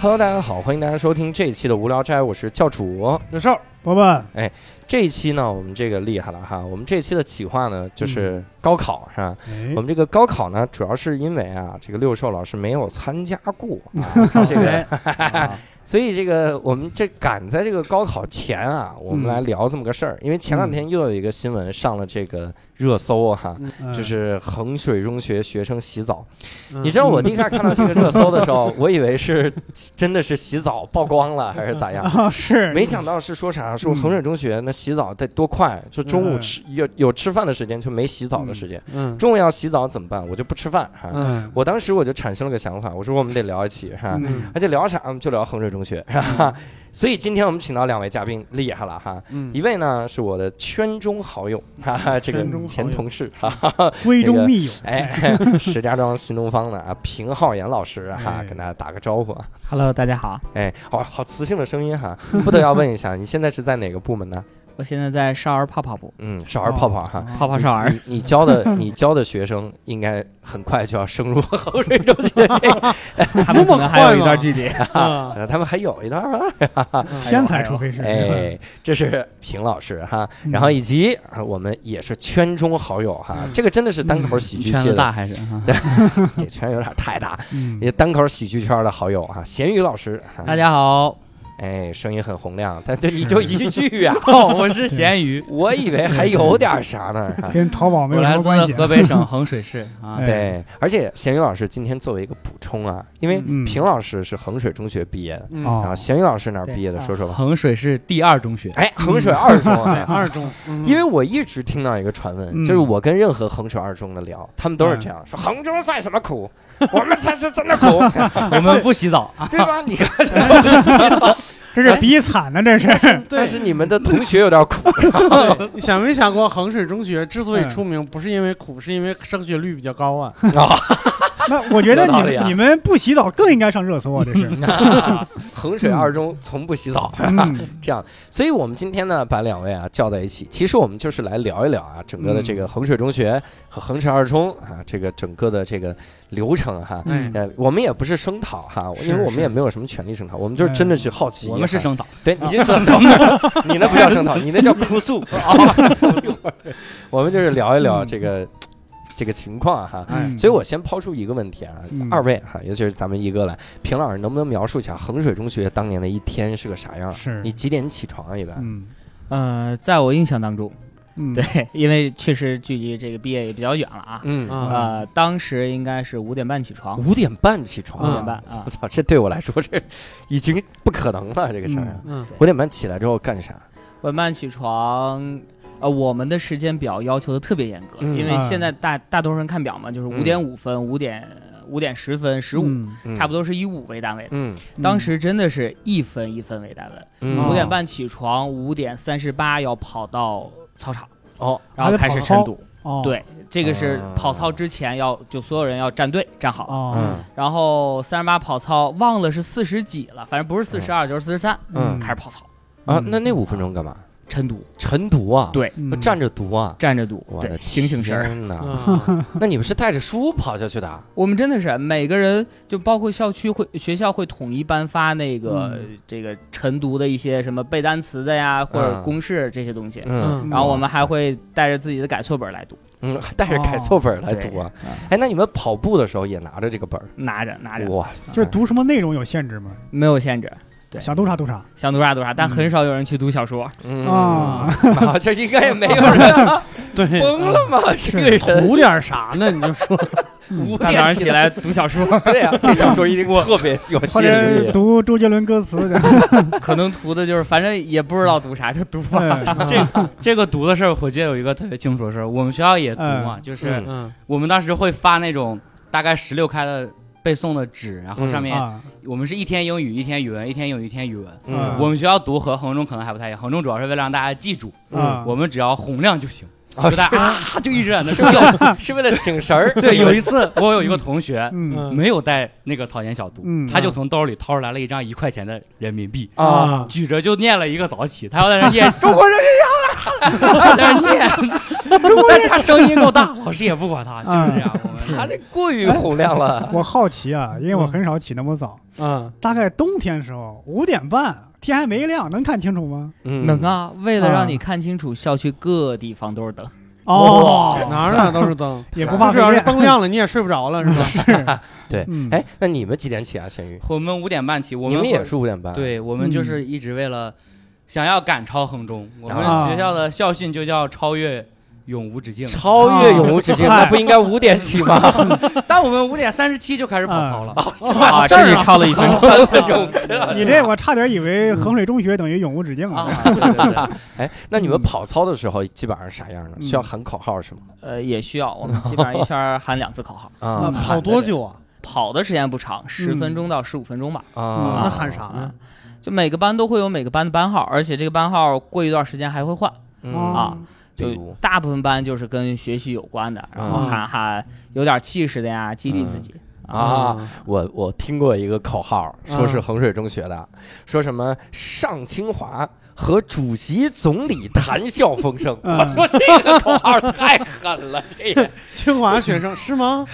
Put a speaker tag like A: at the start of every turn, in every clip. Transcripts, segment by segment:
A: Hello，大家好，欢迎大家收听这一期的无聊斋，我是教主。
B: 有事儿，
C: 伯伯，
A: 这一期呢，我们这个厉害了哈，我们这一期的企划呢就是高考是吧？
C: 哎
A: 我，们这个高考呢，主要是因为啊，这个六兽老师没有参加过这个，
B: 啊
A: 所以这个我们这赶在这个高考前啊，我们
C: 嗯
A: 来聊这么个事儿。因为前两天又有一个新闻上了这个热搜啊哈，
C: 嗯
A: 就是衡水中学学生洗澡。
B: 嗯
A: 你知道我第一开始看到这个热搜的时 候，我以为是真的是洗澡曝光了还是咋样。
C: 啊，是
A: 没想到是说啥？说衡水中学那洗澡得多快，就中午
C: 嗯
A: 吃有有吃饭的时间，就没洗澡的时间。
B: 嗯
A: 中午要洗澡怎么办？我就不吃饭哈。
B: 嗯
A: 我当时我就产生了个想法，我说我们得聊一起哈，
C: 嗯
A: 而且聊啥我们就聊衡水中学，哈。所以今天我们请到两位嘉宾，厉害了哈！
B: 嗯
A: 一位呢是我的圈中好友，哈哈，这个
C: 圈中好友
A: 前同事，哈哈，
C: 闺中密友。
A: 哎， 石家庄新东方的啊，平浩然老师哈，
C: 哎
A: 跟大家打个招呼啊！
D: Hello，大家好，
A: 哎，好好磁性的声音哈，不得要问一下，你现在是在哪个部门呢？
D: 我现在在少儿泡泡部，
A: 嗯，少儿泡泡哈，
D: 泡泡少儿，
A: 你你教的你教的学生应该很快就要升入 衡水中学这个，
D: 他们可能还有一段距离。
B: 啊，
A: 呃他们还有一段吗？
B: 嗯
C: 天才除非是
A: 哎，这是平老师哈，然后以及啊我们也是圈中好友哈，这个真的是单口喜剧
D: 圈
A: 界
D: 子
A: 的，
D: 大还是啊？
A: 这圈有点太大，
C: 嗯
A: 也单口喜剧圈的好友哈，咸鱼老师，哈
D: 大家 好，
A: 哎，声音很洪亮，但这你就一句啊，
D: 哦， 我是咸鱼，
A: 我以为还有点啥呢。哈
C: 跟淘宝没
D: 我
C: 有什
D: 来
C: 么
D: 自
C: 关系。
D: 河北省衡水市啊。
C: 哎
A: 哎对，而且咸鱼老师今天作为一个补充啊，因为
C: 嗯
A: 平老师是衡水中学毕业的，
B: 嗯
C: 哦
A: 然后咸鱼老师哪儿
D: 对
A: 毕业的？
D: 啊
A: 说说
E: 哦
A: 吧。
D: 衡水市第二中学，
A: 哎，衡水二中啊，
B: 二中， 嗯
A: 因为我一直听到一个传闻，
C: 嗯
A: 就是我跟任何衡水二中的聊，他们都是这样、说：衡中算什么苦？我们才是真的苦，
D: 我们不洗澡，
B: 啊
A: 对吧？你看，
C: 这是比惨呢，这是。
A: 但
B: 对，
A: 是你们的同学有点苦，
B: 对嗯你 想没想过衡水中学之所以出名，不是因为苦，是因为升学率比较高啊。
C: 那我觉得
A: 有道理啊
C: 你你们不洗澡更应该上热搜啊，这 是。
A: 衡水二中从不洗澡，
C: 嗯
A: 这样。所以我们今天呢，把两位啊叫在一起，其实我们就是来聊一聊啊，整个的这个衡水中学和衡水二中啊，这个整个的这个流程哈。
C: 嗯
A: 呃，我们也不是声讨哈，
C: 是
A: 因为我们
C: 是
A: 也没有什么权利声讨，我们就是真的是好奇。
D: 啊 我们是
A: 哈
D: 声导，
A: 对，你这怎么？你那不叫声讨，你那叫哭诉啊！ 我们就是聊一聊这个这个情况哈。
C: 嗯
A: 所以我先抛出一个问题啊，
C: 嗯
A: 二位哈，尤其是咱们一哥来，平老师能不能描述一下衡水中学当年的一天是个啥样？
C: 是
A: 你几点起床啊？一般？
C: 嗯
D: 呃，在我印象当中，
C: 嗯
D: 对， 因为确实距离这个毕业也比较远了啊。
A: 嗯，
B: 啊，
D: 呃，当时应该是五点半起床，
A: 五点半起
D: 五
A: 床
D: 点
B: 嗯。
D: 半啊
A: 我，操，这对我来说这已经不可能了，这个事儿啊。
B: 嗯
A: 五点半起来之后干啥？
D: 五点半起床。呃，我们的时间表要求的特别严格，
A: 嗯
D: 因为现在大大多数人看表嘛，就是
A: 嗯
D: 五点五分、五点五点十分、十五、
C: 嗯
D: 差不
A: 多。
D: 多是以五为单位的。
A: 嗯
D: 当时真的是一分一分为单位，
A: 嗯
C: 哦
D: 五点半起床，五点三十八要跑到操场，
A: 哦，
D: 然后开始晨读。
C: 哦
D: 对，这个是
A: 啊
D: 跑操之前要就所有人要站队站好，
C: 哦
A: 嗯
D: 然后三十八跑操忘了是四十几了，反正不是四十二就是四十三，
A: 嗯
D: 开始跑操
A: 啊，那那五分钟干嘛？
D: 晨读，
A: 晨读啊？
D: 嗯对
C: 嗯
A: 站着读啊。
D: 站着读
A: 我，的
D: 对，醒醒神儿。
A: 天呐，
B: 嗯
A: 那你们是带着书跑下去的啊？
D: 我们真的是每个人，就包括校区会学校会统一颁发那个、
C: 嗯
D: 这个晨读的一些什么背单词的呀，或者
A: 嗯
D: 公式这些东西。
A: 嗯
B: 嗯
D: 然后我们还会带着自己的改错本来读，
A: 嗯，还带着改错本来读
D: 哦
A: 啊？哎，那你们跑步的时候也拿着这个本儿？
D: 拿着拿着，
A: 哇塞！
C: 就是读什么内容有限制吗？
D: 没有限制，对
C: 想读啥读啥
D: 想读啥读啥，但很少有人去读小说。
A: 嗯，
C: 啊
D: 哦
A: 啊，这应该也没有 人
B: 对，
A: 疯了吗？这个人
B: 图点啥呢？你就说，
A: 五
D: 大早
A: 点
D: 上起，来读小说，
A: 对呀，这小说一定特别有吸
C: 或
A: 引
C: 者
A: 力。
C: 读周杰伦歌 词的？
D: 可能读的就是，反正也不知道读啥，就读吧。
C: 哎
E: 这这个读的事儿，我记得有一个特别清楚的事儿，我们学校也读嘛，就是
A: 嗯
B: 嗯
E: 我们当时会发那种大概十六开的背诵的纸，然后上面、
C: 啊，
E: 我们是一天英语，一天语文，一天英语，一天语文。
C: 嗯
E: 我们学校读和衡中可能还不太一样，衡中主要是为了让大家记住，
C: 啊
E: 我们只要洪亮就行，
A: 啊
E: 就大家啊就一直 在那叫。
A: 是为了醒神儿。
E: 对，有一次我有一个同学
C: 嗯
B: 嗯
E: 没有带那个草原小读，
C: 嗯
E: 他就从兜里掏出来了一张一块钱的人民币，
A: 啊，
E: 举着就念了一个早起，他要在那念中国人民但是念，但是他声音够大，老师也不管他，就是这样。我们
C: 啊
A: 他这过于洪亮 了。
C: 我好奇啊，因为我很少起那么早，
B: 嗯，
C: 大概冬天时候五点半，天还没亮，能看清楚吗？
A: 嗯
D: 能啊，为了让
C: 啊
D: 你看清楚，校区各地方都是灯。
C: 哦，
B: 哪儿哪儿都是灯，
C: 也不怕
B: 就是
C: 费
B: 要是
C: 电。
B: 灯亮了你也睡不着了是吧？
A: 对
C: 嗯，
A: 哎，那你们几点起啊？咸鱼，
E: 我们五点半起，我
A: 你
E: 们
A: 们也
E: 会
A: 是五点半？，
E: 对，我们就是一直为了想要赶超衡中，
A: 嗯
E: 我
C: 啊
E: 们学校的校训就叫超越永无止境。
A: 超越永无止境，
C: 嗨
A: 那不应该五点起吗？
E: 但我们五点三十七就开始跑操 了，
A: 啊，
E: 这
A: 是
E: 是超了一分 钟，
A: 三分钟。
C: 你这我差点以为衡水中学等于永无止境
E: 啊
C: 啊！，
E: 对对对，
A: 哎，那你们跑操的时候基本上是啥样的？需要喊口号是吗？
D: 呃，也需要，我们基本上一圈儿喊两次口号。
A: 啊
C: 嗯
B: 跑多？久啊？
D: 跑的时间不长，十分钟到十五分钟吧。
A: 啊，
B: 那喊啥呢？
D: 就每个班都会有每个班的班号，而且这个班号过一段时间还会换。
A: 嗯
D: 啊，
A: 比
D: 就
A: 如
D: 大部分班就是跟学习有关的，然后
A: 啊
E: 嗯
D: 喊喊有点气势的呀， 激励自己。
A: 啊，我我听过一个口号，
C: 嗯
A: 说是衡水中学的，说什么上清华和主席总理谈笑风生。
C: 嗯
A: 我说这个口号太狠了， 这也
B: 清华学生是吗？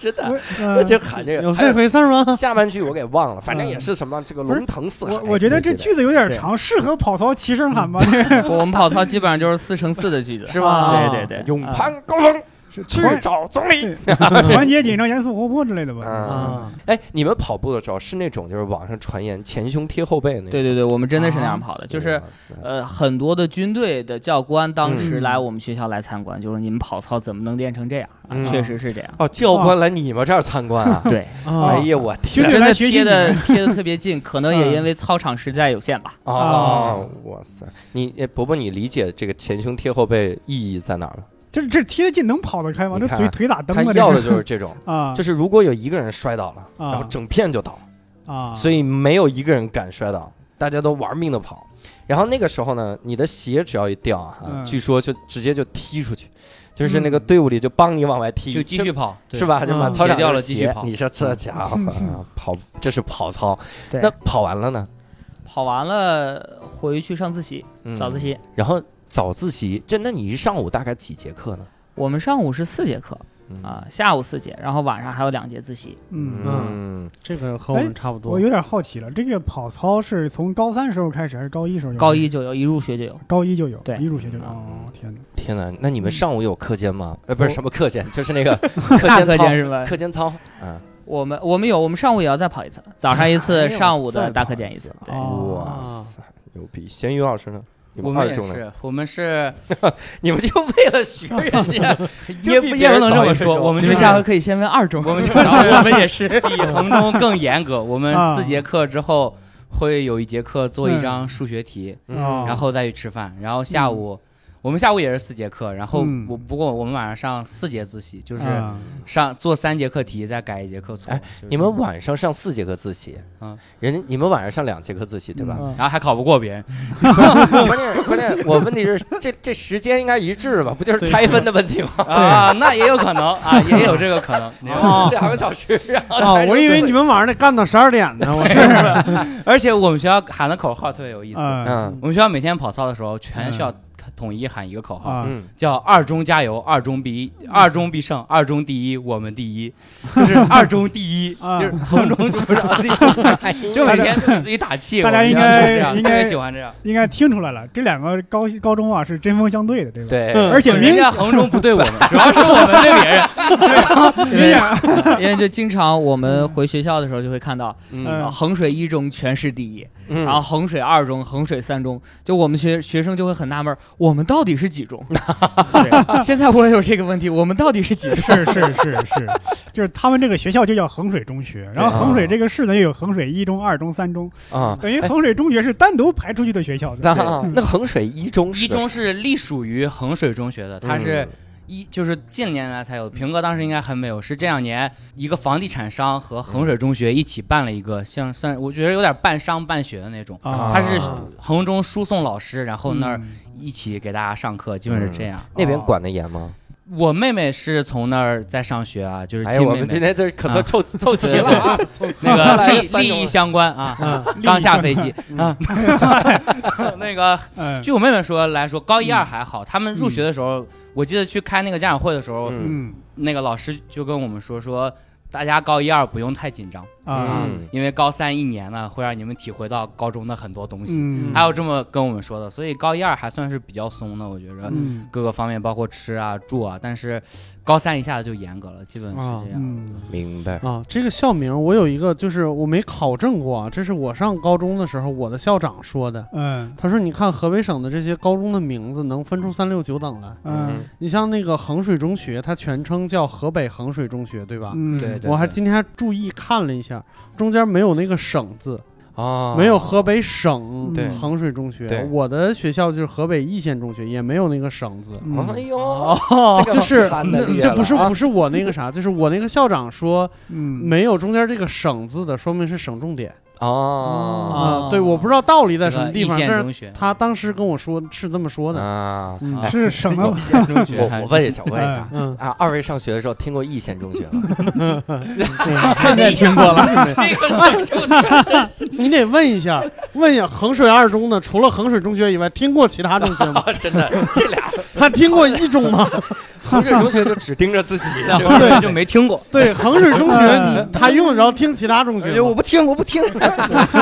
A: 真的，
C: 我呃
A: 就喊这个。哎
B: 有这回事儿吗？
A: 下半句我给忘了，反正也
C: 嗯
A: 是什么这个
C: 不是
A: 龙腾四海。
C: 我我觉得这句子有点长，适合跑操齐声喊吗？
A: 嗯
C: 这个
D: 我们跑操基本上就是四乘四的句子，
A: 是吧
D: 对对对，
A: 勇
D: 啊
A: 攀高峰，
C: 是
A: 去
C: 团
A: 找总理。
C: 团结紧张、严肃活泼之类的吧？
A: 啊，
B: 啊，
A: 哎，你们跑步的时候是那种就是网上传言前胸贴后背那种？
D: 对对对，我们真的是那样跑的，
E: 啊
A: 哇塞，
D: 就是。呃，很多的军队的教官当
E: 嗯
D: 时来我们学校来参观，就是你们跑操怎么能练成这样啊？
A: 嗯
D: 确实是这样，
A: 哦，教官来你们这儿参观啊？
D: 对，
A: 哎
B: 啊，
A: 呀，我天
C: 军队
D: 真
C: 来
D: 的
C: 学习
D: 贴
C: 你
D: 的
C: 们，
D: 贴的特别近，可能也
C: 嗯
D: 因为操场实在有限吧。
A: 哦，哇塞！你哎伯伯，你理解这个前胸贴后背意义在哪儿吗？
C: 这这贴得近能跑得开吗？
A: 你
C: 这
A: 看
C: 腿腿咋蹬
A: 他
C: 啊？
A: 要的
C: 这
A: 就是这种，
C: 啊，
A: 就是如果有一个人摔倒了，
C: 啊
A: 然后整片就倒，
C: 啊，
A: 所以没有一个人敢摔倒，大家都玩命的跑。然后那个时候呢，你的鞋只要一掉啊，
C: 嗯
A: 据说就直接就踢出去，就是那个队伍里就帮你往外踢，
E: 就继续跑，对
A: 是？吧？就满
B: 嗯
A: 操场
E: 鞋掉
A: 都
E: 了
A: 是
E: 继续
A: 鞋
E: 跑
A: 你说这家伙啊跑，这是跑操。
D: 对
A: 那跑完了呢？
D: 跑完了回去上自习，
A: 嗯
D: 早自习。
A: 然后早自习，这那你一上午大概几节课呢？
D: 我们上午是四节课
A: 嗯
D: 啊、下午四节，然后晚上还有两节自习。
C: 嗯，
A: 嗯，
B: 这个哎和我们差不多
C: 我。有点好奇了，这个跑操是从高三时候开始还是高一时
E: 嗯
C: 候有？
D: 高一就有，一入学就有。
C: 高一就有，
D: 对
C: 一入学就有。
D: 嗯
C: 哦，天哪！
A: 天哪！那你们上午有课间吗？呃，不是
D: 我
A: 什么课间， 就是那个
D: 大课
A: 课间操
D: 间，是吧？
A: 课间操。嗯，
D: 我们我们有，我们上午也要再跑一次，早上一
A: 还
D: 次，
A: 要
D: 上午
A: 哎再
D: 的大
A: 跑
D: 课
A: 一
D: 间一
A: 次
D: 次。对，
C: 哦，
A: 哇塞，牛逼！咸鱼老师呢？你
E: 我
A: 们
E: 们
A: 二
E: 也
A: 中呢？
E: 是，我们是
A: 你们就为了学人家，
E: 也不也不能这么说，我们
D: 你
E: 就
D: 们
E: 是
D: 下回可以先问二中。
E: 我们就是 我们也 是比衡中更严格，我们
C: 啊
E: 四节课之后会有一节课做一张数学题，
B: 啊
C: 嗯
E: 然后再去吃饭，然后下午。我们下午也是四节课，然后
C: 嗯
E: 我不过我们晚上上四节自习，就是
C: 啊
E: 上做三节课题，再改一节课错。
A: 哎
E: 就是
A: 你们晚上上四节课自习，
E: 嗯，
A: 人家你们晚上上两节课自习 对吧？
D: 嗯
E: 然后还考不过别人，
A: 关键关键，我问题是这这时间应该一致吧？不就是拆分的问题吗？
E: 啊，那也有可能啊，也有这个可能。
B: 哦
A: 两个小时，然 后
B: 啊，我以为你们晚上得干到十二点呢，我是
E: 而且我们学校喊的口号特别有意思，
C: 啊
A: 嗯
E: 我们学校每天跑操的时候，全校统一喊一个口号，
C: 啊！
A: 嗯，
E: 叫“二中加油，二中必一，二中必胜，二中第一，我们第一”，就是二中第一，
C: 啊
E: 就是衡中就不是二中，就每天给自己打气。
C: 大家
E: 我们
C: 应
E: 学校
C: 该
E: 就是这样
C: 应该
E: 特别喜欢这样。
C: 应该听出来了，这两个高高中啊是针锋相对的，对吧？
A: 对，
C: 而
B: 啊
C: 且明
E: 人家衡中不对我们，主要是我们对别人。
D: 因
C: 啊
D: 为因为就经常我们回学校的时候就会看到，
A: 嗯
C: 嗯
D: 呃衡水一中全市第一，
A: 嗯，
D: 然后衡水二中、衡水三中，就我们学学生就会很纳闷儿，我们到底是几中？ 对现在我也有这个问题，我们到底是几中？
C: 是是是是，就是他们这个学校就叫衡水中学，然后衡水这个市呢又有衡水一中、二中、三中，
E: 哦
A: 啊，
C: 等于
E: 哎
C: 衡水中学是单独排出去的学校
A: 那
C: 的。
A: 啊那衡水一中是
E: 一中是隶属于衡水中学的，它
A: 嗯
E: 是一就是近年来才有，平哥当时应该还没有，是这两年一个房地产商和衡水中学一起办了一个，像算我觉得有点半商半学的那种。
C: 啊，
E: 他是衡中输送老师，然后那儿
C: 嗯
E: 一起给大家上课，基本是这样。
A: 那边管得严吗？
E: 我妹妹是从那儿在上学啊，就是
A: 哎，
E: 亲
A: 我
E: 妹
A: 们今
E: 妹，
A: 天这可算
E: 啊
A: 凑凑齐
E: 对
A: 了啊！
E: 那
A: 看来
E: 个
A: 这
E: 利
A: 三种
E: 利益相关啊，
B: 嗯
E: 刚下飞机啊。 那个
C: 嗯
E: 据我妹妹说来说，高一二还好，他们入学的时候，我记得去开那个家长会的时候，
A: 嗯
C: 嗯
E: 那个老师就跟我们说说，大家高一二不用太紧张，
C: 啊
A: 嗯
E: 因为高三一年呢会让你们体会到高中的很多东西。
C: 嗯，
E: 还有这么跟我们说的，所以高一二还算是比较松的，我觉着
C: 嗯
E: 各个方面，包括吃啊、住啊，但是高三一下子就严格了，基本是这样。
C: 嗯
A: 明白。
B: 啊，这个校名我有一个，就是我没考证过啊，这是我上高中的时候我的校长说的。
C: 嗯
B: 他说：“你看河北省的这些高中的名字能分出三六九等来。
C: 嗯
B: 你像那个衡水中学，它全称叫河北衡水中学，对吧？
C: 嗯，
E: 对对
B: 我还今天还注意看了一下，中间没有那个省字，
A: 啊，嗯
B: 没有河北省
C: 对
B: 衡水中学
A: 对。
B: 我的学校就是河北易县中学，也没有那个省字。
A: 啊。哎
C: 嗯
A: 呦，这个
B: 就是嗯
A: 憨得厉害
B: 这不是
A: 了啊
B: 不是我那个啥，就是我那个校长说
C: 嗯
B: 没有中间这个省字的，说明是省重点
A: 哦
B: 啊。对，我不知道道理在
E: 这
B: 什么
E: 个
B: 地
E: 易
B: 方，
E: 县
B: 但是
E: 中学，
B: 他
D: 嗯
B: 当时跟我说是这么说的。
A: 啊！
B: 嗯
E: 哎
C: 是省了
E: 中
A: 我我问一下，我问一下
C: 哎
B: 嗯，
A: 啊，二位上学的时候听过易县中学吗？
D: 啊
E: 现在听过了，那个是
B: 你得问一下，问一下衡水二中的，除了衡水中学以外，听过其他中学 吗？
A: 真的，这俩
B: 他听过一中吗？
A: 衡水中学就只盯着自己，
E: 然后
B: 对
E: 就没听过。
B: 对，衡水中学
E: 嗯
B: 你他用得着听其他中学吗？
A: 不听，我不听。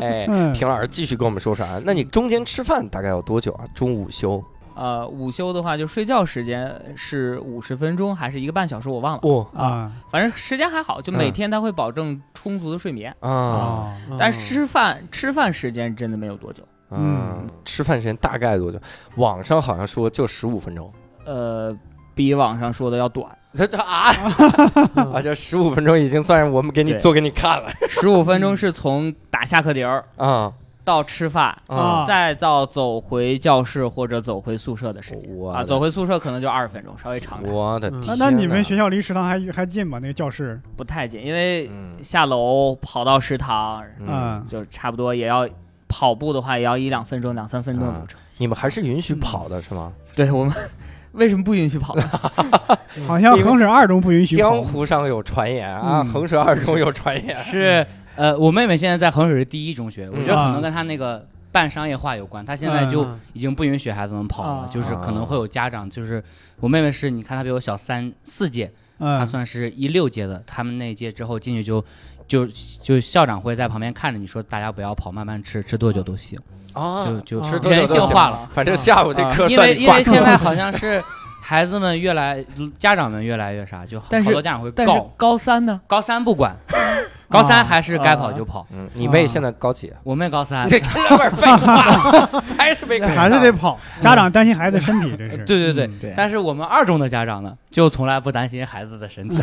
A: 哎，
C: 嗯
A: 平老师继续跟我们说说啊，那你中间吃饭大概有多久啊？中午休？
D: 呃，午休的话，就睡觉时间是五十分钟还是一个半小时，我忘了。
A: 哦
C: 啊
D: 反正时间还好，就每
A: 嗯
D: 天他会保证充足的睡眠。
A: 啊
C: 啊
B: 嗯
D: 但是吃饭吃饭时间真的没有多久，
A: 嗯
C: 嗯，
A: 吃饭时间大概多久？网上好像说就十五分钟。
D: 呃，比网上说的要短，
A: 这这 啊啊！这十五分钟已经算是我们给你
D: 对
A: 做给你看了
D: 十五分钟是从打下课铃儿
A: 啊
D: 到吃饭，
A: 啊！
C: 啊
D: 再到走回教室或者走回宿舍的时间
A: 我
D: 啊，走回宿舍可能就二十分钟，稍微长点，
A: 我的
B: 嗯
A: 天
C: 那那你
A: 哪
C: 们学校离食堂还还近吗？那个教室
D: 不太近，因为
A: 嗯
D: 下楼跑到食堂
A: 嗯，
C: 啊
D: 就差不多也要跑步的话也要一两分钟、两三分钟的路程。
A: 你们还是允许跑的是
E: 嗯
A: 吗？
D: 对我们 为什么不允许跑呢？
C: 好像衡水二中不允许
A: 江
C: 跑
A: 湖上有传言啊，
C: 嗯
A: 衡水二中有传言。啊
E: 是呃，我妹妹现在在衡水是第一中学，我觉得
C: 嗯
E: 可能跟她那个半商业化有关，她现在就
B: 啊嗯
E: 已经不允许孩子们跑了，
D: 啊
E: 就是可能会有家长，就是我妹妹是你看她比我小三四届，她
C: 嗯
E: 算是一六届的，他们那一届之后进去就。就就校长会在旁边看着你说，大家不要跑，慢慢吃，吃多久都行，
A: 啊，
E: 就就
B: 啊
A: 吃多久
E: 人
A: 都
E: 性
A: 行
E: 化 了。
A: 反正下午这
E: 啊
A: 课
E: 因
A: 算
E: 为
A: 你
E: 因为
A: 挂科
E: 现在好像是孩子们越来，家长们越来越啥，就好
D: 但是
E: 好多家长会
D: 但是
E: 告。
D: 高三 呢？
E: 高三 不管，高三还是该跑就
D: 哦
E: 跑。
A: 嗯，你妹现在高几？
E: 我妹高三
B: 啊
A: 你， 这这有点废话，还是没赶上
B: 还是得跑。
C: 家长担心孩子身 体，这
E: 对啊
C: 是嗯
E: 嗯对对。
D: 嗯对
E: 但是我们二中的家长呢，就从来不担心孩子的 身体。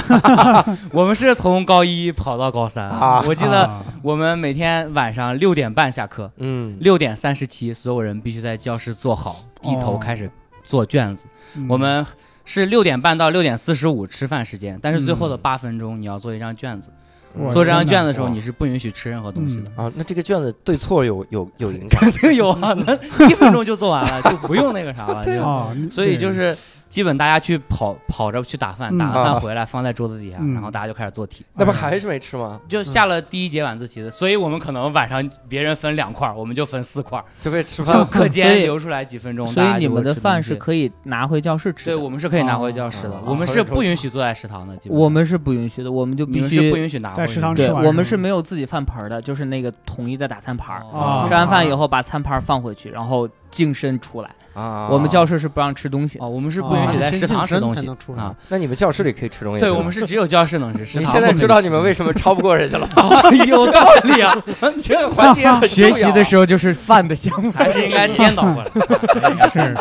E: 我们是从高一跑到高三
A: 啊
E: 我记得
C: 啊
E: 我们每天晚上六点半下课，
A: 嗯，
E: 六点三十七，所有人必须在教室坐好，低头
C: 哦
E: 开始做卷子。
C: 嗯
E: 我们是六点半到六点四十五吃饭时间，但是最后的
A: 嗯
E: 八分钟你要做一张卷子。
C: 我
E: 做
C: 天
E: 这张
C: 哪
E: 卷子的时候，
A: 哇
E: 你是不允许吃任何东西的。
A: 啊，那这个卷子对错有有有影响
E: 这有啊， 那一分钟就做完了，就不用那个啥 了。就
C: 啊，
E: 嗯所以
C: 对
E: 就是基本大家去跑跑着去打饭，
C: 嗯
E: 打完
A: 啊
E: 饭回来放在桌子底下，
C: 嗯
E: 然后大家就开始做题。
A: 那不还是没吃吗？
E: 就下了第一节晚自习的，所以我们可能晚上别人分两块儿，我们就分四块儿，
A: 就为
E: 就
A: 吃饭
E: 课
D: 所
E: 间
D: 以
E: 留出来几分钟。
D: 所
E: 大
D: 以
E: 家
D: 你
E: 就
D: 们
E: 会
D: 的
E: 吃
D: 饭
E: 东
D: 是
E: 西
D: 可以拿回教室吃
E: 对，
D: 的。
E: 我们是可以拿回教室的，
A: 哦
E: 我们
A: 啊
E: 是不允许坐在食堂的，基本上
D: 我们是不允许的，我们就
E: 你
D: 必
E: 们是不
D: 须
E: 允许拿回
C: 在
E: 去
C: 食堂
E: 的
C: 吃
D: 对，
C: 完
D: 我们
C: 是
D: 是
C: 吗
D: 没有自己饭盆儿的，就是那个统一的打餐盘儿。
E: 哦
C: 啊
D: 吃完饭以后把餐盘儿放回去，然后净身出来。
A: 啊
D: 我们教室是不让吃东西。
E: 哦，我们是不允许在食堂吃东
B: 啊
E: 西
B: 那真是
E: 啊。
A: 那你们教室里可以吃东西？
E: 对，
A: 吧
E: 我们是只有教室能吃，食
A: 你
E: 堂
A: 现在
E: 不能
A: 知道
E: 吃
A: 你们为什么超不过人家了吧？
E: 有道理啊，
A: 这个环节很重要
D: 学
A: 啊
D: 习的时候就是饭的香味。
E: 还是应该颠倒过来。
C: 是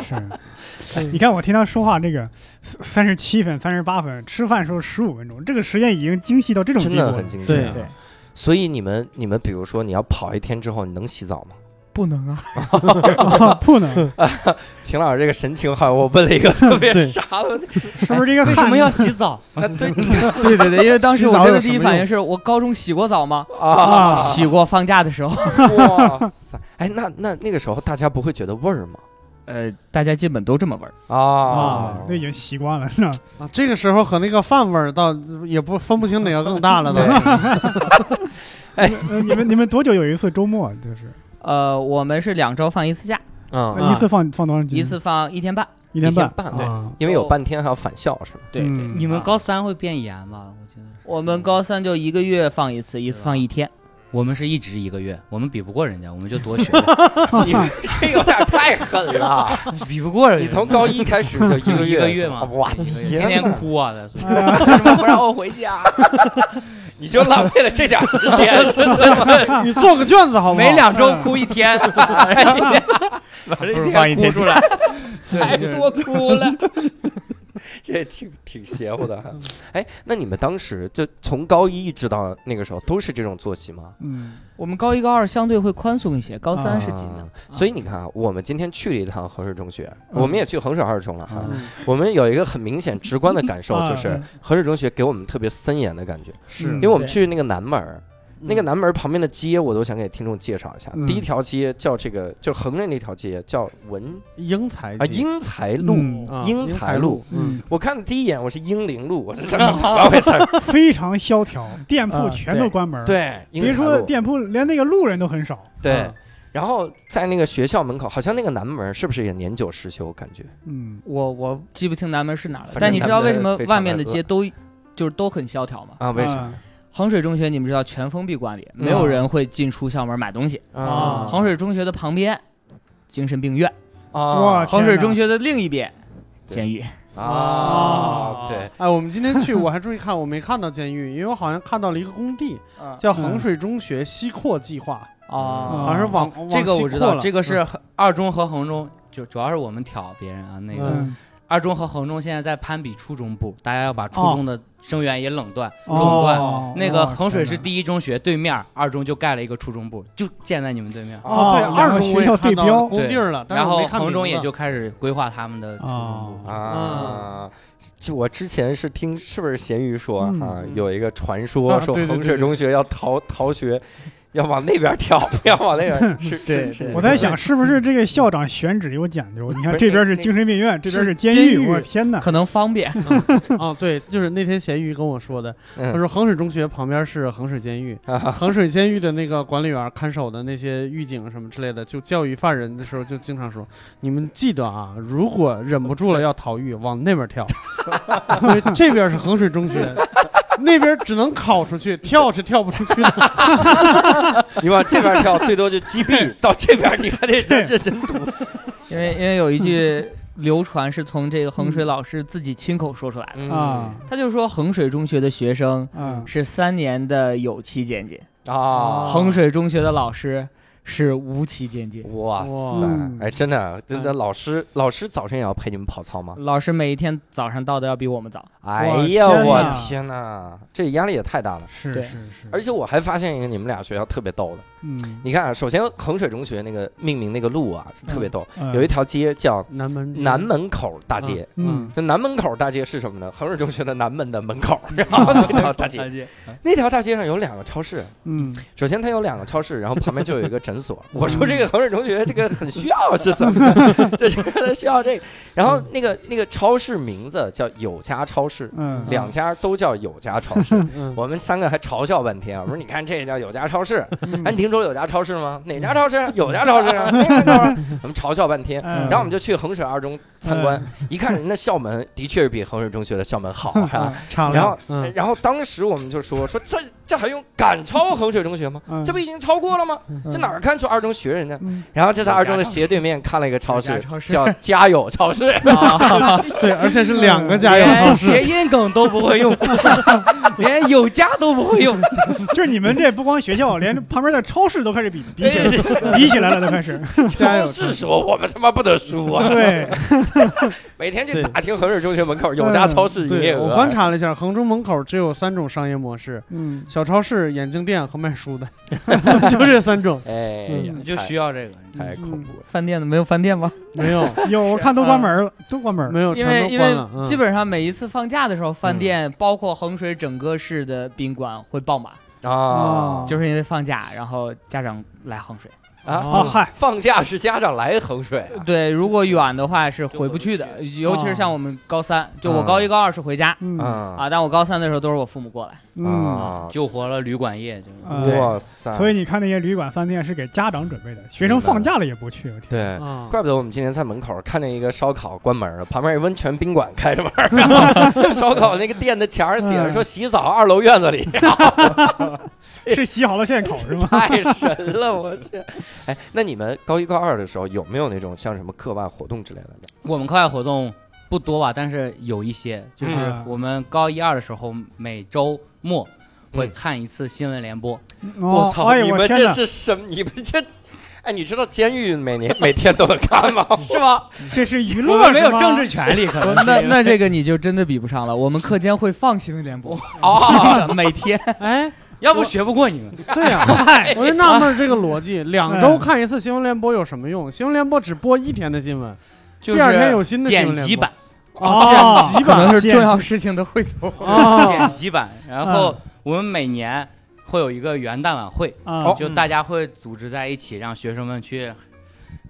C: 是，你看我听他说话这个三十七分、三十八分，吃饭时候十五分钟，这个时间已经精细到这种地
A: 真
C: 步
A: 的很
C: 了。
A: 精
B: 对
A: 致啊。
D: 对
A: 所以你们你们比如说你要跑一天之后，你能洗澡吗？
D: 不能啊，
C: 啊 不能，
A: 平老师这个神情好像我问了一个特别
B: 对
A: 傻 的问题，
C: 是不是这个
E: 为什
C: 汗
E: 么要洗澡？
A: 啊 对
D: 对对对，因为当时
B: 洗
D: 我
B: 澡
D: 真的
B: 有什
D: 第一
B: 么
D: 反应
B: 用
D: 是我高中洗过澡吗？
A: 啊，
D: 洗过，放假的时候
A: 哇塞！哎，那那那个时候大家不会觉得味儿吗？
D: 呃，大家基本都这么玩儿。
A: 啊
C: 啊，那已经习惯了，是吧？
B: 啊，这个时候和那个饭味儿倒也不分不清哪个更 大了都。
A: 哎
C: 呃你们你们多久有一次周末？就是
A: 啊
D: 呃，我们是两周放一次假，
A: 嗯，
C: 一次放放多少集？
D: 一次放一天半。
C: 一天
A: 一天半对
C: 啊
A: 因为有半天还要返校是吗？
D: 对
C: 嗯
E: 你们高三会变严吧？我觉得是
D: 我们高三就一个月放一次，一次放一天。
E: 我们是一直一个月，我们比不过人家，我 们就多 学，
A: 你们
D: 哎
A: 这有点太狠了，
E: 比不过人
A: 你从高一开始就一个
E: 一
A: 月
E: 个月嘛，
A: 哇
E: 一个月
A: 天
E: 天
A: 哪
E: 天哭啊，在宿舍
C: 啊
E: 为什么不让我回 家？
A: 你就浪费了这点时间，
B: 你做个卷子好不好？
E: 每两周哭 一天，
A: 把这
E: 不如放一天
A: 哭出来，太
E: 对就是
A: 多哭了。这也挺挺邪乎的哈，哎，那你们当时就从高一一直到那个时候都是这种作息吗？
C: 嗯，
D: 我们高一高二相对会宽松一些，高三是紧的
A: 啊。所以你看啊，我们今天去了一趟衡水中学，
C: 嗯
A: 我们也去衡水二中了哈
E: 啊
D: 嗯。
A: 我们有一个很明显直观的感受，
C: 啊
A: 就是
C: 嗯
A: 衡水中学给我们特别森严的感觉，
B: 是
A: 因
C: 嗯
A: 为我们
D: 对
A: 去那个南门儿。那个南门儿旁边的街，我都想给听众介绍一下。
C: 嗯
A: 第一条街叫这个，就衡水那条街叫文
B: 英才
A: 啊
B: 街
A: 英才路，
C: 嗯
B: 啊
A: 英才
B: 才
A: 路，
C: 嗯，
A: 我看的第一眼我是英灵路，我是怎么回事儿？
C: 非常萧条，店铺
D: 啊
C: 全都
D: 对
C: 关门。，
A: 对，英
C: 别
A: 才
C: 说
A: 路
C: 店铺，连那个路人都很少。
A: 对
B: 嗯。
A: 然后在那个学校门口，好像那个南门儿是不是也年久失修？感觉
C: 嗯，
D: 我我记不清南门是哪儿了
A: 反，正
D: 但你知道为什么
A: 南门非常
D: 外面的
A: 的
D: 街都就是都很萧条吗？
A: 啊，
C: 嗯
A: 为啥？
D: 衡水中学你们知道全封闭管理，
A: 嗯
D: 没有人会进出校门买东西。
C: 啊
D: 衡水中学的旁边，精神病院；
A: 啊
C: 哇
D: 衡水中学的另一边，监狱。
A: 啊，
B: 啊
A: 对，
B: 哎，我们今天去，我还注意看，我没看到监狱，因为我好像看到了一个工地，
C: 啊
B: 叫衡水中学西扩计划，好
D: 哦，
B: 像是往
E: 这个我知道，这个。
B: 往西扩了
E: 是二中和衡中，就主要是我们挑别人啊。那个
C: 嗯，
E: 二中和衡中现在在攀比初中部，大家要把初
B: 哦
E: 中的生源也冷断。垄断
C: 哦，
E: 那个
C: 哦
E: 衡水是
C: 天哪
E: 第一中学对面，二中就盖了一个初中部，就建在你们对面。
C: 哦
B: 哦，对，
C: 两个
B: 二中我
C: 学
B: 也
C: 校
B: 看
C: 对
B: 到
C: 标
B: 了工地儿了，哦但
E: 然
B: 是我
E: 后
B: 没看
E: 衡中也
B: 名字
E: 就开始规划他们的初中部。
A: 啊。就我之前是听，是不是咸鱼说
C: 嗯
A: 啊，
B: 嗯
A: 有一个传说
B: 啊
A: 说
B: 对对
A: 衡
B: 对
A: 水
B: 对
A: 中学要逃逃学，要往那边跳，不要往那边。是
D: 对
A: 是是
D: 对，
C: 我在想，是不是这个校长选址有讲究？你看，这边是精神病院，这边是监
B: 监
C: 狱。
B: 狱
C: 我天哪！
D: 可能方便。
B: 啊，对，就是那天咸鱼跟我说的，
A: 嗯
B: 他说衡水中学旁边是衡水监狱，衡水监狱的那个管理员看守的那些狱警什么之类的，就教育犯人的时候就经常说，你们记得啊，如果忍不住了要逃狱，往那边跳，因为这边是衡水中学。那边只能考出去，跳是跳不出去的。
A: 你往这边跳，最多就击毙；到这边你还得
C: 对
A: 认认真读。
D: 因为因为有一句流传是从这个衡水老师自己亲口说出来的，
A: 嗯
C: 啊
D: 他就说衡水中学的学生
C: 啊
D: 是三年的有期监禁，
B: 哦
A: 啊，
D: 衡水中学的老师是无期监禁，
A: 哇
B: 哇
A: 塞！哎，真的，真的，
B: 嗯
A: 老师老师早晨也要陪你们跑操吗？
D: 老师每一天早上到的要比我们早。
A: 哎呀，我
C: 天哪
A: 天哪，这压力也太大了。
C: 是
D: 对
C: 是是，
A: 而且我还发现一个你们俩学校特别逗的，
C: 嗯，
A: 你看啊，首先衡水中学那个命名那个路啊，特别逗，
C: 嗯
A: 有一条街叫
B: 南门街
A: 南门口大街。
C: 嗯
A: 那南门口大街是什么呢？衡水中学的南门的门口，
C: 嗯
A: 然后那条大 街，那条大街上有两个超市。
C: 嗯
A: 首先它有两个超市，然后旁边就有一个诊 所。我说这个衡水中学这个很需要是怎么的？就是需要这个。然后那个那个超市名字叫有家超市，
C: 嗯，
A: 两家都叫有家超市。
B: 嗯
A: 我们三个还嘲笑半天，我说你看这叫有家超市，
C: 嗯
A: 哎，你听说有家超市吗？哪家超市？有家超市啊，那 家超市。我们嘲笑半天，
C: 嗯
A: 然后我们就去衡水二中参观，一看人家校门的确是比衡水中学的校门好，是吧？
B: 差了。
A: 然后
B: 嗯，
A: 然后当时我们就说说这这还用赶超衡水中学吗？
C: 嗯
A: 这不已经超过了吗？这哪儿看出二中学人家？然后就在二中的斜对面看了一个超
D: 有
A: 市
D: 家哦超，市
A: 叫家有超市，
B: 对，而且是两个家有超
E: 连
B: 市
E: 谐。音梗都不 会用，连有家都不会用。
C: 就是你们这不光学校，连旁边的超市都开 始比比起来
A: 对
C: 了，比起来了，都开始。
B: 家有
A: 超市说我们他妈不得输 啊！
C: 对，
A: 每天去
B: 对
A: 打听衡水中学门口有家超市营业
B: 对，
A: 额。
B: 我观察了一下，衡中门口只有三种商业模式：
C: 嗯，
B: 小超市、眼镜店和卖 书的， 就这三种。
A: 哎呀，
E: 你嗯就需要这个，嗯
A: 太太恐怖了。
D: 饭店的没有饭 店吗？
B: 没有，
C: 有我看都关门了，都关门了。
B: 没有，
D: 因
B: 全
D: 为
B: 都
D: 因
B: 关
D: 为
B: 了。嗯
D: 基本上每一次放假的时候，饭店包括衡水整个市的宾馆会爆满，
A: 啊
C: 哦
D: 就是因为放假，然后家长来衡水。
A: 啊，
C: 哦嗨，
A: 放假是家长来衡水啊，
E: 对，如果远的话是回不去的，尤其是像我们高三，就我高一高二是回家
C: 嗯
A: 啊
E: 啊，但我高三的时候都是我父母过来，
C: 嗯，
A: 哦
E: 救活了旅馆业，就是
A: 嗯
C: 啊
E: 对
A: 哇塞！
C: 所以你看那些旅馆饭店是给家长准备的，学生放假了也不去，我天，
E: 嗯
A: 对，
B: 啊，
A: 怪不得我们今天在门口看见一个烧烤关门了，旁边一温泉宾馆开着门儿，然后烧烤那个店的墙上写着说洗澡二楼院子里，
C: 是洗好了现烤是 吗？
A: 太神了，我去！哎，那你们高一高二的时候有没有那种像什么课外活动之类的？
E: 我们课外活动不多吧，但是有一些，就是
C: 嗯
E: 我们高一二的时候，每周末会
A: 嗯
E: 看一次新闻联播，
A: 我
C: 我
A: 操！
C: 哎呦
A: 你
C: 我
A: 们
C: 天
A: 这
C: 哪！
A: 是什么？你们这，哎，你知道监狱每年每天都能看 吗？
E: 是吗？
C: 这是娱
E: 我
C: 乐
E: 们没
C: 是
E: 有
C: 吗
E: 政治权 利，可能
D: 不那那这个你就真的比不上了。我们课间会放新闻联播，
E: 哦，每天，
B: 哎，
E: 要不学不过你们。
B: 对呀、
C: 嗨
B: 我就纳闷儿这个逻
E: 哎
B: 辑，两周看一次新闻联播有什么用？新闻联播只播一天的新闻，
E: 就是
B: 第二天有新的新
E: 剪
B: 闻
E: 辑
B: 联播
E: 版，
B: 哦，剪辑嗯
D: 可
B: 版
D: 能是重要事情的汇总。
B: 哦
E: 剪辑版。然后我们每年会有一个元旦晚会，
B: 嗯
C: 啊
B: 哦
E: 就大家会组织在一起，让学生们去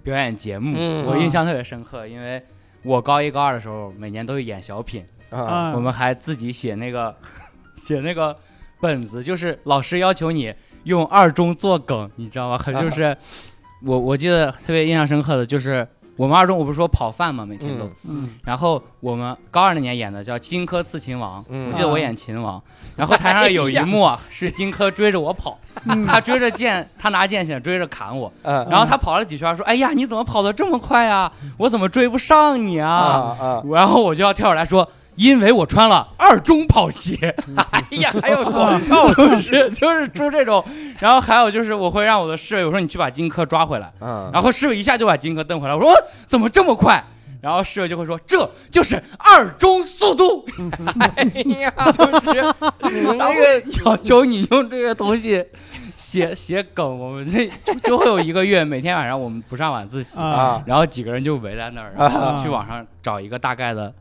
E: 表演节目。
A: 嗯
E: 我印象特别深刻，因为我高一高二的时候，每年都会演小品，
A: 啊，
C: 啊！
E: 哦我们还自己写那个 写那个本子，就是老师要求你用二中做梗，你知道吗？很就是
A: 啊
E: 我我记得特别印象深刻的就是我们二中，我不是说跑饭嘛，每天都。
A: 嗯
C: 嗯
E: 然后我们高二那年演的叫《荆轲刺秦王》，
A: 嗯哎
E: 我记得我演秦王。然后台上有一幕 啊，是荆轲追着我跑，
C: 嗯
E: 他追着剑，他拿剑想追着砍我，
A: 嗯
E: 然后他跑了几圈，说：“哎呀，你怎么跑得这么快啊？我怎么追不上你
A: 啊
E: 啊
A: 啊！？”
E: 然后我就要跳出来说。因为我穿了二中跑鞋，
A: 哎呀，还
E: 还有
A: 有
E: 广告，嗯 就是就是出这种，然后还有就是我会让我的侍卫，我说你去把荆轲抓回来，
A: 嗯
E: 然后侍卫一下就把荆轲蹬回来，我说、哦怎么这么快？然后侍卫就会说这就是二中速度，
A: 哎呀， 就是你们那个
E: 要求你用这个东西写写梗，我们这就就会有一个月，每天晚上我们不上晚自习，
C: 啊
A: 啊，
E: 然后几个人就围在那儿，然
D: 啊
E: 后去网上找一个大概的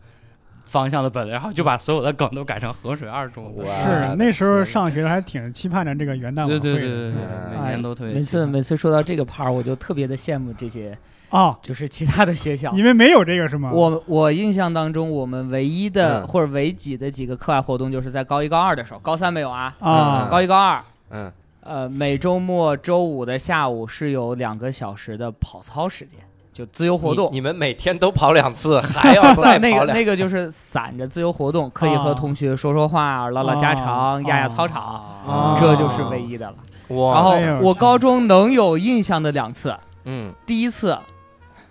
E: 方向的本
D: 嗯
E: 子，然后就把所有的梗都改成衡水二中的。
A: 哇
C: 是那时候上学还挺期盼着这个元旦晚
E: 对
C: 会
E: 对对
C: 的嗯
E: 对对，每年都特别
D: 每
E: 喜
D: 次
E: 欢。
D: 每次说到这个牌儿，我就特别的羡慕这些，
C: 啊！
D: 就是其他的学校。
C: 你们没有这个是吗？
D: 我我印象当中，我们唯一的、
A: 嗯
D: 或者唯几的几个课外活动，就是在高一高二的时候，高三没有啊，
C: 啊
A: 嗯
D: 高一高二，
A: 嗯
D: 呃，每周末周五的下午是有两个小时的跑操时间，就自由活动
A: 你。你们每天都跑两 次，还要再
D: 那
A: 跑
D: 个
A: 两
D: 那个就是散着自由活动，可以
C: 啊
D: 和同学说说话、唠唠家常、压压操场，
E: 哦
A: 啊
D: 这就是唯一的了。
A: 哇
D: 然
C: 哎呦
D: 后我
C: 天
D: 高中能有印象的两次，
A: 嗯
D: 第一次，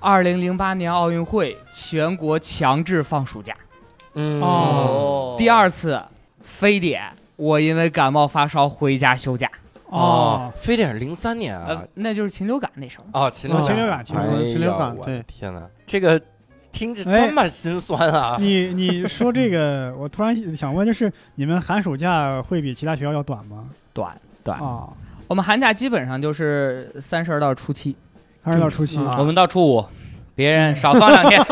D: 二零零八年奥运会全国强制放暑假。
A: 嗯
C: 哦
D: 第二次非典，我因为感冒发烧回家休假，
A: 哦
C: 哦，，
A: 非得是零三年啊
D: 呃，那就是禽流感那时候。
A: 哦，禽
C: 哦
A: 流
C: 禽
A: 感
C: 流感，禽
B: 哎
C: 流感。
B: 禽流感
A: 我
B: 对
A: 的天哪，这个听着
C: 哎
A: 这么心酸啊！
C: 你你说这个，我突然想问，就是你们寒暑假会比其他学校要短吗？
D: 短短，
C: 啊，
D: 我们寒假基本上就是三十到初七，
C: 还是到初七？
B: 啊
E: 我们到初五，别人少放 两天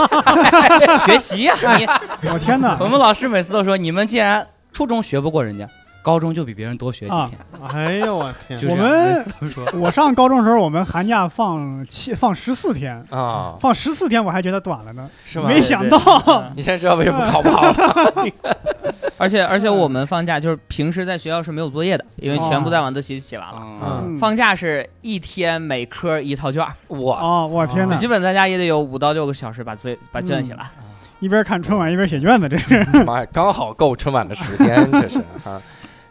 E: 学习呀、你
C: 啊我天哪！
E: 我们老师每次都说，你们既然初中学不过人家，高中就比别人多学几
D: 啊
E: 天。
B: 哎呦我天，
E: 就
C: 我
E: 是
C: 们
E: 每次都说，
C: 啊我上高中的时候，我们寒假放七放十四天，
A: 啊，
C: 放十四天我还觉得短了呢，
A: 是吗？
C: 哎没想到
A: 你现在知道为什么考不好 了？
D: 而且而且我们放假就是平时在学校是没有作业的，因为全部在晚自习写完了。
E: 嗯，
C: 啊嗯
D: 放假是一天每科一套卷儿，
A: 我
C: 哦，我天
D: 你
C: 哪！
D: 基本在家也得有五到六个小时把作业把卷
C: 嗯
D: 写完。
C: 一边看春晚一边写卷子，这是。
A: 妈呀，刚好够春晚的时间，这是哈。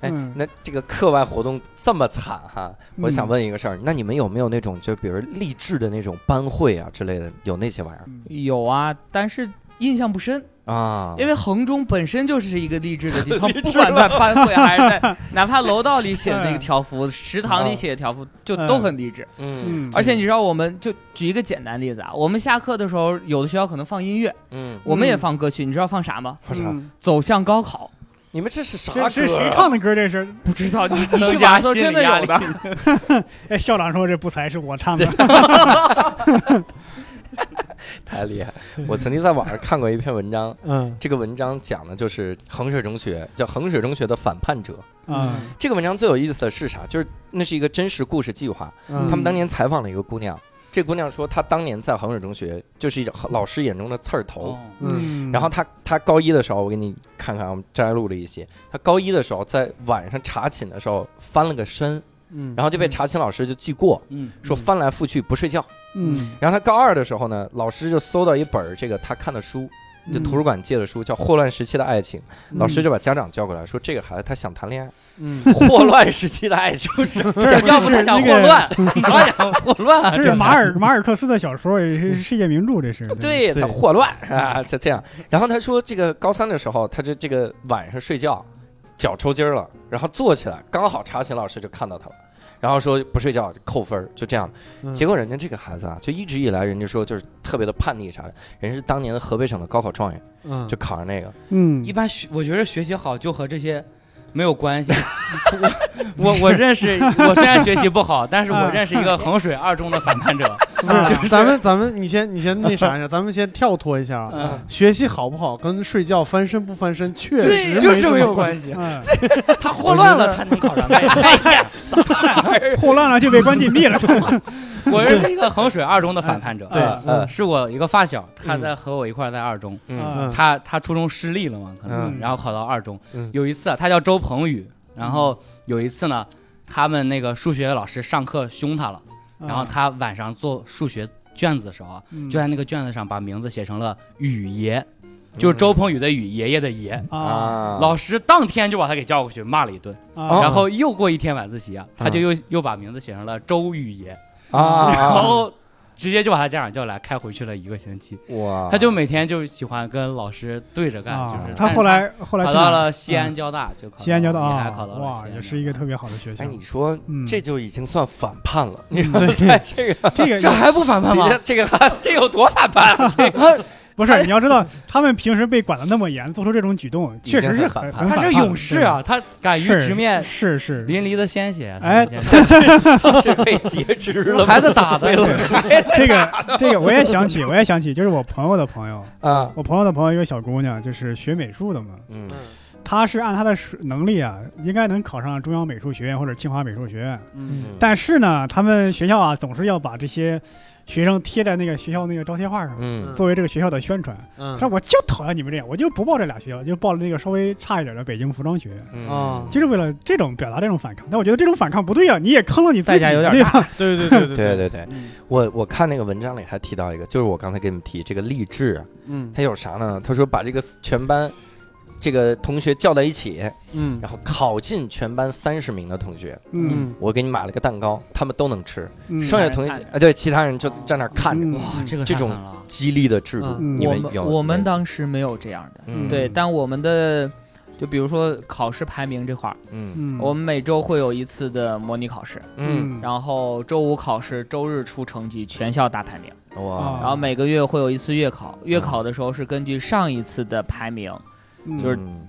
A: 哎
C: 嗯，
A: 那这个课外活动这么惨哈，我想
C: 嗯
A: 问一个事儿，那你们有没有那种就比如励志的那种班会啊之类的，有那些玩意
C: 嗯
D: 有啊，但是印象不深，
A: 儿啊？
D: 因为衡中本身就是一个哦 励志的嗯地方
A: 励，
D: 不
A: 志
D: 管在班会还是在 哪怕楼道里写的 那个条幅，食堂里写的条幅，就都很励志。
A: 嗯
C: 嗯，
D: 而且你知道，我们就举一个简单例子啊，我们下课的时候，有的学校可能放音乐，
A: 嗯，
D: 我们也放歌曲，你知道放啥吗？
A: 不是，
C: 嗯
D: 走向高考。
A: 你们这是啥歌
C: 这
A: 啊？
C: 是谁唱的歌？这是？
D: 不知道你你
E: 增
D: 去
E: 加
D: 网搜
E: 心
D: 真
E: 理
D: 的
E: 压
D: 有
E: 力
D: 的，
C: 哎，校长说这不才是我唱的。
A: 太厉害！我曾经在网上看过一篇文章，
B: 嗯
A: 这个文章讲的就是衡水中学，叫衡水中学的反叛者。
D: 嗯
C: 啊，
A: 这个文章最有意思的是啥？就是那是一个真实故事计划，
B: 嗯，
A: 他们当年采访了一个姑娘，这姑娘说她当年在衡水中学就是一种老师眼中的刺儿头。
E: 哦
B: 嗯
A: 然后她她高一的时候，我给你看看，我们摘录了一些。她高一的时候，在晚上查寝的时候翻了个身，
B: 嗯，
A: 然后就被查寝老师就记过，
E: 嗯，
A: 说翻来覆去不睡觉。
C: 嗯
A: 然后他高二的时候呢，老师就搜到一本儿这个他看的书，就
B: 嗯
A: 图书馆借的书，叫《霍乱时期的爱情》。老师就把家长叫过来，说这个孩子他想谈恋 爱。
B: 嗯，
A: 霍乱时期的爱情是
E: 不是，要不他想霍 乱，他想霍乱啊，
C: 这是马尔马尔克斯的小说，也是世界名著，这是。
A: 对
B: 嗯对
A: 他霍乱啊，就这样。然后他说，这个高三的时候，他就这个晚上睡觉，脚抽筋儿了，然后坐起来，刚好查寝老师就看到他了。然后说不睡觉就扣分儿，就这样。
B: 嗯
A: 结果人家这个孩子啊，就一直以来人家说就是特别的叛逆啥的，人是当年的河北省的高考状元，
B: 嗯
A: 就考上那个。
C: 嗯
E: 一，般学，我觉得学习好就和这些没有关系。我我我认识，我虽然学习不好，但是我认识一个衡水二中的反叛 者。
B: 不
C: 啊
B: 是，咱们咱们你先你先那啥一下，咱们先跳脱一下啊，
E: 嗯，
B: 学习好不好跟睡觉翻身不翻身确实
E: 就
B: 没
E: 是
B: 什么
E: 没有
B: 关
E: 关系。
C: 嗯
E: 他霍乱了，他能考上北大？哎呀，啥玩意儿？
C: 霍乱了就被关禁闭了。
E: 我认识一个衡水二中的反叛者，
B: 对
A: 嗯
B: 嗯
E: 是我一个发小，他在和我一块儿在二中，
A: 嗯
C: 啊
B: 嗯
E: 他他初中失利了嘛，可能，
C: 嗯
E: 然后考到二中
A: 嗯。
E: 有一次啊，他叫周鹏宇，然后有一次呢，他们那个数学老师上课凶他了，
A: 嗯
E: 然后他晚上做数学卷子的时候啊，
C: 啊嗯
E: 就在那个卷子上把名字写成了雨爷，就是周鹏宇的宇，爷爷的爷。
C: 啊
A: 啊，
E: 老师当天就把他给叫过去骂了一顿，
A: 哦
C: 啊
E: 然后又过一天晚自习啊，他就
A: 嗯
E: 又又把名字写成了周雨爷，
A: 啊，
E: 然后直接就把他家长叫来开回去了一个星期。
A: 哇，
E: 他就每天就喜欢跟老师对着干，
C: 啊
E: 就是
C: 他后来后来
E: 考
C: 去哪
E: 到
C: 儿嗯
E: 了西安交大，就考到
C: 西安交大
E: 了也
C: 啊
E: 还考，到了西
C: 哇，
E: 安
C: 也是一个特别好的学校
A: 哎，。你说
C: 嗯，
A: 这就已经算反叛了，你
B: 嗯对
A: 在这个
C: 这
E: 这
C: 个
E: 还不反叛吗
A: 底？下这个 还这有多反叛啊？这个
C: 不是你要知道，他们平时被管得那么严，做出这种举动，确实
A: 已经
C: 是很
A: 很反叛
C: 很
E: 他是
C: 反叛
E: 勇士啊，他敢于
C: 是
E: 直面
C: 是是，
E: 淋漓的鲜血。啊
C: 哎
E: 他是
A: 是被截肢 了吗
E: 孩子打 的
C: 这个这个我也想起，我也想起，就是我朋友的朋友，
A: 啊？
C: 我朋友的朋友一个小姑娘，就是学美术的嘛，
A: 嗯
C: 她是按她的水能力啊，应该能考上中央美术学院或者清华美术学院，
A: 嗯
C: 但是呢，他们学校啊总是要把这些学生贴在那个学校那个招贴画上，
A: 嗯
C: 作为这个学校的宣传。
B: 嗯
C: 说我就讨厌你们这样，我就不报这俩学校，就报了那个稍微差一点的北京服装学院。
A: 嗯
B: 啊
C: 就是为了这种表达这种反抗，但我觉得这种反抗不对啊，你也坑了你自
E: 代
C: 己，
E: 价有点
C: 对吧？
B: 对对对
A: 对
B: 对，
A: 对对，我我看那个文章里还提到一个，就是我刚才给你们提这个励志啊，
B: 嗯
A: 他有啥呢？他说把这个全班这个同学叫在一起，
B: 嗯
A: 然后考进全班三十名的同学，
C: 嗯，
B: 嗯，
A: 我给你买了个蛋糕，他们都能吃，
C: 嗯
A: 剩下同学
E: 看着
A: 啊，对，其他人就站那儿看着，
C: 嗯
E: 哇，这个
A: 这
E: 太
A: 种
E: 狠了
A: 激励的制度，
B: 嗯
A: 你
D: 我
A: 们
D: 们
A: 有
D: 我
A: 类
D: 们
A: 似
D: 当时没有这样的，
A: 嗯
D: 对，但我们的就比如说考试排名这块儿，
A: 嗯
C: 嗯，
D: 我们每周会有一次的模拟考试，
A: 嗯，
C: 后
D: 然后周五考试，周日出成绩，全校大排名。
A: 嗯哇，
D: 然后每个月会有一次月考，月
E: 嗯
D: 考的时候是根据上一次的排名，就是
A: 嗯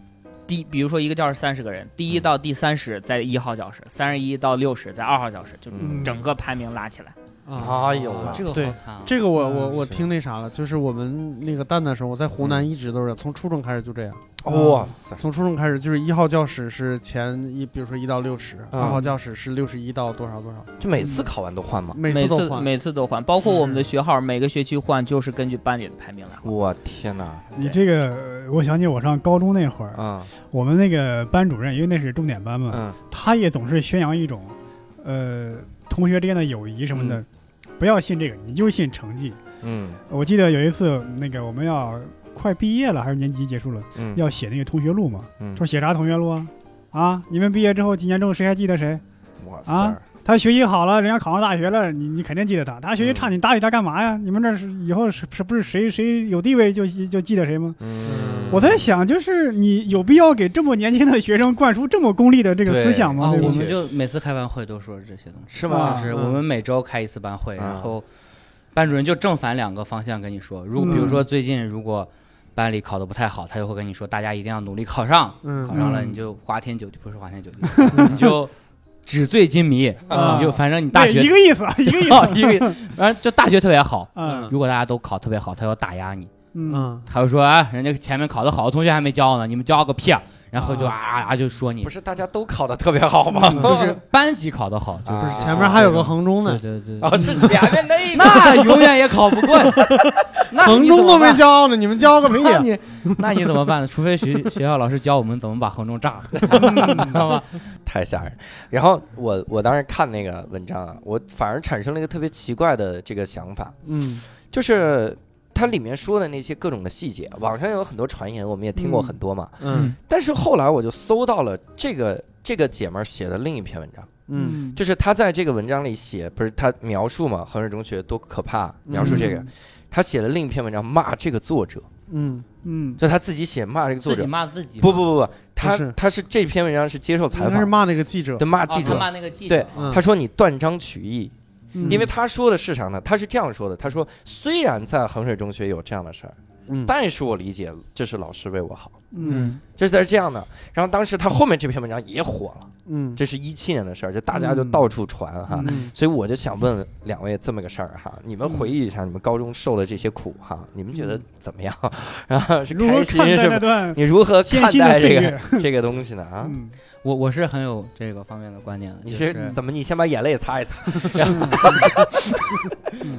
D: 第比如说一个教室三十个人，第一到第三十在一号教室，三十一到六十在二号教室，就
A: 嗯
D: 整个排名拉起来。
B: 啊。
A: 哎呦
E: 哇
A: 喂，
E: 这个
B: 对
E: 好惨啊！
B: 这个我我
C: 嗯
B: 我
A: 是
B: 听那啥了，就是我们那个蛋蛋时候，我在湖南一直都是这样，从初中开始就这样，
A: 哇塞，
B: 从初中开始就是一号教室是前一，比如说一到六十，
A: 嗯
B: 二号教室是六十一到多少多少，
A: 这每次考完都换吗？
B: 每
D: 每
B: 次都
D: 次
B: 换，
D: 每次都换，包括我们的学号，每个学期换就是根据班里的排名来换。
A: 嗯我天哪，
C: 你这个，呃我想起我上高中那会儿，
A: 啊
C: 我们那个班主任，因为那是重点班嘛，
A: 嗯
C: 他也总是宣扬一种，呃，同学之间的友谊什么的，不要信这个，你就信成绩。
A: 嗯
C: 我记得有一次，那个我们要快毕业了，还是年级结束了，
A: 嗯，
C: 要写那个同学录嘛，
A: 嗯
C: 说写啥同学录啊？啊，你们毕业之后几年之后谁还记得谁？
A: 哇
C: 啊
A: 塞，
C: 他学习好了，人家考上大学了，你你肯定记得他。他学习差，你搭理他干嘛呀？你们这是以后是是不是谁谁有地位就就记得谁吗？
A: 嗯，
C: 我在想，就是你有必要给这么年轻的学生灌输这么功利的这个思想
E: 啊，
C: 吗？对
E: 我
C: 不
E: 们
C: 对？
E: 就每次开完会都说这些东西，
A: 是
C: 啊
A: 吗？
E: 就是
C: 嗯
E: 我们每周开一次班会，
A: 啊
E: 然后班主任就正反两个方向跟你说。如果比如说最近如果班里考得不太好，他就会跟你说大家一定要努力考上，考
B: 嗯
E: 上了
C: 嗯
E: 你就花天酒地，不是花天酒地，你就纸醉金迷，
C: 啊
E: 你就反正你大
C: 对，
E: 学
C: 一个意思，一个 意
E: 哦
C: 思，
E: 因为反正就大学特别好。
C: 嗯
E: 如果大家都考特别好，他要打压你，
C: 嗯
B: 嗯，
E: 他就说啊，人家前面考得好的同学还没教呢，你们教个屁啊！然后就
B: 啊
E: 啊啊啊就说你
A: 不，是大家都考的特别好吗？
E: 嗯就是班级考得好，就 是
A: 啊
B: 不是前面还有个衡中呢
E: 对，对对，
A: 哦，是前面 那一个
E: 那永远也考不过， 那
B: 衡
E: 你
B: 中
E: 怎
B: 都
E: 么
B: 没
E: 办。
B: 教呢，你们教个屁
A: 啊
E: 那
B: 呀！
E: 你那你怎么办呢？除非学学校老师教我们怎么把衡中 炸了，你知道吗？
A: 太吓人。然后我我当时看那个文章啊，我反而产生了一个特别奇怪的这个想法，
B: 嗯
A: 就是它里面说的那些各种的细节，网上有很多传言，我们也听过
B: 嗯
A: 很多嘛。
B: 嗯
A: 但是后来我就搜到了这个这个姐们儿写的另一篇文章，
B: 嗯，
A: 就是她在这个文章里写，不是她描述嘛，衡水中学多可怕，描述这个，她写了另一篇文章骂这个作者，
B: 嗯
C: 嗯
A: 就她自己写骂这个 作
E: 自己
A: 者。
E: 骂自己吗，
A: 不不不不，她
B: 是嗯
A: 她是这篇文章是接受采
B: 应该是
A: 访，
B: 骂那个记者
A: 对，骂
E: 哦，
A: 记者
E: 他，骂那个记者
A: 对，
B: 嗯
A: 他说你断章取义，
C: 嗯，
A: 因为他说的是啥呢？他是这样说的，他说虽然在衡水中学有这样的事儿，
B: 嗯
A: 但是我理解这是老师为我好，
C: 嗯
A: 就是他是这样的。然后当时他后面这篇文章也火了，
B: 嗯
A: 这是一七年的事儿，就大家就
B: 嗯
A: 到处传哈。
B: 嗯
A: 所以我就想问两位这么个事儿哈，你们
E: 嗯
A: 回忆一下你们高中受的这些苦哈，你们觉得怎么样？ 然后是
C: 如何
A: 开
C: 看
A: 心
C: 待
A: 是
C: 那
A: 吧？
C: 段
A: 你如何
C: 艰
A: 看
C: 辛
A: 待
C: 的岁
A: 这个
C: 月？
A: 这个 东西呢？啊，
C: 嗯，
E: 我我是很有这个方面的观点的，
A: 你
E: 就是
A: 怎么？你先把眼泪擦一擦。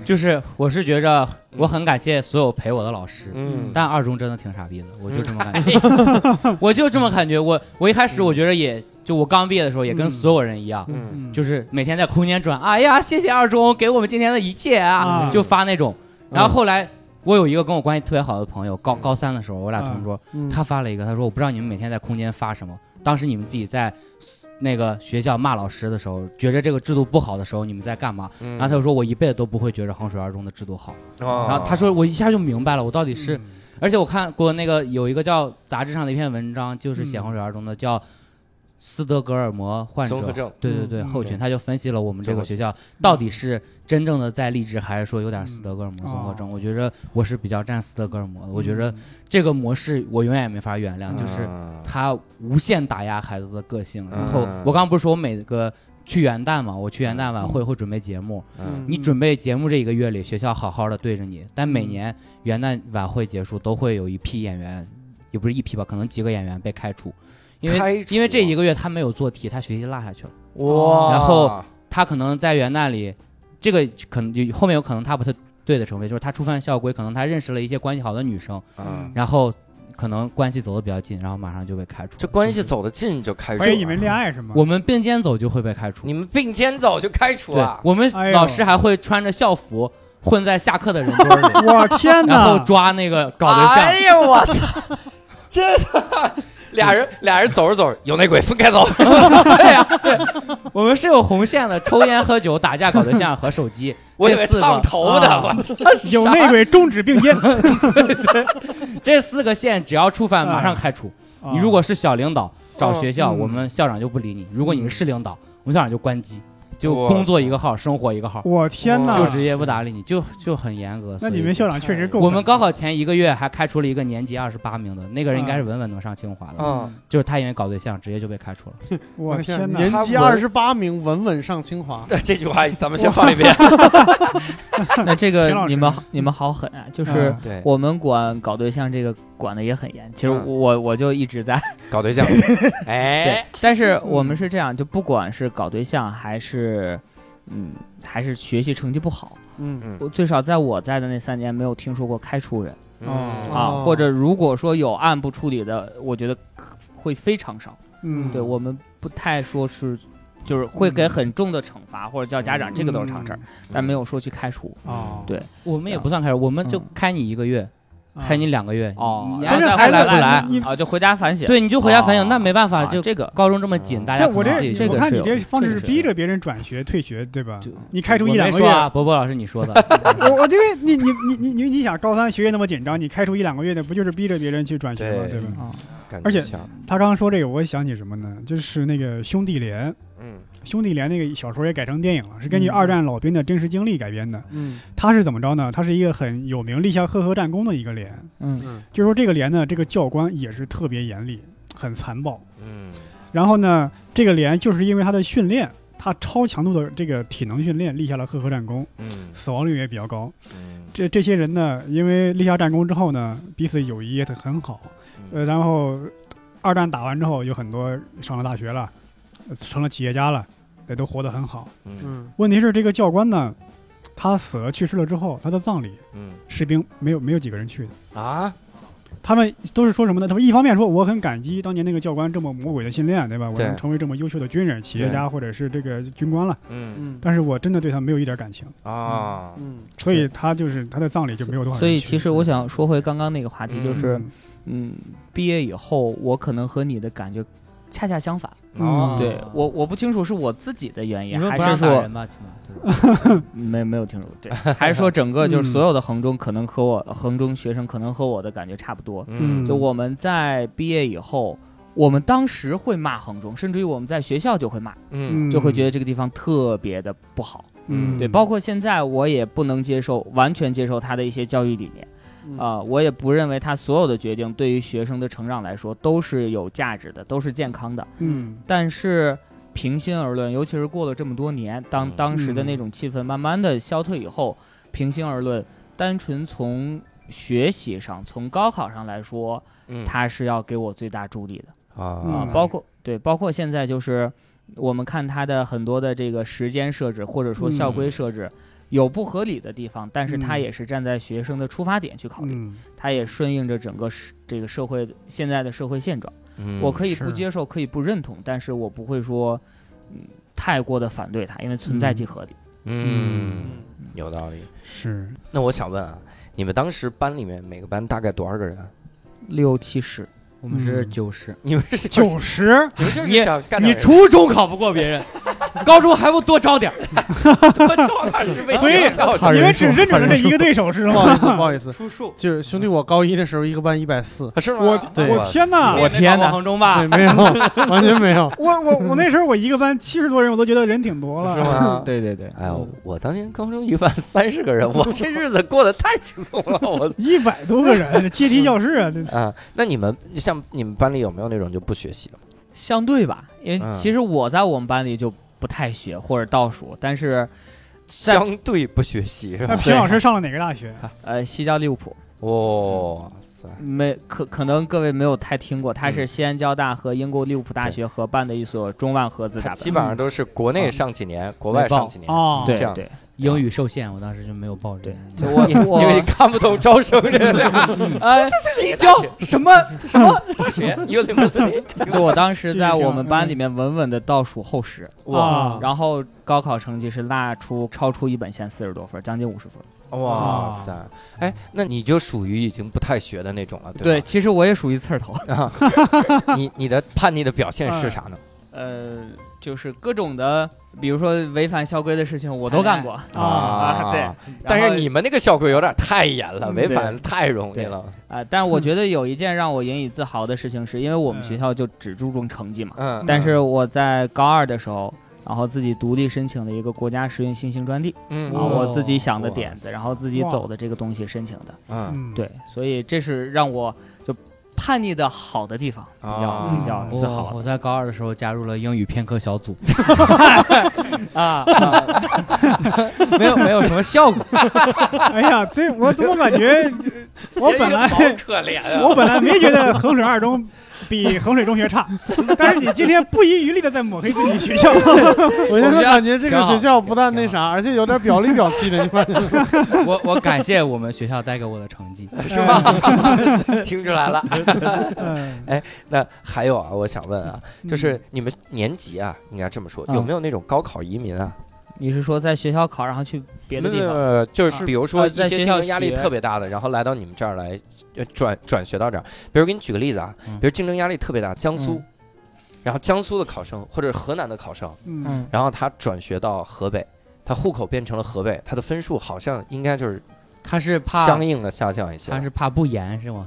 E: 就是我是觉着我很感谢所有陪我的老师，
A: 嗯，
E: 但二中真的挺傻逼的，我就这么感觉， 我就这么感觉。我我一开
B: 嗯
E: 始我觉得也就我刚毕业的时候也跟所有人一样，
A: 嗯
C: 嗯
E: 就是每天在空间转，哎呀，谢谢二中给我们今天的一切啊，
B: 嗯
C: 啊
E: 就发那种。然后后来我有一个跟我关系特别好的朋友，高高三的时候我俩同桌，
B: 嗯
E: 他发了一个，他说我不知道你们每天在空间发什么，当时你们自己在那个学校骂老师的时候，觉着这个制度不好的时候，你们在干嘛？
A: 嗯
E: 然后他就说，我一辈子都不会觉着衡水二中的制度好。
A: 哦嗯
E: 然后他说，我一下就明白了，我到底是，而且我看过那个有一个叫杂志上的一篇文章，就是写
C: 嗯
E: 衡水二中的，叫斯德哥尔摩患者
A: 综合症
E: 对对对，
C: 嗯
E: 后群
A: 对
E: 他就分析了我们这
A: 综
E: 个
A: 合嗯
E: 学校到底是真正的在励志，还是说有点斯德哥尔摩综
A: 哦
E: 合症。我觉着我是比较站斯德哥尔摩的，我觉着这个模式我永远也没法原谅，就是
A: 嗯
E: 他无限打压孩子的个性。然后
A: 嗯
E: 我刚不是说我每个去元旦嘛，我去元旦晚会会准备节目，
A: 嗯
E: 你准备节目这一个月里，学校好好的对着你，但每年元旦晚会结束都会有一批演员，也不是一批吧，可能几个演员被开除，啊因为
A: 开除
E: 因为这一个月他没有做题，他学习落下去了。
A: 哇，
E: 然后他可能在元旦里，这个可能有后面有可能他不太对的成分，就是他触犯校规，可能他认识了一些关系好的女生，
A: 嗯，
E: 然后可能关系走得比较近，然后马上就被开除。
A: 这关系
E: 就是
A: 走得近就
E: 嗯
A: 开除
C: 我
A: 了，
C: 以为你们恋爱是吗？
E: 我们并肩走就会被开除
A: 你。们并肩走就开除
E: 对
A: 啊，？
E: 我们
C: 哎呦
E: 老师还会穿着校服混在下课的人 堆里，
C: 我天
E: 然后
C: 哪！
E: 抓那个搞对象。
A: 哎呀，我操， 这俩人俩人走着走着，有内鬼，分开走。
E: 对呀、对，我们是有红线的，抽烟、喝酒、打架、搞对象和手 机。
A: 我以为
E: 这四
A: 烫
E: 个，
A: 头的，
F: 啊
A: 我
C: 有内鬼终止并肩。哦
E: 这四个线只要触犯，马上开除。你如果是小领导找学校，
C: 嗯
E: 我们校长就不理你；如果你是市领导，我们校长就关机，就
A: 哇
E: 工作一个号，生活一个
F: 啊
E: 号，
C: 我天
A: 哇
C: 哪！
E: 就直接不搭理你，就就很严格。
C: 那
E: 所以
C: 你们校长确实够
E: 啊
C: 狠。
E: 我们 高考前一个月还开除了一个年级二十八名的，那个人应该是稳稳能上清华的，
A: 嗯，
E: 就是他因为搞对象直接就被开除了。
C: 我的天哪！
B: 年
A: 他
B: 级
A: 我
B: 二十八名，稳稳上清华。
A: 对 这句话咱们先放一遍。
F: 那这
C: 田老
F: 个
C: 师
F: 你们你们好狠啊！就是
C: 嗯
A: 对，
F: 我们管搞对象这个管的也很严，其实
A: 嗯
F: 我我就一直在，
A: 搞 对象，哎，
F: 但是我
C: 嗯
F: 们是这样，就不管是搞对象还是嗯还是学习成绩不好，
B: 嗯
F: 我最少在我在的那三年没有听说过开除人
A: 嗯，
F: 啊，
B: 哦
F: 或者如果说有案不处理的，我觉得会非常少。
C: 嗯，
F: 对我们不太说是，就是会
B: 嗯
F: 给很重的惩罚或者叫家长，这个都是常事儿，
A: 嗯
F: 但没有说去开除。
C: 哦，
F: 对
E: 我们也不算开除，我们就
F: 嗯
E: 开你一个月，
C: 啊
E: 开你两个月。
F: 哦，
E: 你
F: 然
E: 要
F: 后
C: 但
E: 再回来
C: 是孩子
E: 不来
C: 你，你
F: 啊，就回家反省。
E: 对，你就回家反省，
F: 哦
E: 那没办法，
F: 啊
E: 就
F: 这个嗯
E: 高中这么紧，大家
C: 这
E: 可能
C: 我
E: 自己
F: 这
C: 这，
F: 个
C: 我看
F: 是
C: 你
F: 有
C: 这方
F: 这
C: 式
F: 个是
C: 逼
F: 有
C: 着别人转学退学，对吧
E: 就？
C: 你开除
E: 我
C: 一两
E: 没
C: 个
E: 说
C: 月，
E: 啊，伯伯老师你说 的，
C: 我我因为你你你你你你想高三学业那么紧张，你开除一两个月的，不就是逼着别人去转学吗？
A: 对
E: 嗯
C: 对吧？
E: 哦
F: 啊，
A: 感觉
C: 而且
A: 像
C: 他刚刚说这个，我想起什么呢？就是那个《兄弟连》，《
A: 嗯
C: 兄弟连》那个小说也改成电影了，是根据
B: 嗯
C: 二战老兵的真实经历改编的。
B: 嗯
C: 他是怎么着呢？他是一个很有名立下赫赫战功的一个连，
F: 嗯
B: 嗯
C: 就是说这个连呢，这个教官也是特别严厉，很残暴。
A: 嗯，
C: 然后呢，这个连就是因为他的训练，他超强度的这个体能训练立下了赫赫战功，
A: 嗯
C: 死亡率也比较高。
A: 嗯
C: 这这些人呢，因为立下战功之后呢，彼此友谊也很好。
A: 嗯
C: 呃，然后二战打完之后，有很多上了大学了，呃成了企业家了，也都活得很好。
F: 呃
A: 嗯
B: 嗯
C: 问题是这个教官呢，他死了去世了之后，他的葬礼
A: 嗯
C: 士兵没有没有几个人去的。
A: 啊，
C: 他们都是说什么呢？他们一方面说我很感激当年那个教官这么魔鬼的训练，对吧？我
A: 对
C: 能成为这么优秀的军人、企业家或者是这个军官了，
A: 嗯
B: 嗯
C: 但是我真的对他没有一点感情，
A: 啊，
B: 嗯
C: 所以他就是他的葬礼就没有多少人
E: 所以
C: 去
E: 其实我想说回刚刚那个话题，
A: 嗯
E: 就是
C: 嗯
E: 嗯，毕业以后我可能和你的感觉恰恰相反。
F: 嗯
E: 嗯
A: 哦
E: 对我我不清楚是我自己的原
G: 你
E: 因，
G: 们
E: 还
G: 不让
E: 是
G: 打
E: 说
G: 人吧？起码
E: 没没有听说过， 对，还是说整个就是所有的衡中可能和我衡中学生可能和我的感觉差不多。
A: 嗯
E: 就我们在毕业以后，我们当时会骂衡中，甚至于我们在学校就会骂，
A: 嗯
E: 就会觉得这个地方特别的不好。
A: 嗯
E: 对，包括现在我也不能接受，完全接受他的一些教育理念
B: 嗯。
E: 啊、我也不认为他所有的决定对于学生的成长来说都是有价值的，都是健康的。
C: 嗯
E: 但是平心而论，尤其是过了这么多年，当
A: 嗯
E: 当时的
C: 嗯
E: 那种气氛慢慢的消退以后，平心而论，单纯从学习上，从高考上来说，
A: 嗯
E: 他是要给我最大助力的。
A: 啊
E: 啊，
C: 嗯
E: 包括对，包括现在就是我们看它的很多的这个时间设置，或者说校规
A: 嗯
E: 设置。有不合理的地方，但是它
C: 嗯
E: 也是站在学生的出发点去考虑，
C: 嗯
E: 它也顺应着整个社这个社会现在的社会现状。
A: 嗯
E: 我可以不
C: 是
E: 接受，可以不认同，但是我不会说，嗯，太过的反对它，因为存在即合理。
A: 嗯
B: 嗯
A: 有道理。
C: 是
A: 那我想问啊，你们当时班里面每个班大概多少个人啊？
E: 六七十，
G: 我们是
C: 嗯
G: 九十，
A: 你们是
C: 九十，
A: 你们就是
G: 你
A: 想干
G: 你
A: 点什么
G: 初中考不过 别人，高中还不多招点儿？
A: 状态是被
C: 所以
A: 学校
B: 看
C: 你
B: 人
C: 们
B: 数
C: 只认准
B: 看
C: 了这
B: 人数
C: 一个对手是
B: 不好意
C: 吗？
B: 思，不好意思，
A: 出数
B: 就是兄弟，我高一的时候一个班一百四，
A: 是吗？
C: 我
B: 对
C: 我天哪！
G: 我
E: 天哪
G: 衡中吧
B: 对，，没有，完全没有。
C: 我我我那时候我一个班七十多人，我都觉得人挺多
A: 是
C: 了。
A: 吗？
E: 对对对，
A: 哎呦，我当年高中一班三十个人， 我这日子过得太轻松了，我
C: 一百多个人，阶梯教室啊，这
A: 啊，那你们像你们班里有没有那种就不学习的？
E: 相对吧，因
A: 嗯
E: 为其实我在我们班里就不太学或者倒数，但是在
A: 相对不学习是吧？
C: 那平老师上了哪个大学？
E: 呃，西交利物浦。
A: 哇塞，
E: 没可可能各位没有太听过，它
A: 嗯
E: 是西安交大和英国利物浦大学合办的一所中万合资
A: 他
E: 大
A: 基
E: 本。
A: 本上都是国内上几年，国外上几年。
C: 哦，
E: 对
A: 这样
E: 对，
G: 英语受限，我当时就没有报这个。
E: 对就我
A: 因
E: 我
A: 因为看不懂招生这俩，
E: 呃，
A: 教什么什么 大学 university，
E: 就我当时
C: 这个
E: 在
C: 挺好
E: 我们班里面稳稳的倒数后十，
C: 哇
E: 然后高考成绩是落出超出一本线四十多分，将近五十分。
A: 哇塞！哎，那你就属于已经不太学的那种了，
E: 对，
A: 吧？
E: 其实我也属于刺儿头，
A: 你你的叛逆的表现是啥呢？
E: 呃，就是各种的，比如说违反校规的事情我都干
A: 哎
E: 过。
C: 啊，
E: 啊对然后
A: 但是 你们那个校规有点太严了，
C: 嗯
A: 违反太容易
E: 对
A: 了。
E: 啊，但是我觉得有一件让我引以自豪的事情，是因为我们学校就只注重成绩嘛。
A: 嗯，
E: 但是我在高二的时候，然后自己独立申请了一个国家实验新型专利，
A: 嗯
E: 啊，
G: 哦
E: 我自己想的点
A: 哇
E: 子，然后自己走的这个东西申请的，
A: 嗯
C: 嗯，
E: 对，所以这是让我就叛逆的好的地方，比较
A: 啊
E: 比较自
G: 我
E: 豪
G: 我在高二的时候加入了英语片科小 组，
E: 啊，
G: 没有没有什么效果。
C: 哎呀，这我怎么感觉？我本来
A: 好可怜啊！
C: 我本来没觉得衡水二中比衡水中学差，但是你今天不遗余力的在抹黑自己学 校，
B: 我现在感觉这
G: 挺
B: 个
G: 好
B: 学校不但那啥，而且有点表里表气的，你发现吗？
G: 我我感谢我们学校带给我的成绩。
A: 是吧？听出来了。
C: 嗯
A: 那还有啊，我想问啊，就是你们年级啊，应该这么说，
E: 嗯
A: 有没有那种高考移民啊？
E: 你是说在学校考，然后去别的地
A: 没有
E: 方？
A: 没有没有就是
E: 啊
A: 比如说
E: 呃
A: 一
E: 在
A: 些
E: 学
A: 竞
E: 校
A: 争压力
E: 学
A: 特别大的，然后来到你们这儿来，呃转转学到这儿。比如给你举个例子啊，
G: 嗯
A: 比如竞争压力特别大，江苏，然后江苏的考生或者是河南的考生，
C: 嗯
E: 嗯，
A: 然后他转学到河北，他户口变成了河北，他的分数好像应该就是
G: 他是怕
A: 相应的下降一些。
G: 他是怕不严是吗？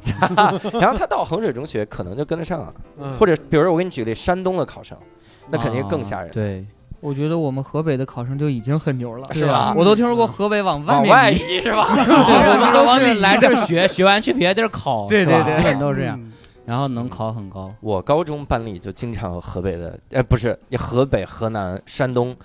A: 然后他到衡水中学可能就跟得上了，啊
B: 嗯
A: 或者比如说我给你举例，山东的考生， 那肯定
E: 啊
A: 更吓
E: 哦
A: 人。
G: 对，
E: 我觉得我们河北的考生就已经很牛了，
A: 是吧
E: 我都听说过河北往外
A: 往
E: 面
A: 外
E: 移
A: 移是吧？
G: 对，
E: 对
G: 我
E: 我
G: 知道
E: 知道
G: 往
E: 是
G: 里来这儿学，学完去别地儿考，
E: 对
G: 是吧
E: 对对
G: 基本都是这样。。
E: 嗯然后能考很 高。
A: 我高中班里就经常有河北的，呃，不是河北、河南、山东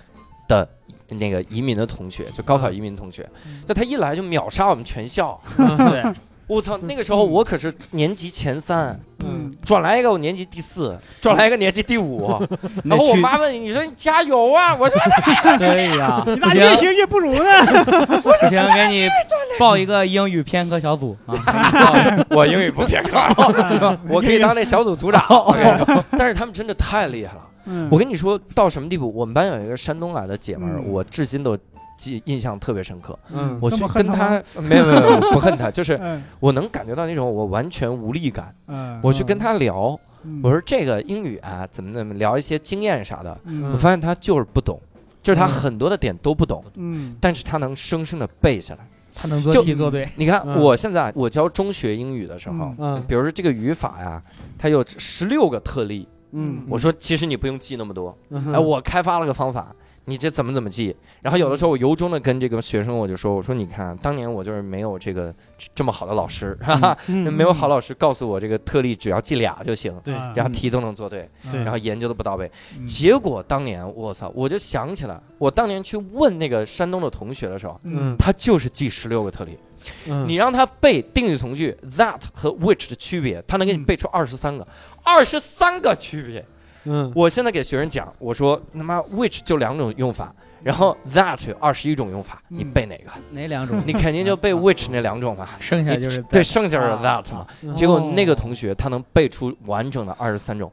A: 的那个移民的同学，就高考移民同学，就他一来就秒杀我们全校。
E: 对，
A: 我操，那个时候我可是年级前三，
B: 嗯，
A: 转来一个我年级第四，转来一个年级第五。
E: 那
A: 然后我
E: 去
A: 妈哎问你说你加油啊，我说
E: 对呀，
C: 嗯你咋
E: 不行
C: 越学越不如呢？
E: 不行，给你报一个英语偏科小组啊。
A: 我英语不偏科，我可以当那小组组长。我跟你说，但是他们真的太厉害了。
C: 嗯
A: 我跟你说到什么地步？我们班有一个山东来的姐们儿，
C: 嗯
A: 我至今都记印象特别深刻。
B: 嗯
A: 我
C: 这
A: 去
C: 么
A: 跟
C: 恨她
A: 她， 没有没有，没有我不恨她，就是
C: 嗯
A: 我能感觉到那种我完全无力感。
C: 嗯，
A: 我去跟她聊，
C: 嗯
A: 我说这个英语啊，怎么怎么聊一些经验啥的，我
C: 嗯
A: 发现她就是不懂，就是她很多的点都不懂，
C: 嗯
A: 但是她能生生的背下来。
F: 他能做
A: 就
F: 题做对，
A: 你看
B: 嗯
A: 我现在我教中学英语的时候
C: 嗯，
B: 嗯
A: 比如说这个语法呀，它有十六个特例，
B: 嗯，
A: 我说其实你不用记那么多。
B: 嗯
A: 哎，我开发了个方法，你这怎么怎么记？然后有的时候我由衷的跟这个学生我就说，我说你看，啊当年我就是没有这个这么好的老师，哈哈，
B: 嗯
A: 没有好老师告诉我这个特例只要记俩就行，
B: 对
C: 啊
A: 然后题都能做对，
C: 嗯
B: 对
A: 然后研究的不到位。
C: 嗯
A: 结果当年我操，我就想起来，我当年去问那个山东的同学的时候。
B: 嗯
A: 他就是记十六个特例，
B: 嗯
A: 你让他背定语从句 that 和 which 的区别，他能给你背出二十三个，二十三个区别，
B: 嗯
A: 我现在给学生讲，我说他妈 which 就两种用法，然后
E: 嗯
A: that 有二十一种用法，你背哪个？
E: 哪两种？
A: 你肯定就背 which 那两种嘛。
E: 嗯 剩下
A: 你
E: 就是啊哦
A: 对，剩下是 that 嘛。
B: 嗯
A: 结果那个同学他能背出完整的二十三种，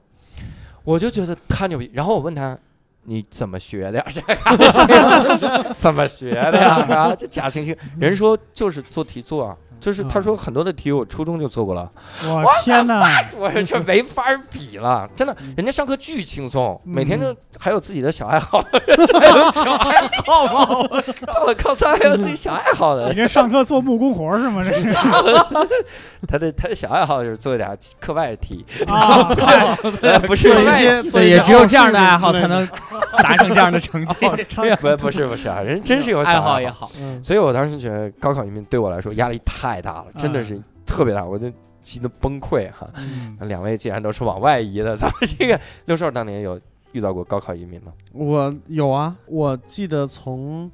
A: 我就觉得他牛逼。然后我问他。你怎么学的呀？ 怎么学 的呀？是吧？这假惺惺。人说就是做题做啊，
E: 嗯
A: 就是他说很多的题我初中就做过了，
C: 我天哪！
A: 我这就没法儿比了，真的，人家上课巨轻松，每天就还有自己的小爱好，还有小爱
E: 哦
A: 好吗？ 我到了高三还有自己小爱好
C: 你
A: 的，
C: 这上课做木工活儿是吗？这是
A: 他的他的小爱好就是做一点课外题，
C: 啊，太
A: 呃不是
B: 做一
A: 外
B: 些
D: 对，
B: 做一些
D: 也只有这样的
B: 奥
D: 爱
B: 数
D: 好
B: 之类
D: 才能
B: 的
D: 达成这样的成绩。
C: 哦
A: 不不是不是啊，人真是有小
E: 爱
A: 好
E: 好也。好，
B: 嗯
A: 所以我当时觉得高考移民对我来说压力太大了，真的是特别大，我就急得崩溃哈。
C: 嗯
A: 那两位既然都是往外移的，咱们这个六兽当年有遇到过高考移民吗？
B: 我有啊，我记得从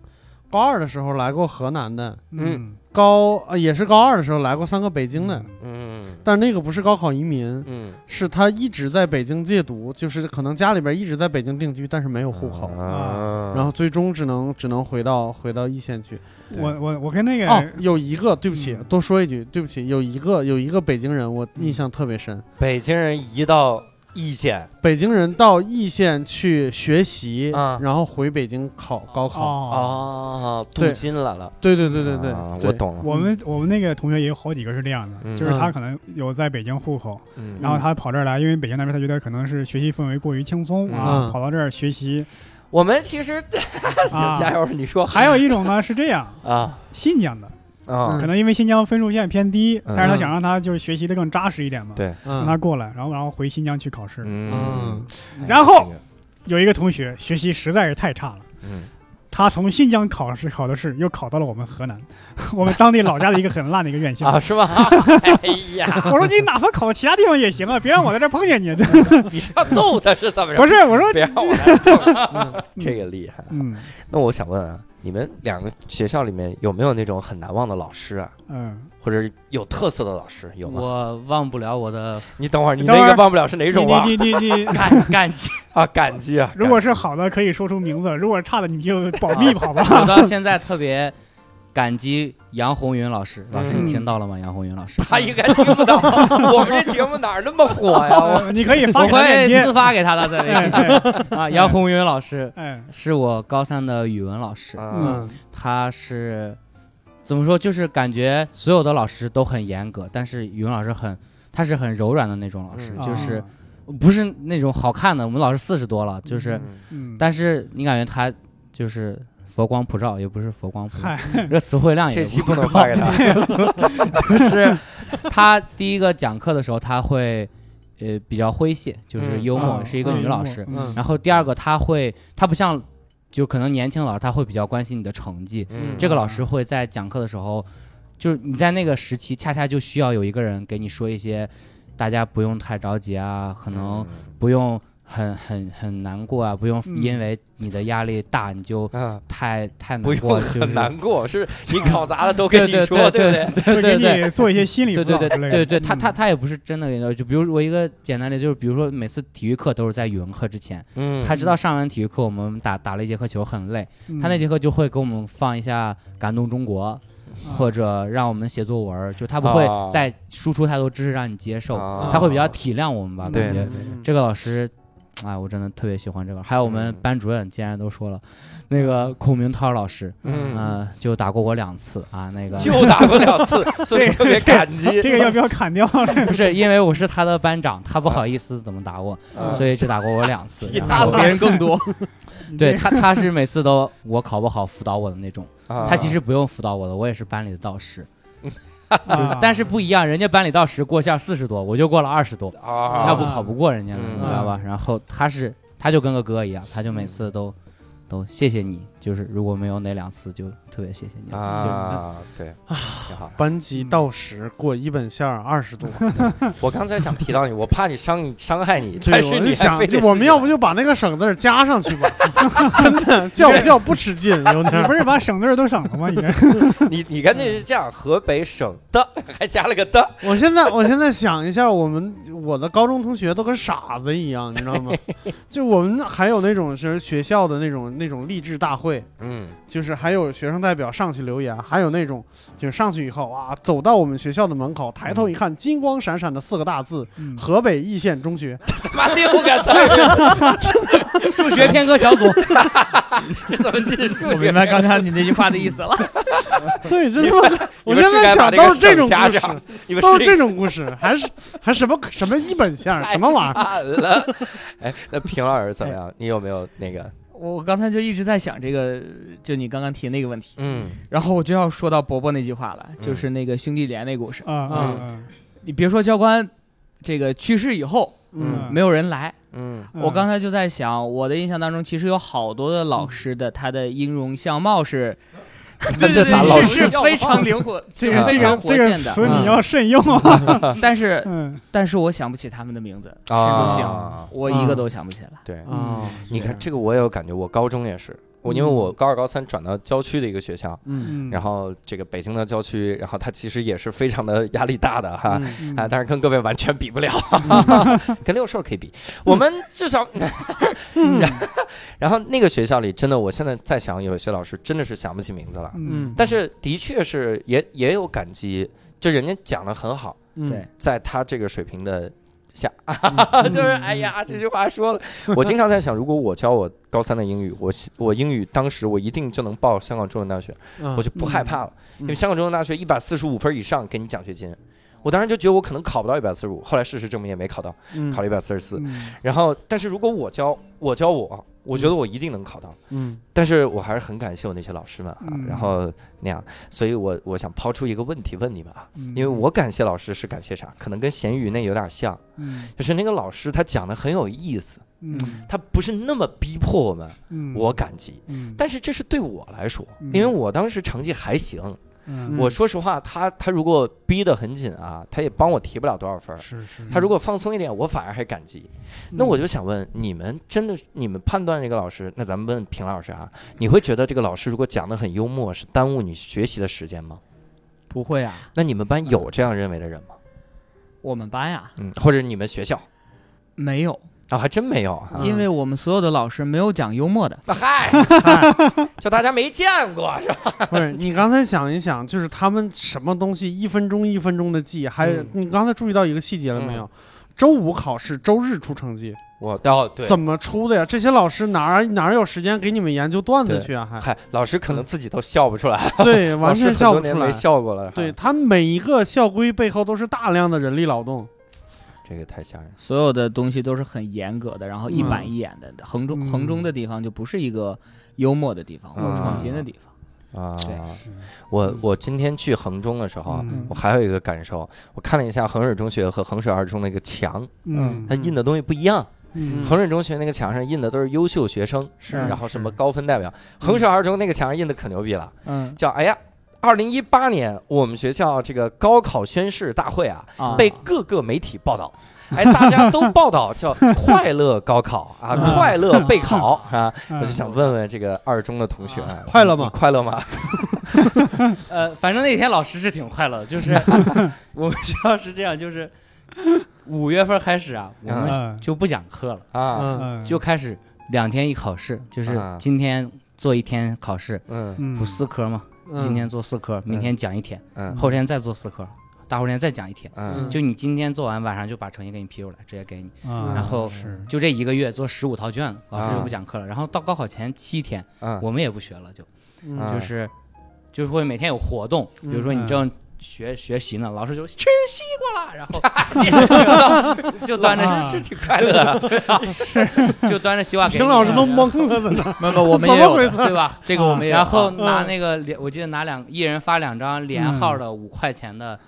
B: 高二的时候来过河南的，
C: 嗯，
B: 高呃也是高二的时候来过三个北京的，
A: 嗯
B: 但那个不是高考移民，
A: 嗯，
B: 是他一直在北京借读，就是可能家里边一直在北京定居，但是没有户口，
A: 啊
B: 然后最终只能只能回到回到一线去。
A: 对
C: 我我我跟那
B: 哦
C: 个，
B: 有一个，对不起
C: 嗯，
B: 多说一句，对不起，有一个有一个北京人，我印象特别深。
A: 北京人移到易县，
B: 北京人到易县去学习，
A: 啊
B: 然后回北京考高考。
C: 哦，
A: 哦，镀
B: 对
A: 金来了。
B: 对对对对对，
A: 啊
B: 对
A: 我。懂了。
C: 我们我们那个同学也有好几个是这样
A: 嗯
C: 的，就是他可能有在北京户口，
A: 嗯
C: 然后他跑这儿来，因为北京那边他觉得可能是学习氛围过于轻松啊
B: 嗯，
C: 跑到这儿学习。
A: 我们其实 行，
C: 啊
A: 加油，你说
C: 还有一种呢是这样，
A: 啊
C: 新疆的，
A: 啊
B: 嗯
C: 可能因为新疆分数线偏低，
A: 嗯
C: 但是他想让他就是学习的更扎实一点嘛，
A: 对
B: 嗯
C: 让他过来，然后然后回新疆去考试。
B: 嗯，
C: 然后有一个同学学习实在是太差了。
A: 嗯
C: 他从新疆考试考的试，又考到了我们河南， 我们当地老家的一个很烂的一个院校。
A: 啊是 吧？哎呀，
C: 我说你哪怕考其他地方也行啊，别让我在这儿碰见 你。这
A: 你是要揍他是怎么着？
C: 不是，我说，
A: 别让我来
B: 嗯
A: 揍，这个厉害。
C: 嗯
A: 那我想问啊，你们两个学校里面有没有那种很难忘的老师啊？
C: 嗯，
A: 或者有特色的老师有吗？
E: 我忘不了我 的
A: 你等会儿，你
C: 等会
A: 那个
C: 儿
A: 忘不了是哪种啊？
C: 你你你 你，你
E: 感感 激，
A: 啊，感激啊！
C: 如果是好的可以说出名字，如果是差的你就保密
E: 啊
C: 好 吧。
E: 我到现在特别感激杨红云老师。老师，
C: 嗯
E: 你听到了吗？杨红云老师，
A: 他应该听不 到，我们这节目哪儿那么火呀？我
C: 呃你可以
E: 我
C: 发给他链
E: 会
C: 接
E: 私。发给他的，在
C: 哎
E: 微
C: 对，
E: 信 啊。杨红云老师
C: 哎，
E: 是我高三的语文老师，
A: 啊，
B: 嗯
E: 他是怎么说？就是感觉所有的老师都很严格，但是语文老师很，他是很柔软的那种老师，
A: 嗯
E: 就是
C: 啊，
E: 不是那种好看的。我们老师四十多了，就是，
C: 嗯，
E: 但是你感觉他就是。佛光普照也不是佛光普照
C: 嗨，
E: 这词汇量也
A: 这
E: 不
A: 期不能发给他。
E: 是他第一个讲课的时候，他会呃比较诙谐，就是
A: 嗯
E: 幽默，
C: 啊
E: 是一个
C: 啊
E: 女
C: 幽
E: 老
C: 默
E: 师。
B: 嗯
E: 然后第二个，他会他不像就可能年轻老师，他会比较关心你的成绩。
A: 嗯
E: 这个老师会在讲课的时候，就是你在那个时期，恰恰就需要有一个人给你说一些。大家不用太着急啊，可
A: 嗯
E: 能不用很很很难过啊，不用
C: 嗯
E: 因为你的压力大你就
A: 嗯，
E: 太太难
A: 不用
E: 过，就
A: 很
E: 是
A: 难过，是你搞砸了都跟你
E: 对对对
A: 说，不
E: 对
A: 对？
E: 对
C: 会
E: 对对
C: 给你做一些心理
E: 对
C: 辅
E: 对
C: 导
E: 对
C: 之类
E: 对
C: 的。
E: 对对，他
C: 嗯
E: 他他也不是真的给你，就比如我一个简单的，就是比如说每次体育课都是在语文课之前，
A: 嗯
E: 他知道上完体育课我们打打了一节课球很累，
C: 嗯啊
E: 他那节课就会给我们放一下《感动中国》，或者让我们写作文儿，就他不会
A: 啊
E: 再输出太多知识让你接受，
A: 啊
E: 他会比较体谅我们吧，
A: 对
E: 感觉
A: 对
E: 这个老师，哎，我真的特别喜欢这个。还有我们
A: 嗯
E: 班主任，既然都说了，那个孔明涛老师，
A: 嗯，
E: 嗯，就打过我两次啊，那个
A: 就打不了次，所以特别感激。
C: 这个要不要砍掉？
E: 不 是因为我是他的班长，他不好意思怎么打 我，
A: 嗯
E: 所以只打过我两 次。
A: 踢
E: 然
A: 他
E: 后
A: 别
F: 人更多。
E: 对他，他是每次都我考不好辅导我的那种，
A: 啊
E: 他其实不用辅导我的，我也是班里的导师，
C: 啊
E: 但是不一样，人家班里导师过线四十多，我就过了二十多，
A: 啊，
E: 要不考不过人家呢，
A: 嗯
E: 你知道吧？然后他是他就跟个哥一样，他就每次都都谢谢你，就是如果没有那两次，就特别谢谢你就
A: 啊，对，挺好。
B: 班级到时过一本线二十度，
A: 嗯我刚才想提到你，我怕你伤伤害你，
B: 对
A: 但
B: 我
A: 是
B: 就
A: 你还
B: 想
A: 非，得
B: 我们要不
A: 就
B: 就把那个省字儿加上去吧， 真的叫不叫不吃劲，有点
C: 你不
B: 儿。
C: 是把省字儿都省了吗？你这啊
A: 你你干脆是这样，河北省的还加了个的，
B: 我现在我现在想一下，我们我的高中同学都跟傻子一样，你知道 吗？就我们还有那种是学校的那种那种励志大会，
A: 嗯
B: 就是还有学生代表上去留言，还有那种就是上去以后啊，走到我们学校的门口，抬头一看，金光闪闪的四个大字：
C: 嗯
B: 河北易县中 学。
A: 他妈六个字，
E: 就数学偏科小 组，
A: 这怎么进数
F: 我
A: 学
F: 明？白刚才你那句话的意思了。
B: 对，真他 妈，
A: 你
B: 我
A: 们
B: 现
A: 是该
B: 在
A: 把
B: 想
A: 那
B: 到
A: 个
B: 是这
A: 省
B: 种
A: 加
B: 故
A: 上
B: 事，，
A: 你们
B: 都是
A: 是
B: 这种故事，还是还什么什么一本线，什么玩意儿？哎
A: 惨了。 哎，那平老师怎么样？你有没有那个？
F: 我刚才就一直在想这个，就你刚刚提那个问题，
A: 嗯
F: 然后我就要说到伯伯那句话了，
A: 嗯
F: 就是那个兄弟连那故事。
E: 嗯
C: 啊啊
F: 你别说教官这个去世以后
A: 嗯
F: 没有人来，
A: 嗯
C: 嗯
F: 我刚才就在想，我的印象当中其实有好多的老师的他的音容相貌 是，
A: 那这咋老
F: 是
A: 师
F: 是非常灵活，
C: 这
F: 是
C: 个
F: 啊非
C: 这
F: 常
C: 个
F: 活
C: 这个
F: 现的。
C: 词
E: 嗯
C: 你要慎用啊。
F: 但是
C: 嗯，
F: 但是我想不起他们的名字，是不行，
A: 啊，
F: 我一个都想不起来。
A: 对，
B: 啊，
A: 嗯你看这个我也有感觉，我高中也是，我因为我高二高三转到郊区的一个学校，
B: 嗯
A: 然后这个北京的郊区，然后它其实也是非常的压力大的哈。
B: 嗯
A: 啊，但是跟各位完全比不了，跟六兽可以比。我们至少， 然后然后那个学校里，真的，我现在再想，有些老师真的是想不起名字了，
C: 嗯
A: 但是的确是也也有感激，就人家讲的很好，
B: 嗯
F: 对
A: 在他这个水平的下， 就是哎呀，这句话说了，我经常在想，如果我教我高三的英语，我我英语当时我一定就能报香港中文大学，
B: 嗯
A: 我就不害怕了，
B: 嗯
A: 因为香港中文大学一百四十五分以上给你奖学金。我当时就觉得我可能考不到一百四十五，后来事实证明也没考到，
B: 嗯
A: 考了一百四十四。
C: 嗯
A: 然后，但是如果我教我教我，我觉得我一定能考到。
B: 嗯
A: 但是我还是很感谢我那些老师们啊，
C: 嗯
A: 然后那样，所以我我想抛出一个问题问你们啊，
C: 嗯
A: 因为我感谢老师是感谢啥？可能跟咸鱼那有点像，
C: 嗯
A: 就是那个老师他讲的很有意思，
C: 嗯
A: 他不是那么逼迫我们，
C: 嗯，
A: 我感激。
C: 嗯
A: 但是这是对我来说，
C: 嗯
A: 因为我当时成绩还行。
C: 嗯
A: 我说实话，他他如果逼得很紧啊，他也帮我提不了多少分儿。
C: 是是，
A: 他如果放松一点，我反而还感激。那
B: 嗯
A: 我就想问，你们真的，你们判断这个老师，那咱们问平老师啊，你会觉得这个老师如果讲的很幽默，是耽误你学习的时间吗？
F: 不会啊，
A: 那你们班有这样认为的人吗？
F: 我们班呀
A: 嗯，或者你们学校
F: 没有，
A: 啊，还真没有啊。
F: 因为我们所有的老师没有讲幽默的。
A: 那 嗨，就大家没见过是吧？
B: 不是，你刚才想一想，就是他们什么东西一分钟一分钟的记，还有
A: 嗯
B: 你刚才注意到一个细节了没有？周五考试，周日出成绩，
A: 我哦对，
B: 怎么出的呀？这些老师哪儿哪儿有时间给你们研究段子
A: 对
B: 去啊？还
A: 嗨，老师可能自己都笑不出来，
B: 对，
A: 老
B: 完
A: 师
B: 全
A: 很
B: 笑
A: 多
B: 不
A: 年
B: 出
A: 没
B: 来。
A: 笑过了。
B: 对
A: 哈，
B: 他每一个校规背后都是大量的人力劳动。
A: 这个太吓人了。
F: 所有的东西都是很严格的，然后一
B: 嗯
F: 板一眼的，横中
C: 嗯
F: 横中的地方就不是一个幽默的地方或者创新的地方。
A: 啊
F: 对！
A: 我我今天去衡中的时候，啊
C: 嗯
A: 我还有一个感受，我看了一下衡水中学和衡水二中那个墙，
C: 嗯
A: 它印的东西不一样。
C: 嗯啊
A: 衡水中学那个墙上印的都是优秀学生，
F: 是
A: 然后什么高分代表。衡水二中那个墙上印的可牛逼了，
F: 嗯，
A: 叫哎呀。二零一八年我们学校这个高考宣誓大会啊，
D: 啊
A: 被各个媒体报道。哎，大家都报道叫 快乐高考啊，
C: 啊
A: 快乐备考啊，
C: 嗯
A: 我就想问问这个二中的同学啊，
B: 快乐吗
A: 你快乐吗？
E: 呃，反正那天老师是挺快乐 的，就是我们学校是这样，就是五月份开始啊，我们
C: 嗯
E: 就不讲课了，
A: 啊，
B: 嗯，
C: 嗯，
E: 就开始两天一考试，就是
A: 啊
E: 今天做一天考试，
A: 嗯
C: 嗯
E: 补四科嘛，
B: 嗯
E: 嗯今天做四科，明天讲一天，
A: 嗯
E: 后天再做四科，大后天再讲一天。
A: 嗯
E: 就你今天做完，晚上就把成绩给你批出来，直接给你。
C: 啊
E: 然后
C: 是
E: 就这一个月做十五套卷子，老师就
A: 啊
E: 不讲课了。然后到高考前七天，
A: 嗯，
E: 我们也不学了，就
A: 啊
E: 就
A: 嗯
E: 是就是会每天有活动，比如说你
C: 嗯
E: 正学学习呢，老师就吃西瓜了，然后 你就端着
C: 是
E: 挺快乐的，对啊 就端着西瓜给
B: 平
E: 你
B: 老师都懵了呢，
D: 没有没有，我们也
B: 怎么
D: 有
B: 回
D: 的，
B: 事？
E: 对吧？
D: 这个我们也有
E: 然后
D: 啊
E: 拿那个连，我记得拿两一人发两张连号的五块钱的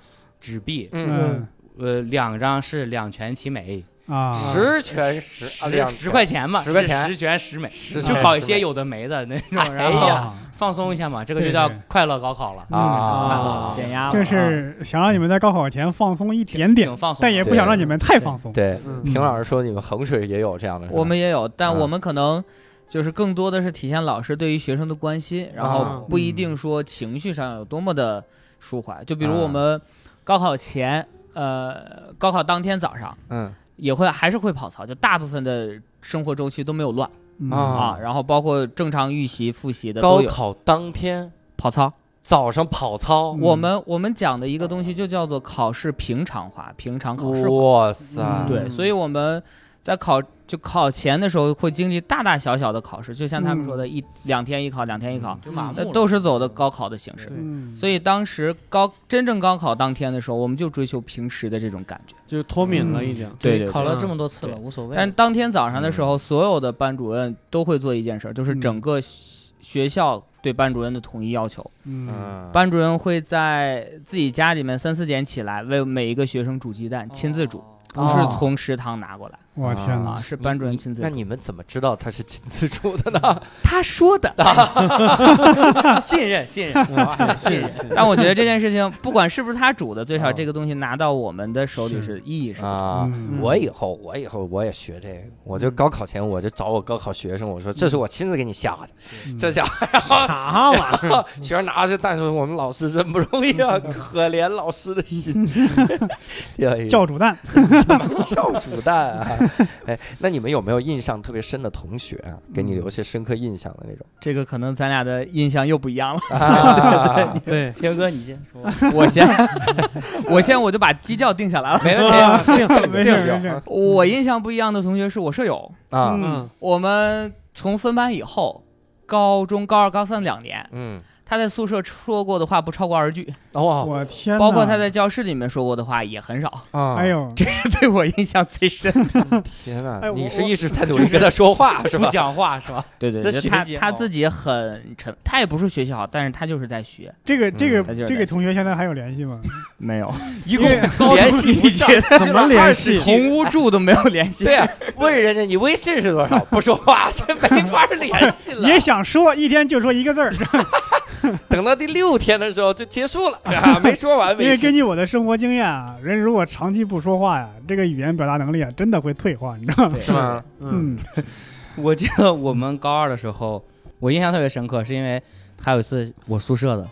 E: 纸币，
A: 嗯，
C: 嗯
E: 呃，两张是两全其美，
B: 嗯
C: 啊，
A: 十全十啊
E: 十
A: 两
E: 十块钱嘛，
A: 十块钱
E: 是十全十美，
A: 十
E: 就
A: 全
E: 搞
A: 十
E: 一些
A: 美
E: 有的没的 那
A: 哎
E: 种，然后
A: 呀
C: 啊
E: 放松一下嘛，这个就
C: 对
E: 叫
C: 对
E: 快乐高考了，
C: 嗯
B: 啊
D: 啊
F: 减压了
C: 就
F: 啊
C: 是想让你们在高考前放松一点点
E: 挺，放松的，
C: 但也不想让你们太放松。
A: 对，
B: 嗯
A: 平老师说你们衡水也有这样的，是吧
D: 我们也有，但
A: 嗯
D: 我们可能就是更多的是体现老师对于学生的关心，然
A: 啊
D: 后不一定说情绪上有多么的抒怀。就比如
A: 啊
D: 我们高考前，呃，高考当天早上
A: 嗯
D: 也会还是会跑操，就大部分的生活周期都没有乱
C: 嗯
A: 啊
D: 啊，然后包括正常预习、复习的
A: 高
D: 都有
A: 考当天
D: 跑操。
A: 早上跑操，
D: 我们我们讲的一个东西就叫做考试平常化，平常考试化。
A: 哇塞，
C: 嗯
D: 对，所以我们在考就考前的时候会经历大大小小的考试，就像他们说的一两天一考，两天一考，
E: 就麻木
D: 那
E: 了
D: 都是走的高考的形式。
C: 嗯
D: 所以当时高真正高考当天的时候，我们就追求平时的这种感觉。
B: 就脱敏了已经。
D: 对
E: 嗯考了这么多次
D: 对
E: 了，无所谓了。
D: 但当天早上的时候，所有的班主任都会做一件事儿，就是
C: 嗯
D: 整个学学校对班主任的统一要求。
C: 嗯
A: 嗯
D: 班主任会在自己家里面三四点起来，为每一个学生煮鸡蛋，亲自煮，不是
A: 哦
D: 从食堂拿过来
C: 我天
D: 啊，
C: 哪！
D: 是班主任亲自
A: 那
D: 煮。
A: 你们怎么知道他是亲自煮的呢？
D: 他说的。
B: 嗯
E: 信任信任，
B: 谢谢。
D: 但我觉得这件事情，不管是不是他煮的，最
A: 啊
D: 少这个东西拿到我们的手里
B: 是
D: 是意义是
A: 啊，
C: 嗯
A: 我以后我以后我也学这个，我就高考前我就找我高考学生，我说这是我亲自给你下的，
C: 嗯
A: 这下
B: 啥玩 意儿？
A: 学生拿着蛋说我们老师真不容易啊，可怜老师的心，挺有意思
C: 教主蛋，
A: 教主蛋 啊！哎，那你们有没有印象特别深的同学啊，给你留下深刻印象的那种？
D: 这个可能咱俩的印象又不一样了。
A: 啊
B: 对，
E: 天哥你先说，
D: 我先， 我先我就把基调定下来了。
A: 没
E: 哎
A: 问题，
C: 没事没事，
D: 我印象不一样的同学是我舍友，
A: 啊，
B: 嗯
D: 我们从分班以后，高中高二高三两年，
A: 嗯，
D: 他在宿舍说过的话不超过二句，
A: 哦
C: 我天哪！
D: 包括他在教室里面说过的话也很 少，
A: 啊，
C: 哎呦，
D: 对我印象最深。
A: 天哪
C: 哎！我
A: 你是一直在努力跟他说话是
E: 不
A: 吧？
E: 讲话 是吧？
D: 对对
E: 那
D: 就
E: 学
D: 他
E: 习
D: 他
E: 好
D: 自己也很沉，他也不是学习好，但是他就是在学，
C: 这
A: 嗯
C: 个这个
D: 他就是
C: 这
D: 在
C: 个同学现在还有联系吗？
D: 没有。
E: 一
C: 共
A: 联系不上，
B: 怎么联系？
D: 同屋住都没有联系。
A: 对啊，问人家你微信是多少，不说话，这没法联系了。
C: 也想说，一天就说一个字儿，
A: 等到第六天的时候就结束了， 啊、没说完
C: 因
A: 微
C: 为
A: 信
C: 根据我的生活经验啊，人如果长期不说话呀，这个语言表达能力啊，真的会退化，你知道吗？
A: 是吗？
B: 嗯，
C: 嗯
E: 我记得我们高二的时候，我印象特别深刻，是因为还有一次我宿舍的，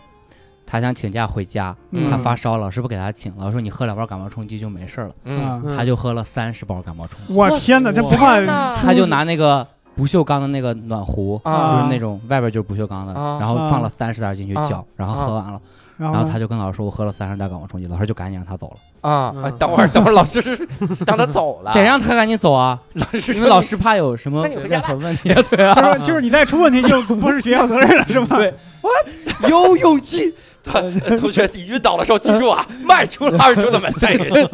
E: 他想请假回家，
C: 嗯
E: 他发烧，老师不给他请，老师说你喝两包感冒冲剂就没事了，
A: 嗯，
C: 啊，
B: 嗯
E: 他就喝了三十包感冒冲剂，
C: 我天哪，这不怕啊
E: 他就拿那个不锈钢的那个暖壶。就
A: 啊
E: 是那种外边就是不锈钢的，
A: 啊
E: 然后放了三十袋进去
A: 啊
E: 搅，然后喝完了，
C: 然
E: 然
C: 后
E: 后他
C: 呢
E: 就跟老师说：“我喝了三十袋感冒冲剂。”老师就赶紧让他走了，
A: 啊
C: 嗯
A: 啊！等会儿等会儿，老师是让他走了，
E: 得让他赶紧走啊，
A: 老师
E: 因
A: 说
E: 为老师怕有什么
A: 那你回家
E: 任
A: 吧
E: 何问题。 对啊，
C: 就是就是你再出问题就不是学校责任了，是吧？对，
A: 有勇 气。呃同 学，你晕倒的时候记住啊， 迈出二中的门再晕。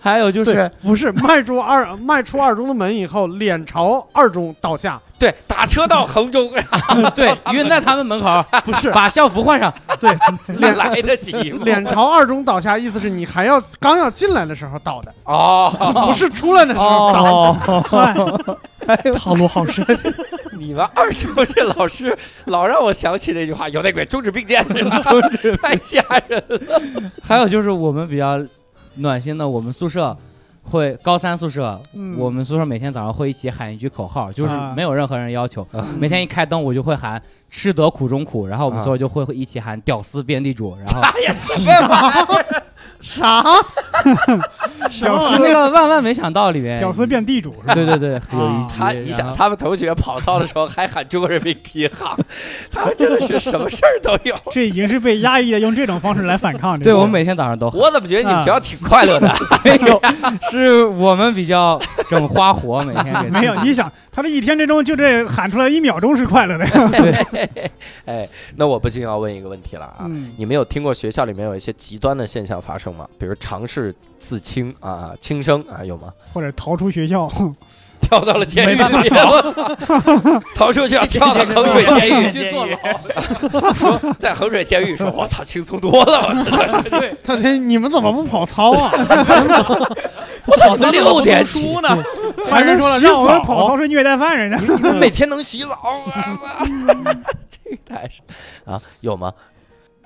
E: 还有就
B: 对
E: 是，
B: 不是迈出二迈出二中的门以后，脸朝二中倒 下，
A: 对，打车到哎衡中
E: 对， 晕在他们门口，
B: 不是
E: 把校服换上，
A: 还来得及吗？
B: 脸朝二中倒下，意思是你还要 刚要进来的时候倒的，
A: 哦，
B: 不是出来的时候倒。
E: 哦，
D: 套路好深。
A: 你们二十多这老师 老让我想起那句话：“有内鬼， 中指并肩。”太吓人 了。
E: 还有就是我们比较暖心的，我们宿舍会高三宿舍，
C: 嗯
E: 我们宿舍每天早上会一起喊一句口号，就是
C: 啊
E: 没有任何人要求。
A: 嗯
E: 每天一开灯，我就会喊“吃得苦中苦”，然后我们
A: 啊
E: 所有就会一起喊“屌丝遍地主”，然后
A: 哎呀，什么玩意儿？
B: 啥？
C: 屌
E: 是
C: 丝
E: 那个万万没想到里面，
C: 屌丝变地主是吧？
E: 对对对，有一
C: 啊
E: 集
A: 他，你
E: 然
A: 想
E: 后
A: 他们同学跑操的时候还喊中国人民银行，他们真的是什么事儿都 有。
C: 这已经是被压抑的，用这种方式来反抗。这
E: 对
C: 个
E: 我每天早上都喊
A: 我怎么觉得你们学校挺快乐的？
E: 没有，是我们比较整花活，每天给自己
C: 没有，你想，他这一天之中就这喊出来一秒钟是快乐的。
A: 哎，那我不禁要问一个问题了啊。
C: 嗯，
A: 你们有听过学校里面有一些极端的现象发生吗？比如尝试自清啊、轻生啊，有 吗？
C: 或者逃出学校，
A: 跳到了监狱里面， 逃出去了，跳到衡水监狱去坐牢。说在衡水监狱说，我操，轻松多了，我真 的。
B: 他这你们怎么不跑操啊？
A: 我早上六点起，
F: 呢？
C: 还是说了让我们
B: 洗澡
C: 跑操是虐待犯人呢？
A: 你们每天能洗澡啊？ 这个太是啊，有吗？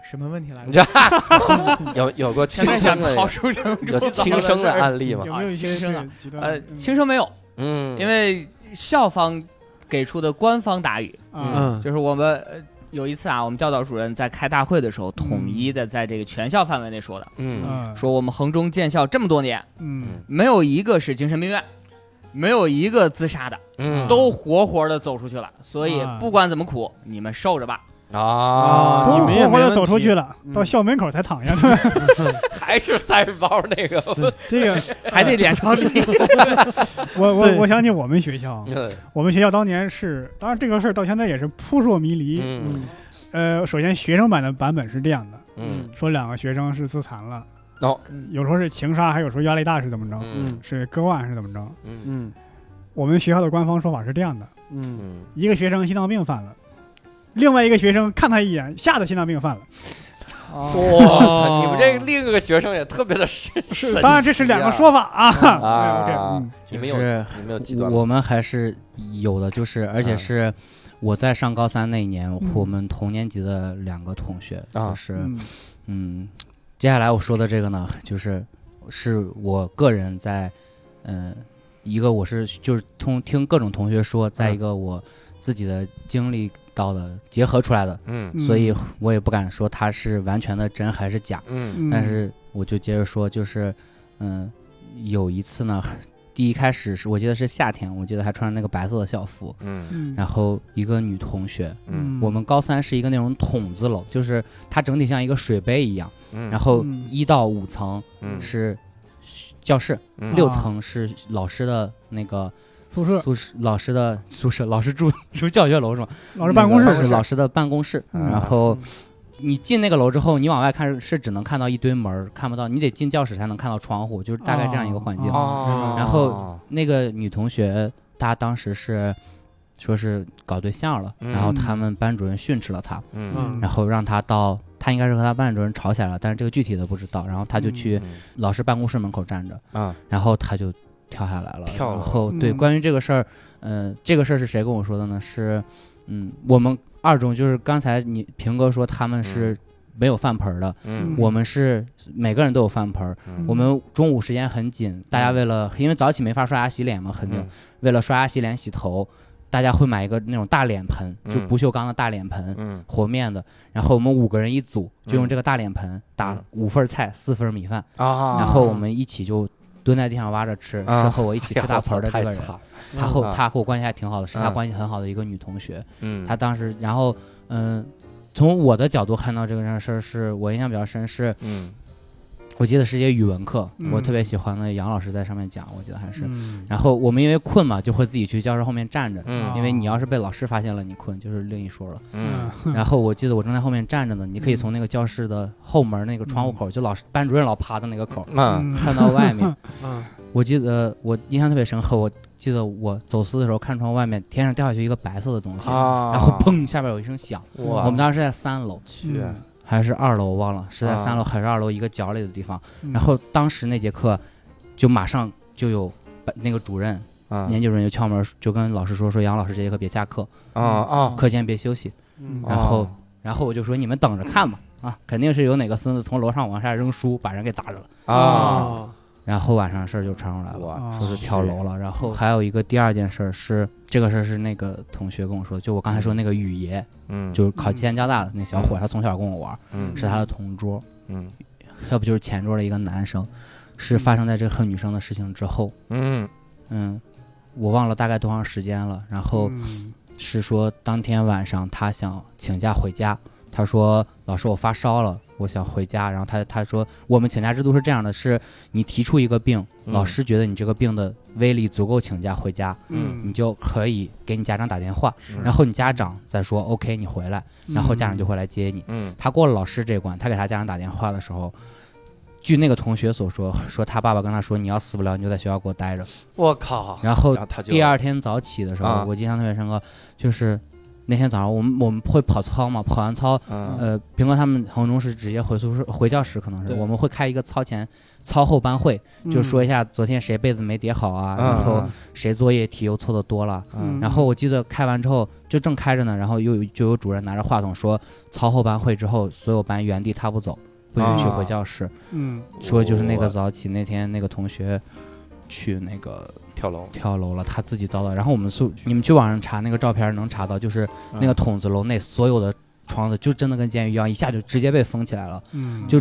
F: 什么问题来
A: 你
F: 着？
A: 这有有过轻
F: 现在想
A: 生
F: 逃
A: 的
F: 出这种
A: 有轻生啊的案例吗？
C: 有没有一些是极端的？
F: 呃，
C: 嗯
F: 轻生没有，
A: 嗯，
F: 因为校方给出的官方答语
C: 啊，
A: 嗯
E: 嗯
F: 就是我们呃有一次啊，我们教导主任在开大会的时候，统一的在这个全校范围内说的，
A: 嗯
C: 嗯
F: 说我们衡中建校这么多年，
C: 嗯
F: 没有一个是精神病院，没有一个自杀的，
A: 嗯
F: 都活活的走出去了。所以
C: 啊
F: 不管怎么苦，你们受着吧。
A: 啊
B: 啊你
C: 都
B: 们也
C: 活活
B: 没
C: 的
B: 问
C: 走出
B: 题
C: 去了，
B: 嗯
C: 到校门口才躺下。 是吧
A: 还是三十包那个。
C: 这个
F: 还得脸朝里。
C: 我我
B: 对
C: 我想起我们学校，
A: 嗯
C: 我们学校当年是，当然这个事儿到现在也是扑朔迷离。
A: 嗯
C: 呃，首先学生版的版本是这样的，
A: 嗯
C: 说两个学生是自残了，嗯
A: 哦
C: 有时候是情杀，还有时候压力大是怎么着，
A: 嗯
C: 是割腕是怎么着。
A: 嗯
B: 嗯
C: 我们学校的官方说法是这样的：
B: 嗯，
A: 嗯，
C: 一个学生心脏病犯了，另外一个学生看他一眼，吓得心脏病犯了。
A: 哇塞，你们
E: 哦
A: 这另一个学生也特别的神啊神
C: 当然这是两个说法啊。
A: 啊
C: 对，OK，嗯
A: 你们有
E: 是
A: 你们有极端吗嗯
E: 我们还是有的，就是而且是我在上高三那一年，
C: 嗯
E: 我们同年级的两个同学，
A: 啊
E: 就是
C: 嗯
E: 嗯，接下来我说的这个呢，就是是我个人在嗯、一个我是就是通听各种同学说，在
A: 嗯
E: 一个我自己的经历到的结合出来的，
A: 嗯
C: 嗯
E: 所以我也不敢说它是完全的真还是假。
A: 嗯
C: 嗯
E: 但是我就接着说，就是，嗯，有一次呢， 第一开始是我记得是夏天，我记得还穿着那个白色的校服，
A: 嗯
C: 嗯
E: 然后一个女同学，
A: 嗯
E: 我们高三是一个那种筒子楼，就是它整体像一个水杯一样，
A: 嗯
E: 然后
C: 嗯
E: 一到五层
A: 嗯
E: 是教室，
A: 嗯
E: 六层是老师的那个。
C: 宿舍
E: 宿舍老师的宿舍，老师住 住教学楼是吗？
C: 老师办公
E: 那
C: 室
E: 个
C: 是
E: 是
C: 吧
E: 老师的办公室，
C: 嗯
E: 然后你进那个楼之后，你往外看是只能看到一堆门儿，看不到，你得进教室才能看到窗户，就是大概这样一个环境。
C: 哦
A: 哦
E: 然后那个女同学，她当时是说是搞对象了，
A: 嗯
E: 然后他们班主任训斥了她，
A: 嗯
B: 嗯
E: 然后让她到，她应该是和她班主任吵起来了，但是这个具体的不知道，然后她就
C: 嗯
E: 去老师办公室门口站着，
A: 啊
E: 然后她就跳下来了。
A: 跳了
E: 然后对，
C: 嗯
E: 关于这个事儿，呃，这个事儿是谁跟我说的呢？是，嗯，我们二中就是刚才你平哥说他们是没有饭盆儿的，
A: 嗯
E: 我们是每个人都有饭盆儿。
A: 嗯
E: 我们中午时间很紧，大家为了因为早起没法刷牙洗脸嘛，肯定、
A: 嗯
E: 为了刷牙洗脸洗头，大家会买一个那种大脸盆，就
A: 嗯
E: 不锈钢的大脸盆。
A: 嗯
E: 和面的，然后我们五个人一组，就用
A: 嗯
E: 这个大脸盆打
A: 嗯
E: 五份儿菜、四份儿米饭，
A: 啊
E: 然后我们一起就蹲在地上挖着吃，
A: 啊
E: 是和我一起吃大盆儿的这个人，他和
A: 啊
E: 他和我关系还挺好的，是他
A: 嗯
E: 关系很好的一个女同学。
A: 嗯
E: 她当时，然后嗯，从我的角度看到这个事儿，是我印象比较深，是
A: 嗯
E: 我记得是一节语文课，
C: 嗯
E: 我特别喜欢的杨老师在上面讲，我记得还是。
C: 嗯
E: 然后我们因为困嘛，就会自己去教室后面站着，
A: 嗯
E: 因为你
C: 哦
E: 要是被老师发现了你困，就是另一说了。
A: 嗯
E: 然后我记得我正在后面站着呢，你可以
C: 嗯
E: 从那个教室的后门那个窗户口，就老师班主任老趴的那个口，
A: 嗯
E: 看到外面。
B: 嗯
E: 我记得我印象特别深刻，我记得我走私的时候看窗外面，天上掉下去一个白色的东西，
A: 啊
E: 然后砰，下边有一声响。
A: 我
E: 我们当时在三楼
A: 去
C: 嗯
E: 还啊是二楼，我忘了，是在
A: 啊
E: 三楼还是二楼一个角里的地方。
C: 嗯
E: 呃然后当时那节课就马上就有班那个主任
A: 啊
E: 年级主任就敲门，就跟老师说说杨老师这节课别下课，
A: 啊啊！
E: 课间别休息。
B: 嗯
A: 哦
E: 然后然后我就说你们等着看吧，啊，肯定是有哪个孙子从楼上往下扔书，把人给打着了。
A: 啊啊，
E: 然后晚上事儿就传出来了，
A: 我
C: 啊
E: 说是跳楼了。然后还有一个第二件事儿是，这个事儿是那个同学跟我说，就我刚才说那个雨爷，
A: 嗯
E: 就是考西安交大的那小伙，
A: 嗯
E: 他从小跟我玩儿，
A: 嗯
E: 是他的同桌，
A: 嗯
E: 要不就是前桌的一个男生，是发生在这个女生的事情之后，
A: 嗯
E: 嗯，我忘了大概多长时间了。然后
C: 嗯
E: 是说当天晚上他想请假回家，他说老师我发烧了，我想回家。然后他他说我们请假制度是这样的，是你提出一个病，
A: 嗯
E: 老师觉得你这个病的威力足够请假回家，你
C: 嗯
E: 就可以给你家长打电话，
A: 是
E: 然后你家长再说 OK 你回来，嗯然后家长就会来接你。
A: 嗯
E: 他过了老师这关，他给他家长打电话的时候。据那个同学所说，说他爸爸跟他说：“你要死不了，你就在学校给我待着。
A: 我靠”，
E: 然后
A: 然后他就
E: 第二天早起的时候，
A: 啊
E: 我印象特别深刻，就是那天早上我们我们会跑操嘛，跑完操，
A: 嗯
E: 呃，平哥他们衡中是直接回宿舍回教室，可能是
D: 对
E: 我们会开一个操前操后班会，
C: 嗯
E: 就
A: 嗯
E: 说一下昨天谁被子没叠好啊，然后谁作业题又错的多了。
A: 嗯
E: 然后我记得开完之后就正开着呢，然后又有就有主任拿着话筒说，操后班会之后所有班原地踏步走，不允许
A: 啊哦
E: 回教室。
C: 嗯
E: 说就是那
A: 我
E: 个早起那天那个同学去那个
A: 跳楼
E: 跳楼了，他自己遭到。然后我们宿你们去网上查那个照片能查到，就是
A: 嗯
E: 那个筒子楼内所有的窗子就真的跟监狱一样，一下就直接被封起来了。
C: 嗯
E: 就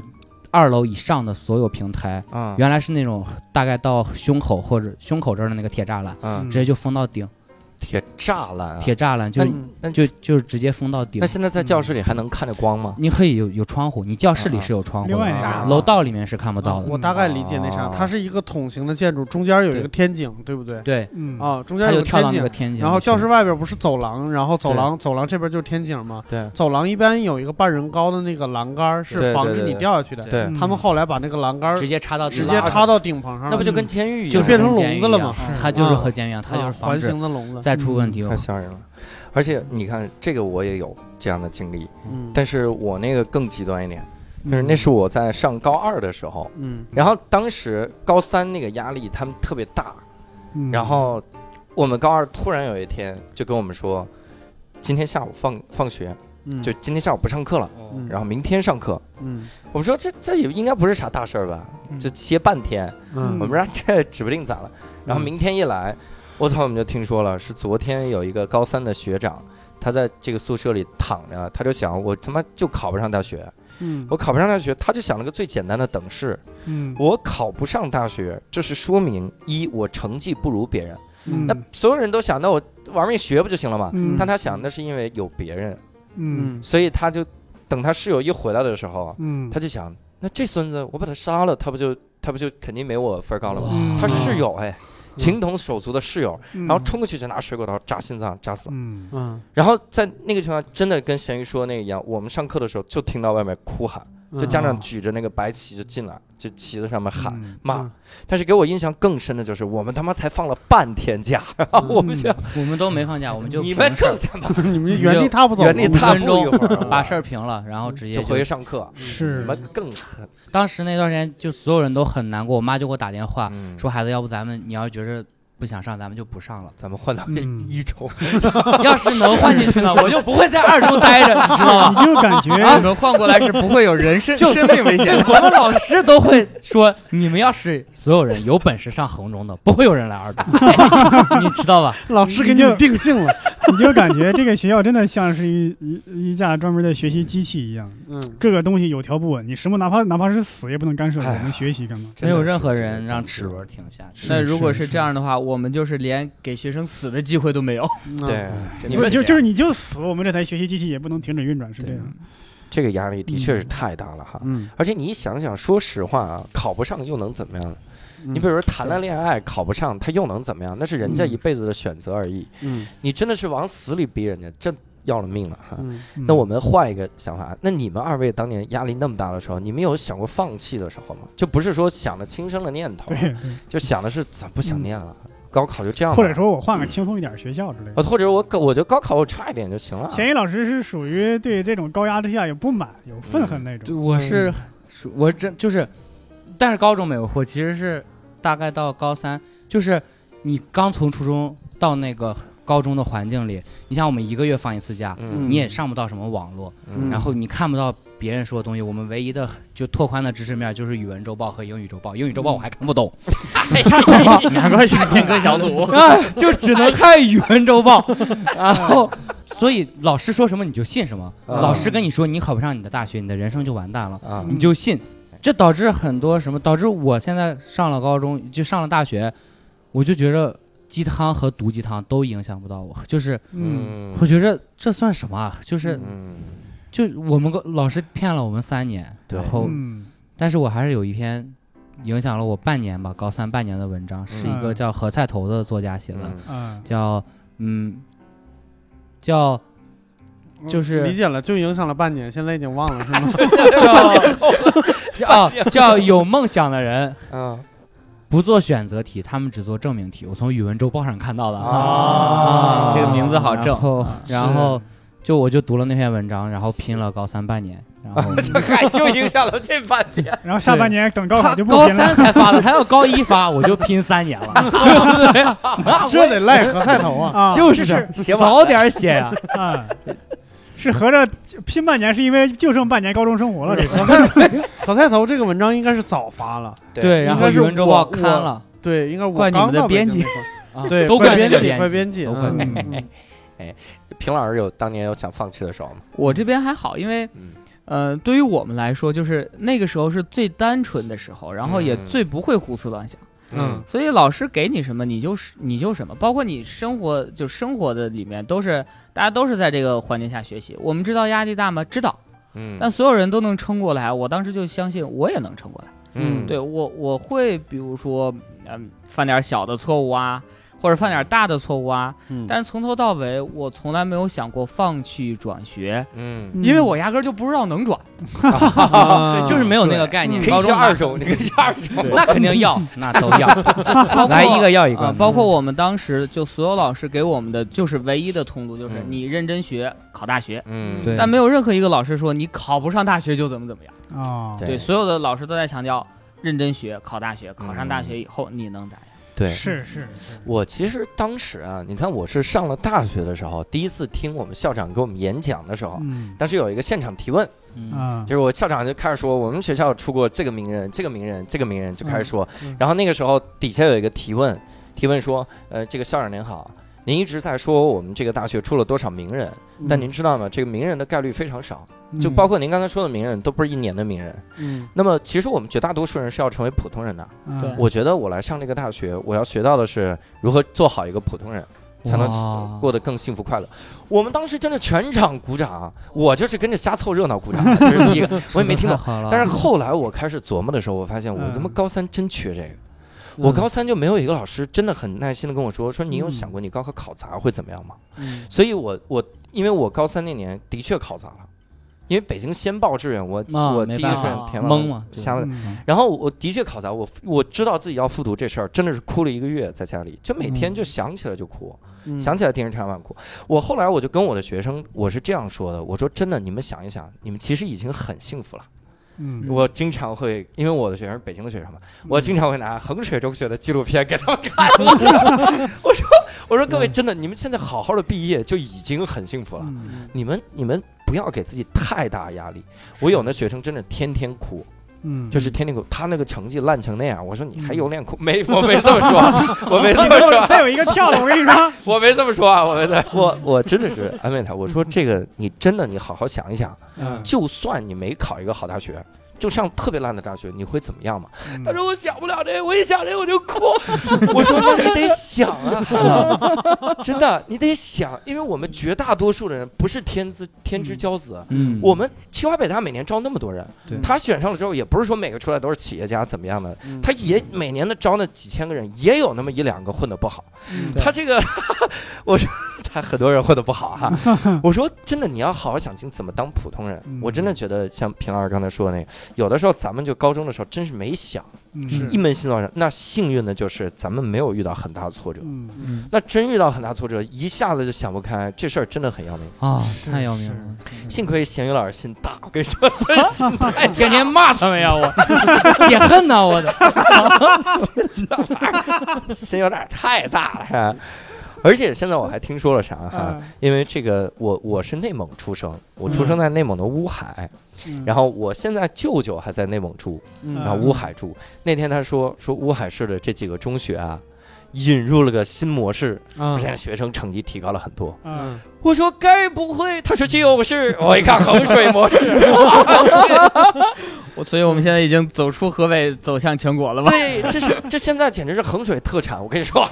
E: 二楼以上的所有平台，
A: 啊
E: 原来是那种大概到胸口或者胸口这儿的那个铁栅栏，
A: 嗯
E: 直接就封到顶，
A: 铁栅栏啊，
E: 铁栅栏就
A: 那
B: 嗯
A: 你那
E: 就就是直接封到顶
A: 那。现在在教室里还能看见光吗？
E: 你可以有有窗户，你教室里
A: 啊
E: 是有窗户
C: 另外一
E: 的，
C: 个
A: 啊
E: 楼道里面是看不到
B: 啊
E: 的。
B: 我大概理解那啥，它是一个筒形的建筑，中间有一
E: 啊对
B: 个天井，对不对？
E: 对，
C: 嗯
A: 哦
B: 啊，中间
E: 他
B: 有
E: 就
B: 个
E: 跳到
B: 天
E: 那个
B: 井，
E: 天井去嗯了，
B: 然后教室外边不是走廊，然后走廊走廊这边就是天井嘛。
A: 对
B: 走廊一般有一个半人高的那个栏杆，
A: 对
B: 是防止
A: 对
B: 你
A: 对
B: 掉下去的。
C: 嗯
A: 对，
B: 他们后来把那个栏杆
E: 直接插到
B: 直
E: 地
B: 接
E: 上
B: 插到顶棚上了，
A: 那不就跟监狱一
E: 就
A: 样
E: 是
A: 吗？
B: 变
E: 跟
B: 成笼
E: 监狱
B: 子
E: 一
B: 了
E: 样
B: 嘛
E: 它就是
B: 啊
E: 和监狱一样，它
B: 啊
E: 就是防
B: 环
E: 止
B: 形嗯的笼子。
E: 再出问题。
A: 太吓人了。而且你看，这个我也有这样的经历，
B: 嗯，
A: 但是我那个更极端一点，就是
B: 嗯
A: 那是我在上高二的时候，
B: 嗯
A: 然后当时高三那个压力他们特别大，
C: 嗯
A: 然后我们高二突然有一天就跟我们说，今天下午放放学，
B: 嗯
A: 就今天下午不上课了，
E: 哦
B: 嗯
A: 然后明天上课。
B: 嗯
A: 我们说这这也应该不是啥大事儿吧，就歇半天。
B: 嗯
A: 我们说 这指不定咋了。然后
B: 嗯
A: 明天一来，我操，我们就听说了，是昨天有一个高三的学长，他在这个宿舍里躺着，他就想我他妈就考不上大学，
B: 嗯
A: 我考不上大学，他就想了个最简单的等式，
C: 嗯
A: 哦我考不上大学，这是说明一我成绩不如别人。
C: 嗯
A: 那所有人都想，那我玩命学不就行了吗？
C: 嗯
A: 但他想，那是因为有别人，
C: 嗯
B: 嗯
A: 所以他就等他室友一回来的时候，
C: 嗯
A: 他就想，那这孙子我把他杀了，他不就他不就肯定没我分儿高了吗？
C: 嗯
A: 他室友哎，情同手足的室友，
C: 然
A: 然后冲过去就拿水果刀扎心脏，扎死了。
C: 嗯
B: 嗯
A: 然后在那个情况，真的跟咸鱼说那个一样，我们上课的时候就听到外面哭喊，就家长举着那个白旗就进来，就旗子上面喊
C: 嗯嗯
A: 骂。但是给我印象更深的就是，我们他妈才放了半天假， 然
C: 嗯
A: 后我们就
E: 我们都没放假，我们就
A: 你们
E: 平事儿
A: 更他妈
B: 嗯，你们原地踏步走了，
A: 原地踏步一会 儿，
E: 把事儿平了，然后直接
A: 就回去上课，
B: 嗯
C: 是
A: 你们更狠。
E: 当时那段时间就所有人都很难过，我妈就给我打电话
A: 嗯。
E: 说：“孩子，要不咱们你要是觉着不想上，咱们就不 上了
A: 咱们换到
C: 嗯
A: 一中，
E: 要是能换进去呢，我就不会在二中待着，你知道吗？”
C: 你就 感
E: 你
C: 觉
E: 们换过来是不会有人 身生命危险。我们老师都会说，你们要是所有人有本事上衡中的，不会有人来二中， 你知道吧？
B: 嗯老啊师给你们定性了。
C: 你就感觉这个学校真的像是一一一架专门的学习机器一样，
B: 嗯
C: 各个东西有条不紊，你什么哪怕哪怕是死也不能干涉我
A: 哎呀
C: 们学习干嘛？
E: 没有任何人让齿轮停下去。
F: 那
C: 是
F: 如果
C: 是
F: 是
C: 是
F: 这样的话，我们就是连给学生死的机会都没有。
B: 嗯
A: 对，
C: 嗯你们就就是你就死，我们这台学习机器也不能停止运转，是这样。
E: 嗯
A: 这个压力的确是太大了哈。
B: 嗯，
A: 而且你想想，说实话啊，考不上又能怎么样呢？你
C: 嗯
B: 你
A: 比如说谈了恋爱考不上，他又能怎么样？那是人家一辈子的选择而已。
B: 嗯
A: 你真的是往死里逼人家，这要了命了哈。
B: 嗯
C: 嗯
A: 那我们换一个想法，那你们二位当年压力那么大的时候，你们有想过放弃的时候吗？就不是说想的轻生的念头，
C: 对，嗯
A: 就想的是咋不想念了，高考就这样吧，
C: 或者说我换个轻松一点的学校之类
A: 啊，
C: 的。
A: 或者我高我觉得高考我差一点就行了。
C: 咸鱼老师是属于对这种高压之下有不满、有愤
A: 嗯
C: 恨那
E: 对，
C: 种。
E: 我是属我真就是，但是高中没有过，其实是大概到高三，就是你刚从初中到那个高中的环境里，你像我们一个月放一次假，
A: 嗯
E: 你也上不到什么网络，
A: 嗯
E: 然后你看不到别人说的东西。我们唯一的就拓宽的知识面就是语文周报和英语周报。英语周报我还看不 懂，哎
F: 难怪
A: 嗯
F: 是偏科小组。
E: 就只能看语文周报。然后，所以老师说什么你就信什么。
A: 啊
E: 老师跟你说你考不上你的大学，你的人生就完蛋了，
A: 啊
E: 你就信。这导致很多什么？导致我现在上了高中，就上了大学，我就觉着鸡汤和毒鸡汤都影响不到我，就是
A: 嗯
E: 我觉着这算什么啊？就是
A: 嗯
E: 就我们个老师骗了我们三年，
A: 对
E: 然后
C: 嗯
E: 但是我还是有一篇影响了我半年吧，高三半年的文章，是一个
C: 嗯
E: 叫何菜头的作家写的，
A: 嗯
C: 啊，
E: 叫嗯，叫就是
B: 嗯理解了，就影响了半年，现在已经忘了是吗？
E: 叫啊叫有梦想的人
A: 嗯
E: 不做选择题，他们只做证明题。我从语文周报上看到的
A: 啊
F: 这个名字好正
E: 然后然后就我就读了那篇文章，然后拼了高三半年，然后
A: 嗨，就影响了这半 天。
C: 然后下半年等高考就不
E: 高
C: 拼了
E: 三，才发的，还要高一发，我就拼三 年了，
B: 这得赖何菜头 啊！
C: 啊，
E: 就是早点写 呀、
C: 啊，是合着拼半年是因为就剩半年高中生活了，这是
B: 何菜何菜头这个文章应该是早发了，
E: 对，然后
B: 应该
E: 语
B: 是
E: 文周报
B: 我
E: 刊了，
B: 对，应该我
D: 怪你们
B: 刚
D: 的
B: 到北
D: 编
B: 京
D: 辑
B: 那
E: 啊
B: 会 儿，对，
E: 都
B: 怪
E: 怪你
B: 编
E: 的
B: 辑，
E: 编
B: 怪
E: 辑
B: 编辑，
E: 都怪
B: 嗯
E: 你
B: 嗯嗯
A: 平老师有当年有想放弃的时候吗？
F: 我这边还好，因为
A: 嗯，
F: 呃，对于我们来说，就是那个时候是最单纯的时候，然后也
A: 嗯
F: 最不会胡思乱想，
B: 嗯
F: 所以老师给你什么，你就是你就什么，包括你生活就生活的里面都是大家都是在这个环境下学习。我们知道压力大吗？知道，
A: 嗯，
F: 但所有人都能撑过来，我当时就相信我也能撑过来。
A: 嗯
F: 对我我会比如说，嗯，犯点小的错误啊，或者犯点大的错误啊，
B: 嗯
F: 但是从头到尾我从来没有想过放弃转学，
A: 嗯，
F: 因为我压根儿就不知道能转。嗯
B: 啊
E: 就是没有那个概念。
A: 你
E: 嗯
A: 可
E: 高
A: 以去
E: 中
A: 二中，你可以去二中。
E: 那肯定 要，那都要，
F: 包括
E: 来一个要一个嗯
F: 啊，。包括我们当时就所有老师给我们的就是唯一的通路，就是
A: 嗯
F: 你认真学，考大学。
A: 嗯，
E: 对
F: 但没有任何一个老师说你考不上大学就怎么怎么样。
C: 啊，
A: 对
F: 对，所有的老师都在强调认真学，考大学，考
E: 嗯
F: 上大学以后你能咋样？
A: 对，
C: 是是，是
A: 嗯我其实当时啊，你看我是上了大学的时候，第一次听我们校长给我们演讲的时候，
C: 嗯
A: 当时有一个现场提问，
E: 嗯
C: 啊
A: 就，是我校长就开始说我们学校出过这个名人、这个名人、这个名人，就开始说。
B: 嗯嗯
A: 然后那个时候底下有一个提问，提问说，呃，这个校长您好，您一直在说我们这个大学出了多少名人，
C: 嗯
A: 但您知道吗？这个名人的概率非常少，就包括您刚才说的名人，都不是一年的名人。
B: 嗯
A: 那么其实我们绝大多数人是要成为普通人的。
C: 对
A: 我觉得我来上这个大学，我要学到的是如何做好一个普通人，才能
E: 哇
A: 过得更幸福快乐。我们当时真的全场鼓掌，啊我就是跟着瞎凑热闹鼓掌，这是第一 个，我也没听懂。
E: 懂
A: 但是后来我开始琢磨的时候，我发现我他妈
C: 嗯
A: 高三真缺这个。
E: 嗯
A: 我高三就没有一个老师真的很耐心的跟我说，说你有想过你高考考砸会怎么样吗？
B: 嗯
A: 所以我我因为我高三那年的确考砸了，因为北京先报志愿，我、
E: 啊
A: 我
E: 没
A: 第一
E: 办
A: 志
E: 法
A: 愿填完
E: 懵嘛就
A: 瞎了。
C: 嗯
A: 然后我的确考砸，我我知道自己要复读这事儿，真的是哭了一个月，在家里就每天就想起来就哭，
B: 嗯
A: 想起来电视看完哭。我后来我就跟我的学生，我是这样说的，我说真的，你们想一想，你们其实已经很幸福了。
C: 嗯
A: 我经常会，因为我的学生是北京的学生嘛，我经常会拿衡水中学的纪录片给他们 看。我说我说各位，真的，你们现在好好的毕业就已经很幸福了，
C: 嗯
A: 你们你们不要给自己太大压力。我有的学生真的天天哭。
C: 嗯，
A: 就是
C: 嗯
A: 天天给我他那个成绩烂成那样，我说你还有脸哭？没，我
C: 嗯
A: 没这么 说，我没这
C: 你
A: 么
C: 没有
A: 说，
C: 再有一个跳的，我跟你说，
A: 我没这么说啊， 嗯我没这，我我真的是安慰他，我说这个你真的你好好想一想，
C: 嗯
A: 就算你没考一个好大学。就上特别烂的大学，你会怎么样嘛？
C: 嗯
A: 他说我想不了这，我一想这我就哭。 我说那你得想啊，孩子，真的你得想，因为我们绝大多数的人不是天之天之骄子，
E: 嗯
A: 我们清华北大每年招那么多人
E: 对，
A: 他选上了之后，也不是说每个出来都是企业家怎么样的，他也每年的招那几千个人，也有那么一两个混的不好。
C: 嗯
F: 对
A: 他这个， 我说 他很多人混的不好哈、我说真的，你要好好想清怎么当普通人
C: 嗯。
A: 我真的觉得像平老师刚才说的那个，有的时候咱们就高中的时候真是没想，
C: 嗯
B: 是
A: 一门心思往上。那幸运的就是咱们没有遇到很大的挫折，
C: 嗯，
F: 嗯
A: 那真遇到很大挫折，一下子就想不开，这事儿真的很要命。
F: 啊，
C: 是
F: 太要命
C: 是
F: 了，
A: 幸亏咸鱼老师心大，我跟你说，真心太
F: 天天骂他们呀，我 也恨呐，我的，
A: 心有点太大 了。嗯还哎而且现在我还听说了啥哈
C: 啊，
A: 因为这个我我是内蒙出生，我出生在内蒙的乌海，
C: 嗯
A: 然后我现在舅舅还在内蒙住，
F: 嗯
A: 然后
C: 啊
A: 乌海住。那天他说说乌海市的这几个中学啊，引入了个新模式，
B: 啊
A: 现在学生成绩提高了很多。
C: 啊，
A: 我说该不会？他说 就是。我一看衡水模式，
F: 我所以我们现在已经走出河北，走向全国了吧？
A: 对，这 是这现在简直是衡水特产。我跟你说，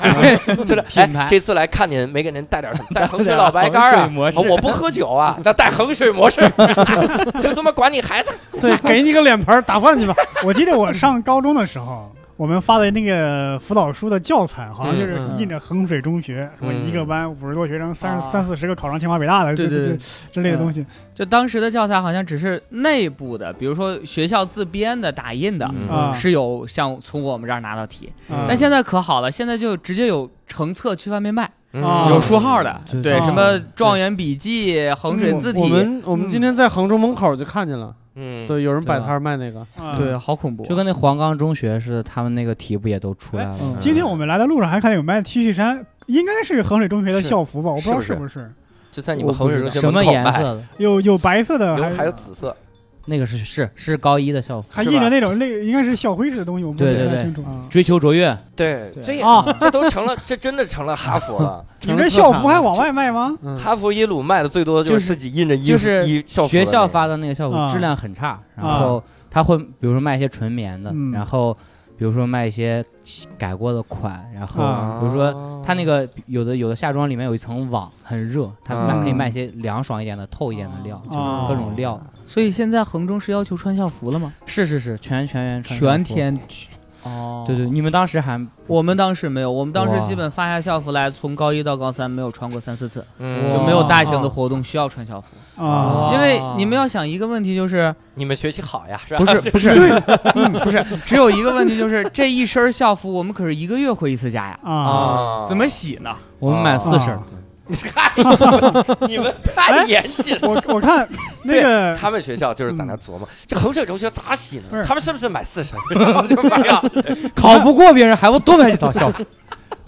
A: 真的，
F: 品
A: 哎
F: 牌，
A: 这次来看您，没给您带点什 么？带衡水
F: 点
A: 老白干
F: 衡水
A: 啊
F: 模！式
A: 啊我不喝酒啊，那带衡水模式， 就这么管你孩子。
B: 对，给你个脸盆儿打饭去吧。
C: 我记得我上高中的时候，我们发的那个辅导书的教材，好像就是
B: 嗯嗯
C: 印着衡水中学，什么
A: 嗯
C: 一个班五十多学生，三
F: 啊
C: 十三四十个考上清华北大的，
F: 对
C: 这
F: 对
C: 这
F: 对
C: 这类的东西
F: 就当时的教材好像只是内部的，比如说学校自编的、打印的，
A: 嗯
C: 啊。
F: 是有像从我们这儿拿到题，
C: 啊
F: 但现在可好了，现在就直接有成册去外面卖，
A: 嗯
E: 哦
C: 啊
F: 有书号的，
D: 对
F: 对，
C: 啊
F: 什么状元笔记、衡水字
B: 嗯我
F: 体，
B: 们我们今天在杭州门口就看见了，
A: 嗯，
B: 对，有人摆
E: 对吧
B: 摊儿卖那个，
C: 啊
F: 对，好恐怖
E: 就。跟那黄冈中学似的，他们那个题不也都出来了吗？
C: 今天我们来的路上还看见有卖 T 恤衫，应该是衡水中学的
A: 是
C: 校服吧？我不知道
A: 是
C: 是
A: 不
C: 不是，
A: 就在你们衡水中学
E: 什么
A: 门口
E: 颜
A: 卖
E: 色？的？
C: 有有白色的，
A: 有
C: 还
A: 还有紫色，
E: 那个是是是高一的校服，
C: 还
A: 是
C: 印
A: 吧
C: 着那种那应该是校徽似的东西，我不
E: 对
C: 太
E: 对嗯对
C: 清楚。
F: 啊
E: 追求卓越，
A: 对，
F: 对
A: 这也
E: 哦
C: 啊
A: 这都成了，这真的成了哈 佛了。
C: 你们这校服还往外卖吗？
B: 嗯，
A: 哈佛、耶鲁卖的最多的就
E: 就是是
A: 自己印着衣
E: 就
A: 服
E: 是
A: 衣校服
E: 学
A: 的那
E: 校
A: 个
E: 发的那个校
C: 啊
E: 服质量很差，然后他会比如说卖一些纯棉的
C: 嗯，
E: 然后比如说卖一些改过的款，然后
C: 啊
E: 比如说
A: 说
E: 它那个有的有的夏装里面有一层网，很热，它
A: 啊
E: 卖可以卖一些凉爽一点的、透一点的
C: 啊
E: 料，
B: 啊
E: 就是各种料。
F: 所以现在衡中是要求穿校服了吗？
E: 是是是，全全员穿
F: 全
E: 校服。
F: 天哦，
E: 对对，，你们当时还
F: 我们当时没有，我们当时
E: 哇
F: 基本发下校服来，从高一到高三没有穿过三四次，
A: 嗯
F: 就
E: 哇哦
F: 没有大型的活动需要穿校服，
C: 啊
E: 哇
F: 因为你们要想一个问题 就是，
A: 你们学习好呀，是吧？
F: 不
E: 啊
F: 是不是，嗯不是，只有一个问题就是这一身校服我们可是一个月回一次家呀，
C: 啊！
A: 啊，
F: 怎么洗 呢？
E: 我们买四身
C: 啊，
A: 你们
C: 哎
A: 太严谨了。
C: 我我看那个
A: 他们学校就是在那琢
C: 嗯
A: 磨，这衡水中学咋洗
C: 不
A: 呢？
C: 是
A: 他们是不是买四身， 然后就买了？
E: 考不过别人还不多买几套校 服？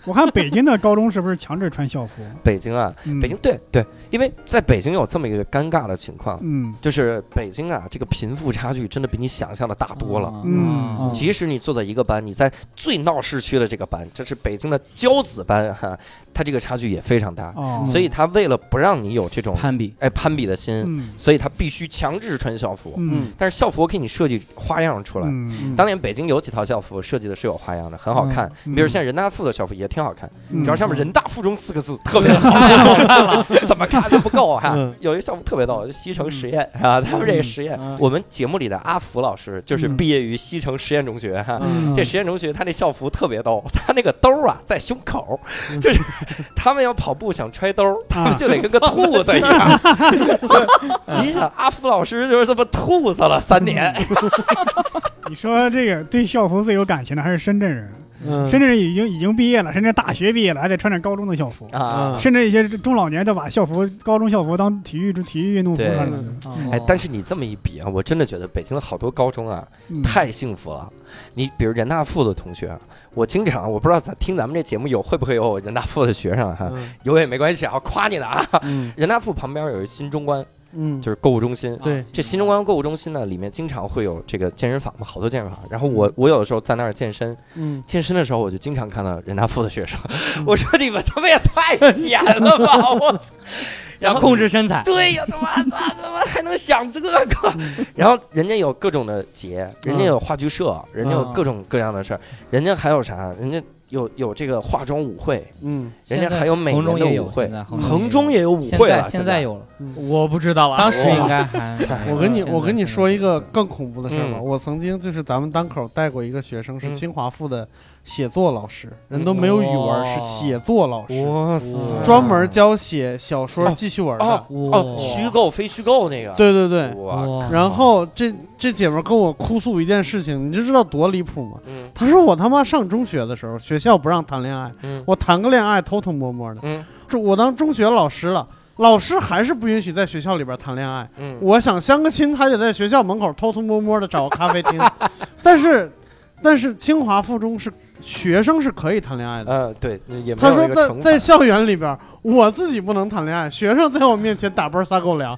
C: 我看北京的高中是不是强制穿校服？
A: 北京啊，
C: 嗯
A: 北京，对对，因为在北京有这么一个尴尬的情况，
C: 嗯
A: 就是北京啊，这个贫富差距真的比你想象的大多了。
C: 嗯
E: 啊
A: 即使你坐在一个班，你在最闹市区的这个班，这是北京的骄子班哈，它这个差距也非常大。
C: 哦，
A: 所以他为了不让你有这
F: 嗯
A: 种
E: 攀比，
A: 哎攀比的心，
C: 嗯
A: 所以他必须强制穿校服。
C: 嗯
A: 但是校服给你设计花样出来，
C: 嗯
A: 当年北京有几套校服设计的是有花样的，很好看。
C: 嗯
A: 你比如现在人大附的校服也挺好看，
C: 嗯
A: 只要上面“人大附中”四个字特别好，太好看了， 怎么看都不够哈、
B: 嗯
A: 有一校服特别逗，就西城实验啊，他们这个实验，我们节目里的阿福老师就是毕业于西城实验中学哈。
B: 嗯
A: 这实验中学，他那校服特别逗，他那个兜儿啊在胸口，
B: 嗯
A: 就是他们要跑步想揣兜儿，他
B: 啊
A: 们就得跟个兔子一 样。 你想，阿福老师就是这么兔子了三年，
C: 你说这个对校服最有感情的还是深圳人，
B: 嗯
C: 深圳人已经已经毕业了，深圳大学毕业了，还得穿着高中的校服。
A: 啊
B: 嗯，
C: 甚至一些中老年都把校服、高中校服当体育体育运动服
A: 对
C: 穿了。
B: 嗯
E: 哦
A: 哎，但是你这么一比啊，我真的觉得北京的好多高中啊，
C: 嗯
A: 太幸福了。你比如人大附的同学，我经常我不知道咱听咱们这节目有会不会有人大附的学生哈、
B: 嗯
A: 有也没关系啊，我夸你呢啊。
B: 嗯
A: 人大附旁边有一新中关，
B: 嗯，
A: 就是购物中心。
B: 对
A: 这新中关购物中心呢，里面经常会有这个健身房嘛，好多健身房。然后我我有的时候在那儿健身，
B: 嗯
A: 健身的时候我就经常看到人大附的学生， 我说你们他妈也 太闲了 吧！我，然后
E: 控制身材，
A: 对呀，他妈咋他 妈还能想这个？ 嗯然后人家有各种的节，人家有话剧社，人家有各种各样的事儿，人家还有啥？人家有有这个化妆舞会，
B: 嗯，
A: 人家还有每
E: 衡
A: 年
E: 中
A: 的
E: 也有
A: 舞会
E: 现，在
A: 衡中
E: 嗯也
A: 也有舞
E: 有
A: 会
E: 现
A: 了。
E: 在现在有了，
F: 我不知道啊，
E: 当时应该还。
B: 我跟你
E: 哎现在
B: 我跟你
E: 现在嗯
B: 说一
E: 有
B: 个
E: 了
B: 更恐怖的事儿吧，
A: 嗯
B: 我曾经就是咱们单口带过一个学生
A: 嗯
B: 是清华附的写作老师，人都没有语文，是写作老师，
A: 哇塞，
B: 专门教写小
A: 哦
B: 说、记叙文的
A: 哦。哦，虚构非虚构那个，，
B: 对对对，
A: 哇，
B: 然后这这姐们儿跟我哭诉一件事情，你就知道多离谱吗？
A: 嗯
B: 她说我他妈上中学的时候，学校不让谈恋爱，
A: 嗯
B: 我谈个恋爱偷偷摸摸的，
A: 嗯
B: 这我当中学老师了，老师还是不允许在学校里边谈恋爱。
A: 嗯，
B: 我想相个亲，还得在学校门口偷偷摸摸的找个咖啡厅， 但是但是清华附中是学生是可以谈恋爱的。
A: 呃，对，也没
B: 他
A: 有
B: 说
A: 一个
B: 在
A: 惩
B: 在
A: 罚
B: 校园里边，我自己不能谈恋爱，学生在我面前打啵儿撒狗粮，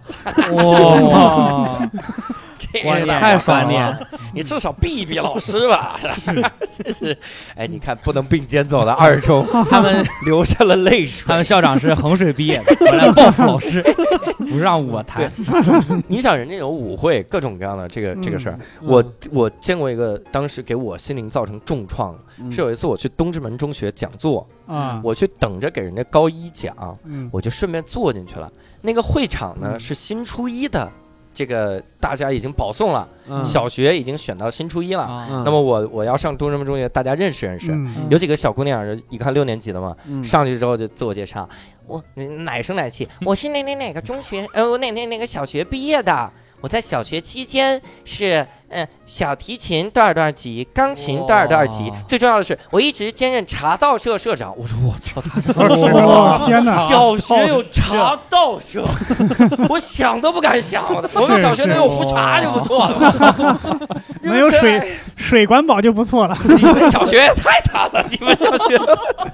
E: 哇，
A: 这
E: 观
A: 个
E: 念
A: 太
E: 观
A: 爽
E: 念
A: 了！你至少避一避老师 吧，真是。哎，你看不能并肩走的二中，
E: 他们
A: 流下了泪水
E: 他。们校长是衡水毕业的，回来报复老 师，不让我谈。
A: 你想，人家有舞会，各种各样的这个这个事儿
B: 嗯，
A: 我我见过一个，当时给我心灵造成重创，
B: 嗯
A: 是有一次我去东直门中学讲座，
C: 啊，
A: 我去等着给人家高一讲，
C: 嗯
A: 我就顺便坐进去了。那个会场
B: 嗯
A: 呢是新初一的，这个大家已经保送了，
B: 嗯
A: 小学已经选到新初一了。
E: 啊
B: 嗯
A: 那么我我要上东直门中学，大家认识认识。
C: 嗯
A: 有几个小姑娘，一看六年级的嘛，
B: 嗯
A: 上去之后就自我介绍，我奶声奶气，我是哪哪哪个中学，呃，我哪哪哪个小学毕业的。我在小学期间是，嗯、小提琴多少多少级，钢琴多少多少级
E: 哇，
A: 最重要的是，我一直兼任茶道社社长。我说我操，他
C: 哦天 哪，
A: 小学有茶道社， 我想都不敢想，我们小学能有壶茶就不错了，
C: 能有水水管饱就不错了。
A: 你们小学也太惨了，你们小学，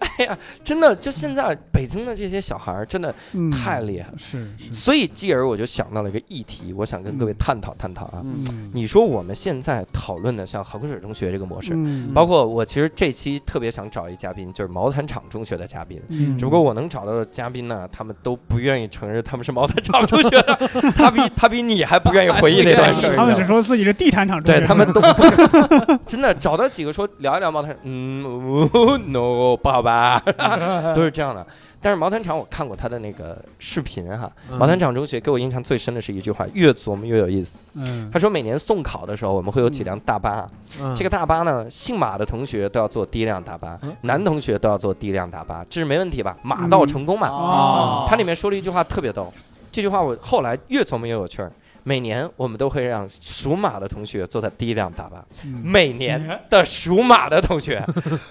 A: 哎呀，真的，就现在北京的这些小孩儿真的
C: 嗯
A: 太厉害了。
C: 是是，
A: 所以，继而我就想到了一个议题，我想跟各位探讨探讨啊。
C: 嗯
A: 你说我们现在讨论的像衡水中学这个模式，
C: 嗯
A: 包括我其实这期特别想找一嘉宾，就是毛坦厂中学的嘉宾。
C: 嗯
A: 只不过我能找到的嘉宾呢，他们都不愿意承认他们是毛坦厂中学的， 他比他比你还不愿意回忆那段事儿。
C: 他们只
A: 你知道吗
C: 说自己是地毯厂中 学
A: 对
C: 生，
A: 他们都真的找到几个说聊一聊毛毯，嗯哦，no，不好吧， 都是这样的。但是毛毯厂我看过他的那个视频哈，
B: 嗯
A: 毛毯厂中学给我印象最深的是一句话：越琢磨越有意思。
C: 嗯
A: 他说每年送考的时候，我们会有几辆大巴，
B: 嗯
A: 这个大巴呢，姓马的同学都要坐第一辆大巴，男同学都要坐第一辆大巴，这是没问题吧？马到成功嘛。
C: 哦
A: 它里面说了一句话特别逗，这句话我后来越琢磨越有趣儿。每年我们都会让属马的同学坐在第一辆大巴，
C: 嗯
A: 每年的属马的 同学，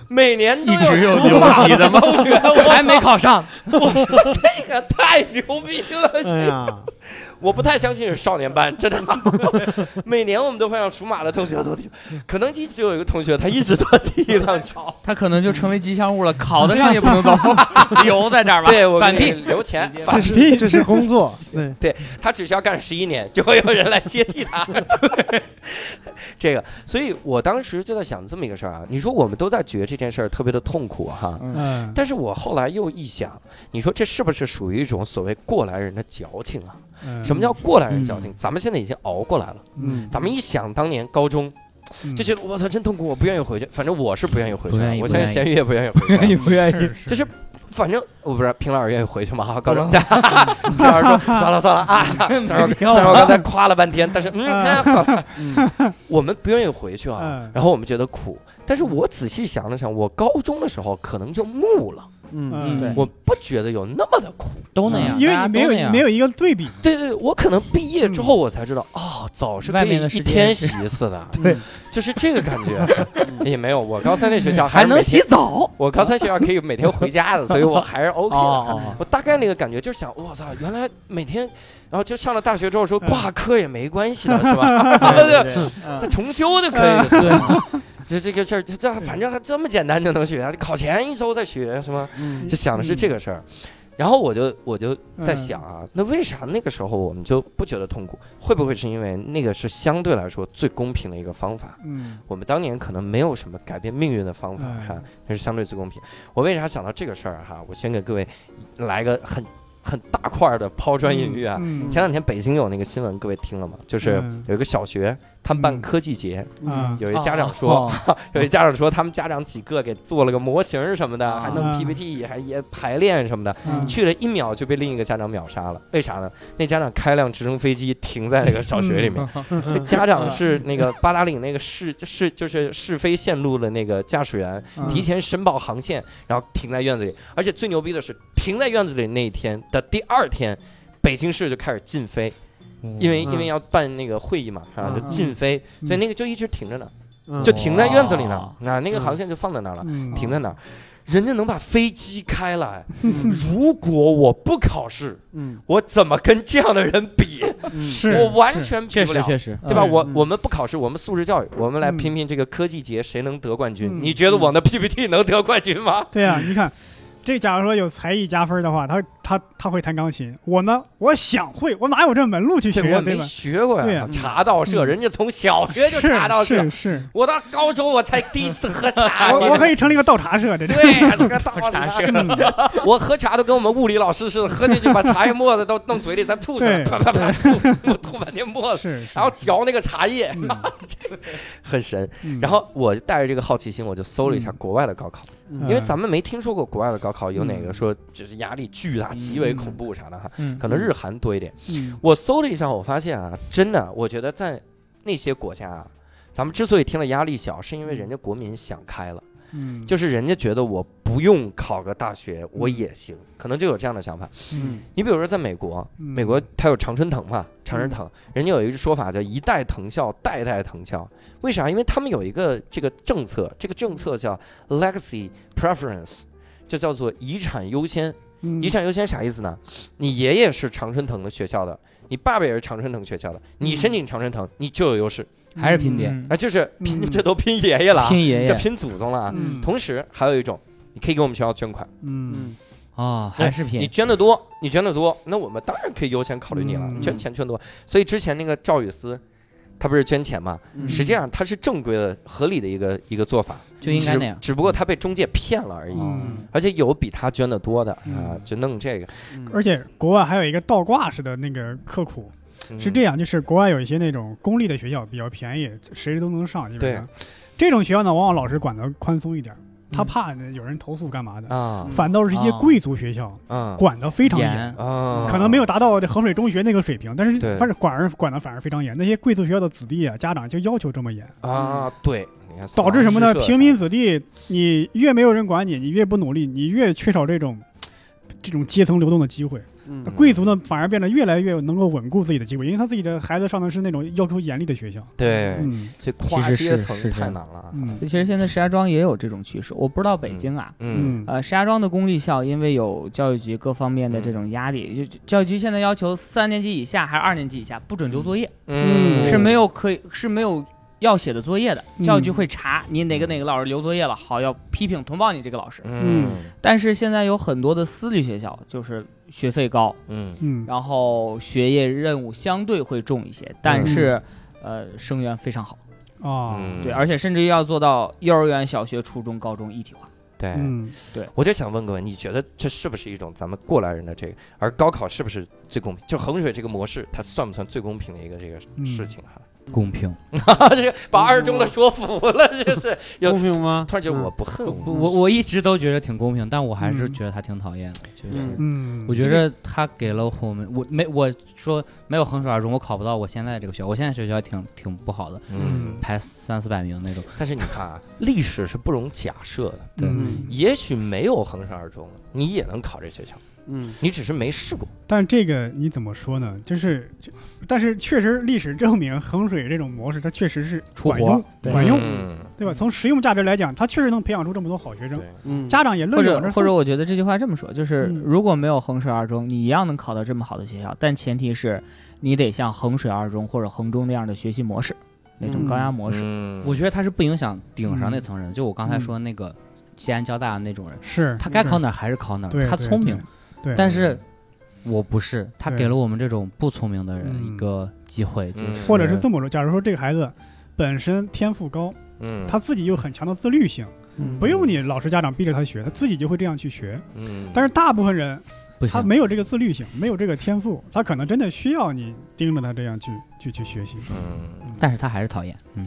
A: 每年都
E: 一直有
A: 属马
E: 留级的吗
A: 同学，我
E: 还没考上，
A: 我说这个太牛逼了，
B: 哎呀，
A: 我不太相信是少年班， 真的吗。每年我们都会让属马的同学坐第，可能一直有一个同学他一直坐第一辆车，
F: 他可能就成为吉祥物了，考得 上也不能走，留在这儿吧。
A: 对我
F: 反
A: 给你
F: 聘
A: 留钱，反
B: 这是这是工 作， 对，
A: 他只需要干十一年， 就会有人来接替他。 这个，所以我当时就在想这么一个事儿啊。你说我们都在觉得这件事儿特别的痛苦哈，
C: 嗯
A: 但是我后来又一想，你说这是不是属于一种所谓过来人的矫情啊？
C: 嗯
A: 什么叫过来人矫
E: 嗯
A: 情？咱们现在已经熬过来了。
C: 嗯
A: 咱们一想当年高中，
C: 嗯
A: 就觉得我操真痛苦，我不愿意回去。反正我是不愿意回去
E: 不
A: 啊
E: 愿，意
A: 我
E: 不
A: 相信
E: 愿意
A: 咸鱼也不愿意回去啊。
E: 不愿
C: 是
A: 就是是反正我不知道平老师愿意回去吗？高中，平 老师说算了算了啊，
E: 嗯
A: 虽然我虽然我刚才夸了半天，但是嗯，那算了，我们不愿意回去啊
C: 嗯，
A: 然后我们觉得苦，但是我仔细想了想，我高中的时候可能就木了，
B: 嗯，
C: 嗯
E: 对
A: 我不觉得有那么的苦。
E: 都那样，
C: 因为
E: 大家
C: 你没有
E: 都那样
C: 没有一个对比，
A: 对对，对我可能毕业之后我才知道，哦，早是可
E: 外
A: 以
E: 面的
A: 一
E: 世界
A: 天洗一 次的，
B: 对，
A: 就是这个感觉。也没有，我高三那学校
E: 嗯
A: 还
E: 还
A: 是每
E: 能
A: 天
E: 洗澡，
A: 我高三学校可以每天回家的，所以我 还是 OK
E: 哦
C: 啊
A: 的。我大概那个感觉就是想，我操，原来每天，然后就上了大学之后说挂科也没关系的，是 吧？嗯对再重修就可以了。 这这个事儿，这这反正还这么简单就能学，考前一周再学是吗？
B: 嗯
A: 就想的是这个事儿。然后我就我就在想啊，那为啥那个时候我们就不觉得痛苦？会不会是因为那个是相对来说最公平的一个方法？
C: 嗯
A: 我们当年可能没有什么改变命运的方法
C: 哎
A: 哈，那、是相对最公平。我为啥想到这个事儿哈？我先给各位来个很很大块儿的抛砖引玉啊。
C: 嗯
A: 前两天北京有那个新闻，各位听了吗？就是
C: 嗯
A: 有一个小学，他们办
D: 嗯
A: 科技节，
F: 嗯
C: 啊，
A: 有一家长说，
D: 哦
A: 有一家长说他们家长几个给做了个模型儿什么的，
D: 啊
A: 还弄 PPT，还也排练什么的，
C: 嗯
A: 去了一秒就被另一个家长秒杀了。为啥呢？那家长开辆直升飞机停在那个小学里面，那家长是那个八达岭那个试试 就是试飞线路的那个驾驶员，
C: 嗯
A: 提前申报航线，然后停在院子里。而且最牛逼的是，停在院子里那一天的第二天，北京市就开始禁飞，因为
B: 嗯
A: 因为要办那个会议嘛，啊，就禁飞，所以那个就一直停着呢，
B: 嗯
A: 就停在院子里呢啊
E: 哦，
A: 那那个航线就放在那儿了，
C: 嗯
A: 停在那儿。人家能把飞机开来，
B: 嗯
A: 如果我不考试，
B: 嗯
A: 我怎么跟这样的人比？
F: 嗯
C: 是
A: 我完全比
E: 确
A: 嗯不
E: 实
A: 了。
E: 确实，
A: 对吧？
B: 嗯
A: 我
B: 嗯
A: 我们不考试，我们素质教育，我们来
C: 嗯
A: 拼拼这个科技节谁能得冠军？
C: 嗯
A: 你觉得我那 PPT 能得冠军吗？
C: 对呀、啊你看，这假如说有才艺加分的话，他他他会弹钢琴，我呢，我想会，我哪有这门路去学
A: 对，我
C: 呀，对
A: 没
C: 吧？
A: 学过
C: 对
A: 呀
C: 呀，
A: 茶道社，
C: 嗯
A: 人家从小学就是茶道社
C: 是，是，
A: 我到高中我才第一次喝茶。
C: 我我可
A: 以
C: 以成立个倒茶社，这是
A: 啊 对这个 倒茶社，
C: 嗯
A: 我喝茶都跟我们物理老师似的，喝进去把茶叶沫子都弄嘴里，咱吐出来，
C: 对
A: 啪啪啪吐吐半天沫子，
C: 是，
A: 然后嚼那个茶叶，
C: 嗯
A: 很神。
C: 嗯
A: 然后我带着这个好奇心，我就搜了一下国外的高考。
B: 嗯
A: 因为
C: 嗯
A: 咱们没听说过国外的高考有哪个
C: 嗯
A: 说就是压力巨大、极为恐怖啥的哈，
D: 嗯
A: 可能日韩多一点。
C: 嗯
A: 我搜了一下，我发现啊，真的，我觉得在那些国家啊，咱们之所以听了压力小，是因为人家国民想开了，
C: 嗯，
A: 就是人家觉得我不用考个大学我也行，可能就有这样的想法。
C: 嗯
A: 你比如说在美国，
C: 嗯
A: 美国它有常春藤嘛，常春藤，人家有一个说法叫“一代藤校，代代藤校”。为啥？因为他们有一个这个政策，这个政策叫 legacy preference，就叫做遗产优先。
C: 嗯
A: 遗产优先啥意思呢？你爷爷是常春藤的学校的，你爸爸也是常春藤学校的，你申请常春藤，你就有优势。
E: 还是拼爹，
D: 嗯
A: 啊，就是拼，
C: 嗯
A: 这都拼爷爷了啊，
E: 拼爷
A: 这
E: 爷
A: 拼祖宗了啊。
C: 嗯
A: 同时还有一种，你可以给我们学校捐款。
C: 嗯
E: 哦，还是
A: 你
E: 拼，
A: 捐的多，你捐的多，那我们当然可以优先考虑你了。
C: 嗯
A: 捐钱捐多，所以之前那个赵雨思，他不是捐钱嘛？
B: 嗯
A: 实际上他是正规的、合理的一个一个做法，
E: 就应该那
A: 只
E: 样。
A: 只不过他被中介骗了而已。
C: 嗯，
A: 而且有比他捐的多的啊
C: 嗯，
A: 就弄这个
C: 而且国外还有一个倒挂式的那个刻苦，嗯是这
A: 样。
C: 样，就是国外有一些那种公立的学校比较便宜，谁都能上，基本上。这种学校呢，往往老师管得宽松一点，他怕有人投诉干嘛的。
A: 啊
C: 反倒是一些
E: 哦
C: 贵族学校
A: 啊
C: 管得非常严，
E: 严
A: 啊！
C: 可能没有达到这衡水中学那个水平，但是
A: 对
C: 反正管而管的反而非常严。那些贵族学校的子弟啊，家长就要求这么严，
A: 啊，对，你看
C: 导致什么呢
A: 死？亡诗社
C: 平民子弟，你越没有人管你，你越不努力，你越缺少这种这种阶层流动的机会。
B: 嗯
C: 贵族呢，反而变得越来越能够稳固自己的机会，因为他自己的孩子上的是那种要求严厉的学校。
A: 对，
C: 嗯
A: 这跨
D: 其实
A: 阶
D: 是
A: 层
D: 是这
A: 太
D: 样
A: 难了啊。
C: 嗯
F: 其实现在石家庄也有这种趋势，我不知道北京啊。
A: 嗯
C: 嗯
F: 呃，石家庄的公立校因为有教育局各方面
A: 嗯
F: 的这种压力，就就教育局现在要求三年级以下还是二年级以下不准留作业，
A: 嗯，
F: 是没有可以是没有要写的作业的。
C: 嗯
F: 教育局会查你哪个哪个老师留作业了，好要批评通报你这个老师。
A: 嗯
F: 但是现在有很多的私立学校，就是学费高，
A: 嗯
C: 嗯
F: 然后学业任务相对会重一些，但
E: 嗯
F: 是、呃生源非常好，
C: 啊，
A: 嗯，
F: 对，而且甚至要做到幼儿园、小学、初中、高中一体化。
A: 对，
C: 嗯，
A: 我就想问各位，你觉得这是不是一种咱们过来人的这个？而高考是不是最公平？就衡水这个模式，它算不算最公平的一个这个
C: 嗯
A: 事情哈？啊
E: 公平，
A: 这个把二中的说服了，这 是有
B: 公平吗？
A: 突然觉得
B: 嗯
A: 我不恨
E: 不，
A: 我，
E: 我我一直都觉得挺公平，但我还是
C: 嗯
E: 觉得他挺讨厌的，就是
D: 嗯
C: 嗯，
E: 我觉得他给了我们，我没我说没有衡水二中，我考不到我现在这个学校，我现在学校挺挺不好的，
A: 嗯。
E: 排三四百名那种。
A: 但是你看啊，历史是不容假设的，
E: 对
C: 嗯
A: 也许没有衡水二中了，你也能考这学校，
B: 嗯
A: 你只是没试过。
C: 但这个你怎么说呢？就是，就但是确实历史证明衡水这种模式，它确实是
E: 出
C: 管
E: 活
C: 用，
E: 对
C: 管用，
A: 嗯，
C: 对吧？从实用价值来讲，它确实能培养出这么多好学生，
A: 对，
B: 嗯，
C: 家长也
F: 或
C: 乐意
F: 者
C: 往这
F: 或
C: 送
F: 者，我觉得这句话这么说，就是
C: 嗯
F: 如果没有衡水二中，你一样能考到这么好的学校，但前提是你得像衡水二中或者衡中那样的学习模式，那种高压模式。
A: 嗯
E: 我觉得他是不影响顶上那层人，就我刚才
C: 嗯
E: 说那个西安交大那种人，
C: 是
F: 嗯
E: 他该考哪儿还是考哪
C: 对
E: 儿，他
C: 对
E: 聪明
C: 对，对
E: 但是我不是，他
C: 对
E: 给了我们这种不聪明的人
C: 嗯
E: 一个机会，就
A: 嗯
E: 是
C: 或者是这么说，假如说这个孩子本身天赋高，
A: 嗯，
C: 他自己有很强的自律性，
B: 嗯
C: 不用你老师家长逼着他学，他自己就会这样去学。
A: 嗯，
C: 但是大部分人
E: 不
C: 他
E: 行，
C: 没有这个自律性，没有这个天赋，他可能真的需要你盯着他这样去去去学习。
A: 嗯，
E: 但是他还是讨厌。嗯，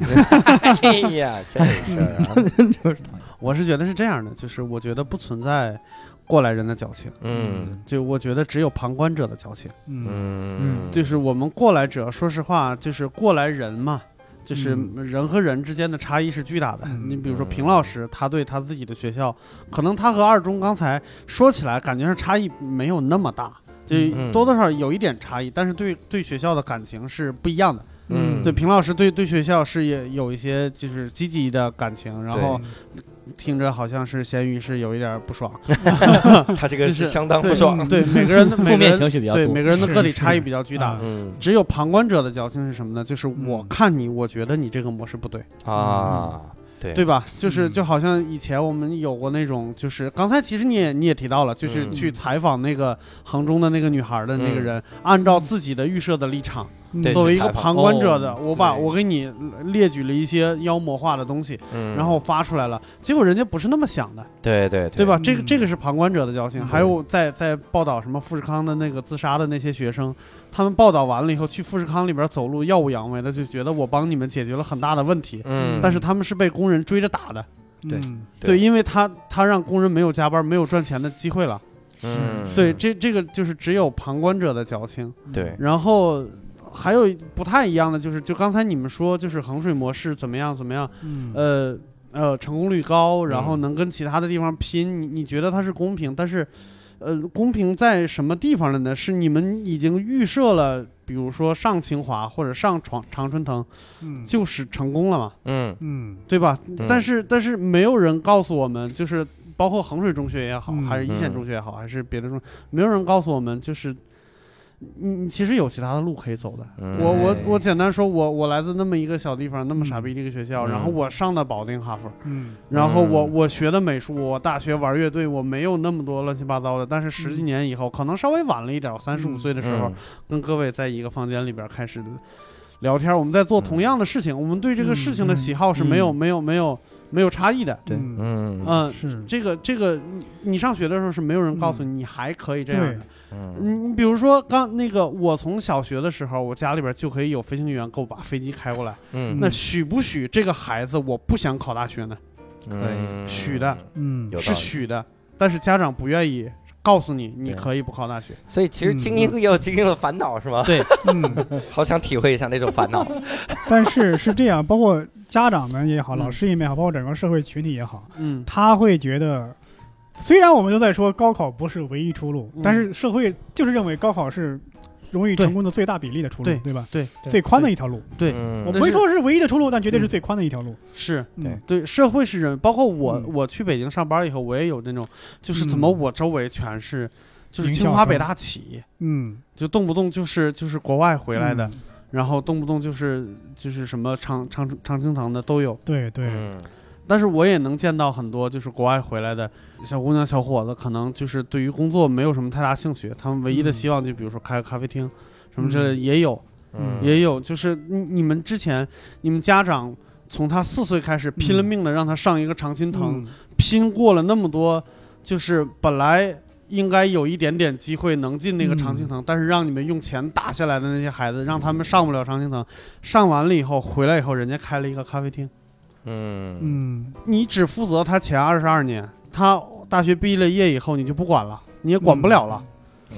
A: 哎呀，这事儿啊，
B: 我是觉得是这样的，就是我觉得不存在过来人的矫情，
A: 嗯
B: 就我觉得只有旁观者的矫情。
C: 嗯，
A: 嗯，
B: 就是我们过来者，说实话，就是过来人嘛，就是
A: 嗯
B: 人和人之间的差异是巨大的。
C: 嗯
B: 你比如说平老师，他对他自己的学校，可能他和二中刚才说起来，感觉上差异没有那么大，就
A: 嗯
B: 多多少少有一点差异，但是对对学校的感情是不一样的。
A: 嗯
B: 对平老师对对学校是也有一些就是积极的感情，然后听着好像是咸鱼是有一点不爽，
A: 他这个
B: 就是
A: 相当不
B: 对
A: 爽，
B: 对每个人的
E: 负
B: 每个
E: 面
B: 人
E: 情绪比较
B: 对
E: 多
B: 每。个人的
C: 是
B: 个体
C: 是
B: 差异比较巨大
C: 啊。
A: 嗯
B: 只有旁观者的矫情是什么呢？就是我
C: 嗯
B: 看你，我觉得你这个模式不对，
A: 啊，对
B: 对吧？就是
C: 嗯
B: 就好像以前我们有过那种，就是刚才其实你也你也提到了，就是
A: 嗯
B: 去采访那个衡中的那个女孩的那个
A: 嗯
B: 人，按照自己的预设的立场，
C: 嗯
A: 对
B: 作为一
A: 去
B: 个
A: 采访哦
B: 旁观者的，我把
A: 对
B: 我给你列举了一些妖魔化的东西，
A: 嗯
B: 然后发出来了，结果人家不是那么想的，
A: 对对
B: 对吧？这个
C: 嗯
B: 这个是旁观者的矫情。
C: 嗯
B: 还有在在报道什么富士康的那个自杀的那些学生，他们报道完了以后去富士康里边走路耀武扬威的，就觉得我帮你们解决了很大的问题。
A: 嗯，
B: 但是他们是被工人追着打的，
C: 嗯
E: 对
A: 对
B: 对，因为他他让工人没有加班、没有赚钱的机会了。
A: 嗯
B: 对，这这个就是只有旁观者的矫情。
A: 对
B: 然后还有不太一样的就是，就刚才你们说，就是衡水模式怎么样怎么样，
C: 嗯
B: 呃呃，成功率高，然后
A: 嗯
B: 能跟其他的地方拼，你你觉得它是公平？但是，呃，公平在什么地方了呢？是你们已经预设了，比如说上清华或者上长长春藤
C: 嗯
B: 就是成功了嘛，
A: 嗯
C: 嗯
B: 对吧？
A: 嗯
B: 但是但是没有人告诉我们，就是包括衡水中学也好，
C: 嗯
B: 还是一线
A: 嗯
B: 中学也好，还是别的中，没有人告诉我们，就是你你其实有其他的路可以走的。
A: 嗯
B: 我我我简单说，我我来自那么一个小地方，那么傻逼的一个学校，
A: 嗯
B: 然后我上的保定哈佛，
C: 嗯
B: 然后我
A: 嗯
B: 我学的美术，我大学玩乐队，我没有那么多乱七八糟的。但是十几年以后，可能稍微晚了一点，我三十五
C: 嗯
B: 岁的
A: 的
B: 时候，，跟各位在一个房间里边开始聊天，我们在做同样的事情，我们对这个事情的喜好是没有
E: 嗯
B: 没有没有没有差异的。
E: 对
C: 嗯
A: 嗯
B: 嗯，
C: 是
B: 这个这个，你你上学的时候是没有人告诉你你还可以这样的
C: 对。
A: 嗯
B: 嗯，比如说刚那个，我从小学的时候，我家里边就可以有飞行员给我把飞机开过来。
A: 嗯
B: 那许不许这个孩子我不想考大学呢？
E: 可以
A: 嗯
B: 许的
C: 嗯
A: 有道
B: 是
A: 理
B: 许的，但是家长不愿意告诉你，你
A: 对
B: 可以不考大学。
A: 所以其
B: 嗯
A: 实精英也有精英的烦恼是吗？
C: 嗯，
A: 好想体会一下那种烦恼。
C: 但是是这样，包括家长们也好，
B: 嗯
C: 老师也好，包括整个社会群体也好，
B: 嗯，
C: 他会觉得，虽然我们都在说高考不是唯一出路，
B: 嗯
C: 但是社会就是认为高考是容易
B: 对
C: 成功的最大比例的出路，
B: 对
C: 对吧？
B: 对，
C: 最宽的一条路，
B: 对
A: 嗯
C: 我
B: 那
C: 不会
B: 是
C: 说是唯一的出路，但绝对是
B: 嗯
C: 最宽的一条路。
B: 是
A: 对
C: 嗯
B: 对，社会是人，包括我，
C: 嗯
B: 我去北京上班以后，我也有那种，就是怎
C: 嗯
B: 么我周围全是，就是
C: 名
B: 清
C: 校
B: 华
C: 生
B: 北大企业，
C: 嗯，
B: 就动不动就是就是国外回来的，
C: 嗯，
B: 然后动不动就是就是什么长长长青藤的都有。
C: 对对，
A: 嗯
B: 但是我也能见到很多就是国外回来的小姑娘、小伙子，可能就是对于工作没有什么太大兴趣，他们唯一的
C: 嗯
B: 希望就比如说开个咖啡厅，什么之类的也有，
A: 嗯
B: 也有，就是你你们之前你们家长。从他四岁开始，拼了
C: 嗯
B: 命的让他上一个常青
A: 嗯
B: 藤，拼过了那么多，就是本来应该有一点点机会能进那个常青
A: 嗯
B: 藤，但是让你们用钱打下来的那些孩子，让他们上不了常青藤，上完了以后回来以后，人家开了一个咖啡厅。
A: 嗯
C: 嗯，
B: 你只负责他前二十二年，他大学毕了业以后你就不管了，你也管不了了。
A: 嗯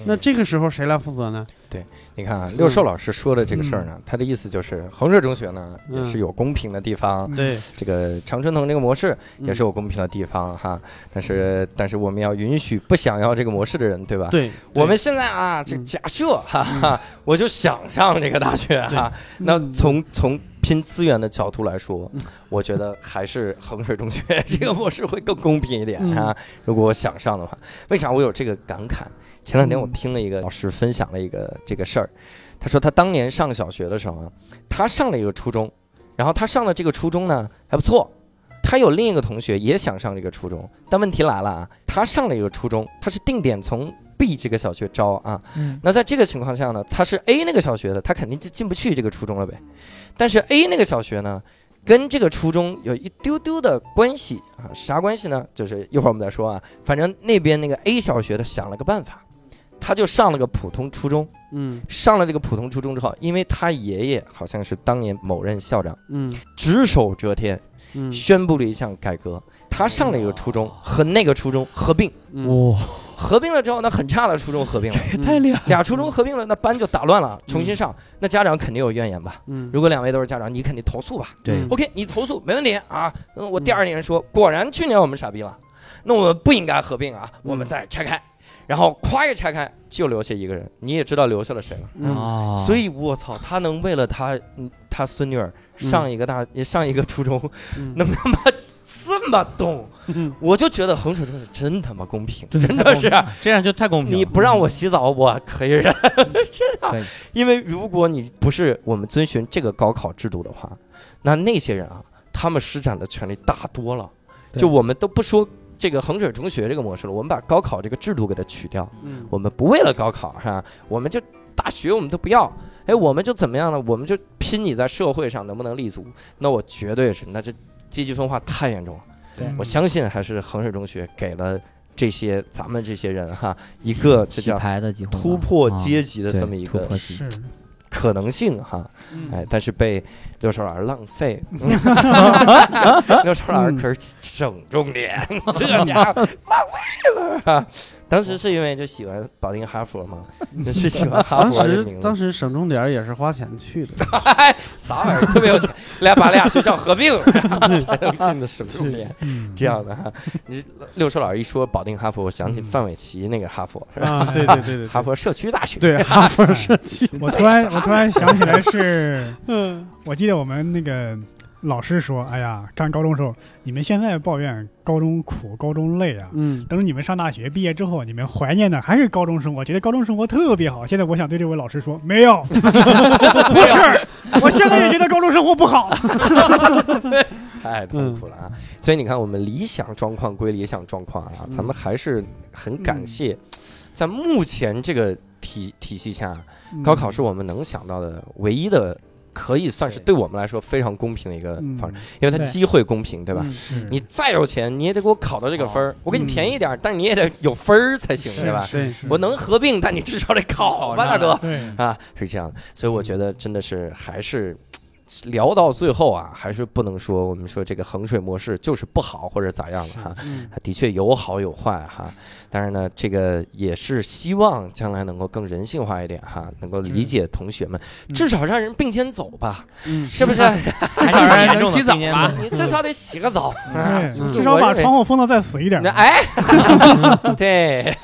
B: 那这个时候谁来负责呢？
A: 你看啊，六寿老师说的这个事儿呢，他的意思就是衡水中学呢也
B: 嗯
A: 是有公平的地方，
C: 嗯
B: 对，
A: 这个常春藤这个模式也
B: 嗯
A: 是有公平的地方哈。但是但是我们要允许不想要这个模式的人，对吧？
B: 对，
A: 我们现在啊，这
B: 嗯
A: 假设哈哈，我就想上这个大学哈。嗯那
C: 嗯
A: 从从拼资源的角度来说
B: 嗯，
A: 我觉得还是衡水中学这个模式会更公平一点啊。如果我想上的话，为啥我有这个感慨？前两天我
C: 嗯
A: 听了一个老师分享了一个这个事儿，他说他当年上小学的时候啊，他上了一个初中，然后他上的这个初中呢还不错，他有另一个同学也想上这个初中，但问题来了啊，他上了一个初中，他是定点从 B 这个小学招啊，
F: 嗯
A: 那在这个情况下呢，他是 A 那个小学的，他肯定就进不去这个初中了呗。但是 A 那个小学呢，跟这个初中有一丢丢的关系啊，啥关系呢？就是一会儿我们再说啊。反正那边那个 A 小学的想了个办法，他就上了个普通初中。
B: 嗯
A: 上了这个普通初中之后，因为他爷爷好像是当年某任校长，
B: 嗯
A: 只手遮天，
B: 嗯
A: 宣布了一项改革。他上了一个初中和那个初中合并，
B: 嗯，
A: 合并了之后，那很差的初中合并了，
B: 太厉害，
A: 俩初中合并了，那班就打乱了，重新上，那家长肯定有怨言吧？
B: 嗯
A: 如果两位都是家长，你肯定投诉吧
B: 对
A: ？OK，你投诉没问题啊。嗯，我第二年说，果然去年我们傻逼了，那我们不应该合并啊，我们再拆开，然后咵一拆开就留下一个人，你也知道留下了谁了。
B: 嗯
E: 哦
A: 所以我操，他能为了他嗯他孙女儿上一个大、上一个初中，
B: 嗯
A: 能他妈这么动，
B: 嗯
A: 我就觉得衡水中学真他妈公平，
E: 对
A: 真的是。
E: 这样就太公平了。
A: 你不让我洗澡，我可以忍， 真
E: 可
A: 的
E: 以。
A: 因为如果你不是我们遵循这个高考制度的话，那那些人啊，他们施展的权利大多了。
E: 对
A: 就我们都不说这个衡水中学这个模式了，我们把高考这个制度给它取掉。
B: 嗯
A: 我们不为了高考哈、我们就大学我们都不要，哎，我们就怎么样呢？我们就拼你在社会上能不能立足。那我绝对是，那这阶级分化太严重了。
E: 对
B: 嗯
C: 嗯
A: 我相信还是衡水中学给了这些咱们这些人哈、一个这
E: 洗
A: 叫
E: 牌的机会吧，
A: 突破
E: 嗯啊
A: 阶级的
E: 对
A: 这么一
E: 突
A: 个
E: 破阶级
C: 是
A: 可能性哈、哎，但是被刘少老师浪费，刘少老师可是省重点， 这家伙浪费了啊！当时是因为就喜欢保定哈佛嘛，就是喜欢哈
B: 当
A: 佛这
B: 时
A: 名
B: 当
A: 字，
B: 时省重点儿也是花钱去的，
A: 哎啥玩意儿特别有钱，来把俩学校合并， 才能进 的省重点，
C: 嗯
A: 这样的哈。你六少老师一说保定哈佛，我想起
C: 嗯
A: 范玮琪那个哈佛，是吧
C: 啊，对对对对
A: 哈
C: 对。
A: 佛社区大学，
B: 对，哈佛社区，
C: 我突然我突然想起来是，
B: 嗯
C: 我记得我们那个老师说，哎呀，上高中时候你们现在抱怨高中苦、高中累啊，
B: 嗯
C: 等你们上大学毕业之后，你们怀念的还是高中生活，觉得高中生活特别好。现在我想对这位老师说，没 有，不是，我现在也觉得高中生活不好。
A: 太痛苦了啊！所以你看，我们理想状况归理想状况啊，
B: 嗯
A: 咱们还是很感谢，在目前这个体体系下， 高考是我们能想到的唯一的，可以算是对我们来说非常公平的一个
C: 嗯
A: 方式，因为它
F: 对
A: 机会公平，对吧？
B: 嗯
C: 是
A: 你再有钱，你也得给我考到这个分儿，我给你便宜点儿，但是你也得有分儿才行，
C: 是
A: 对吧？
B: 对，嗯
A: 我能合并，但你至少得考吧，大 哥。
C: 对，
A: 啊，是这样的，所以我觉得真的是还是。聊到最后啊，还是不能说我们说这个衡水模式就是不好或者咋样了哈，
B: 嗯
A: 的确有好有坏哈。但是呢，这个也是希望将来能够更人性化一点哈，能够理解同学们，
C: 嗯
A: 至少让人并肩走吧，
B: 嗯，
A: 是 不是？
D: 还是让人能洗澡吧？
A: 你至少得洗个澡， 啊
C: 对至少把窗户封的再死一点
A: 那。哎，对，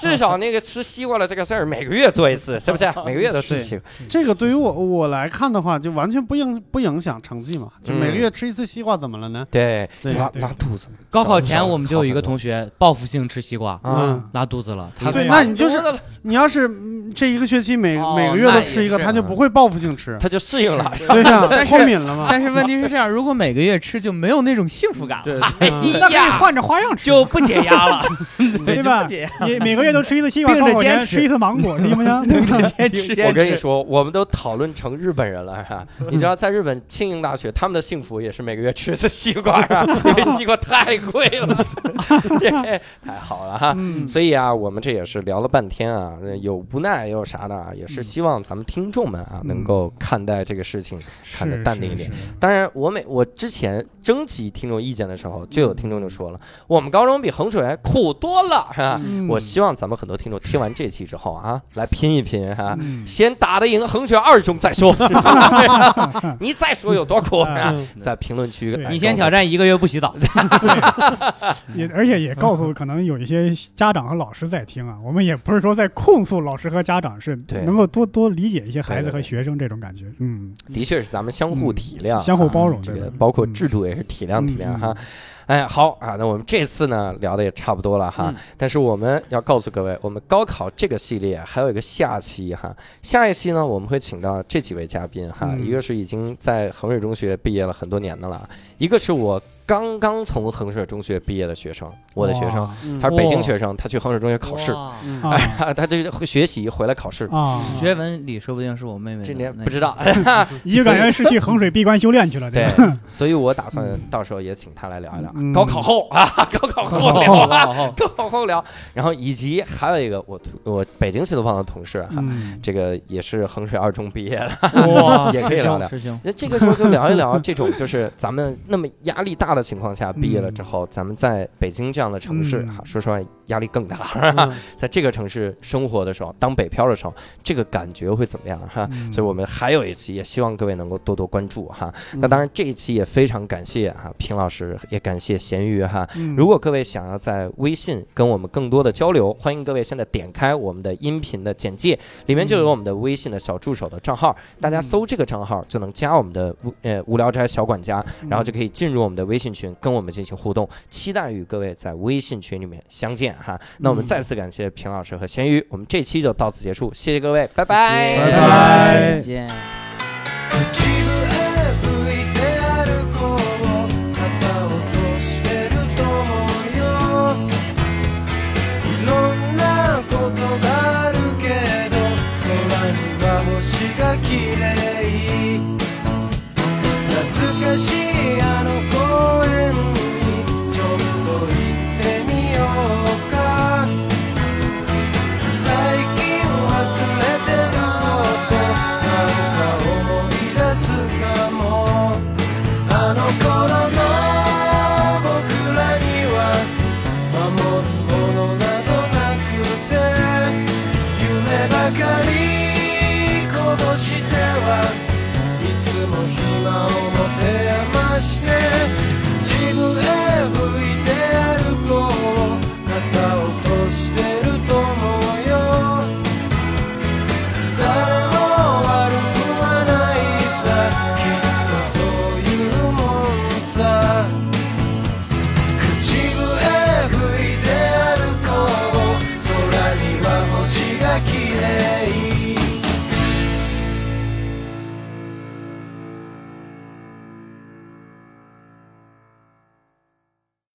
A: 至少那个吃西瓜了这个事儿，每个月做一次，是 不是？每个月都吃西瓜。
B: 这个对于我我来看的话，就完全不影不影响成绩嘛，就每个月吃一次西瓜怎么了呢？
A: 对，
B: 对
A: 拉
C: 对
A: 拉肚子。
E: 高考
A: 少
E: 前
A: 少
E: 我们就有一个
A: 考很
E: 同学报复性吃西瓜，
A: 啊，
E: 拉肚子了。他哦
A: 多
B: 嗯对，
C: 对
B: 那你就是
A: 多了
B: 你要是嗯这一个学期每
F: 哦
B: 每个月
F: 那
B: 都
F: 也
B: 吃一个，
F: 是
B: 他就不会报复 性吃，
A: 他就适应了。
B: 对呀，脱敏
E: 啊
B: 了嘛。
F: 但是问题是这样，如果每个月吃，就没有那种幸福感了，哎
B: 嗯
C: 那可
A: 哎
C: 以换着花样吃，
F: 就不解压 了，
C: 对
F: 就
C: 吧
F: 不？解压，
C: 你每个月都吃一次西瓜，
F: 并着
C: 高考前
F: 坚持
C: 吃一次芒果，行不行？对吧
F: 坚持
A: 我
F: 坚
A: 跟你
F: 持。
A: 说，我们都讨论成日本人了，是 吧？你知道，在日本庆应大学，他们的幸福也是每个月吃一次西瓜，是吧？ 因为西瓜太贵了， 这太好了哈。
C: 嗯，
A: 所以啊，我们这也是聊了半天啊，有无奈，也有啥的啊，也是希望咱们听众们啊，
C: 嗯
A: 能够看待这个事情看得
C: 是
A: 淡定一点。当然，我每我之前征集听众意见的时候，就有听众就说
C: 嗯
A: 了，我们高中比衡水苦多了，是吧？
C: 是
A: 我希望咱们很多听众听完这期之后啊，来拼一拼哈、
C: 嗯
A: 先打得赢衡水二中再 说。你再说有多苦啊
C: 嗯？
A: 在评论区哎
C: 对，
E: 你先挑战一个月不洗澡，
A: 嗯
C: 也而且也告诉可能有一些家长和老师在听啊，我们也不是说在控诉老师和家长，是
A: 对
C: 能够多多理解一些
A: 对
C: 孩子
A: 对对
C: 和学生这种感觉，嗯，
A: 的确是咱们相互体谅、
C: 相互嗯包容
A: 啊这
C: 对
A: 个
C: 吧
A: 包括制度也是体谅体
C: 嗯
A: 谅哈。哎，好啊，那我们这次呢聊的也差不多了
C: 嗯
A: 哈，但是我们要告诉各位，我们高考这个系列还有一个下期哈，下一期呢我们会请到这几位嘉宾哈，
C: 嗯
A: 一个是已经在衡水中学毕业了很多年的了，一个是我刚刚从衡水中学毕业的学生，我的学生，
B: 嗯
A: 他是北京学生，他去衡水中学考试，
B: 嗯
C: 哇哦 啊
A: 他就学习回来考试。
C: 啊，
E: 学文理说不定是我妹妹的
A: 今年
E: 那
A: 不知 道，
C: 你就感觉是去衡水闭关修炼去了，
A: 对
C: 吧？，
A: 所以我打算到时候也请他来聊一聊
C: 嗯
A: 高考后 啊，高考
E: 个。
A: 后聊啊，
E: 后
A: 高考后聊。然后以及还有一个我同我北京新东方的同事哈，
C: 嗯，
A: 这个也是衡水二中毕业 的，
E: 哇
A: 也可以聊聊。
E: 师兄，
A: 那这个时候就聊一聊这种，就是咱们那么压力大的情况下，毕业了之后，咱们在北京这样的城市，
C: 嗯
A: 哈，说实话压力更大。
B: 嗯
A: 在这个城市生活的时候，当北漂的时候，这个感觉会怎么样哈？
C: 嗯
A: 所以我们还有一期，也希望各位能够多多关注哈。
B: 嗯
A: 那当然，这一期也非常感谢哈平老师，也感谢咸鱼哈。
C: 嗯
A: 如果各位想要在微信跟我们更多的交流，欢迎各位现在点开我们的音频的简介，里面就有我们的微信的小助手的账号，大家搜这个账号就能加我们的无呃无聊斋小管家，
C: 嗯
A: 然后就可以进入我们的微信群，跟我们进行互动。期待与各位在微信群里面相见哈。那我们再次感谢平老师和咸鱼，我们这期就到此结束，谢谢各位，拜拜。
B: 拜拜
E: 再见。
H: 懐かしいあの頃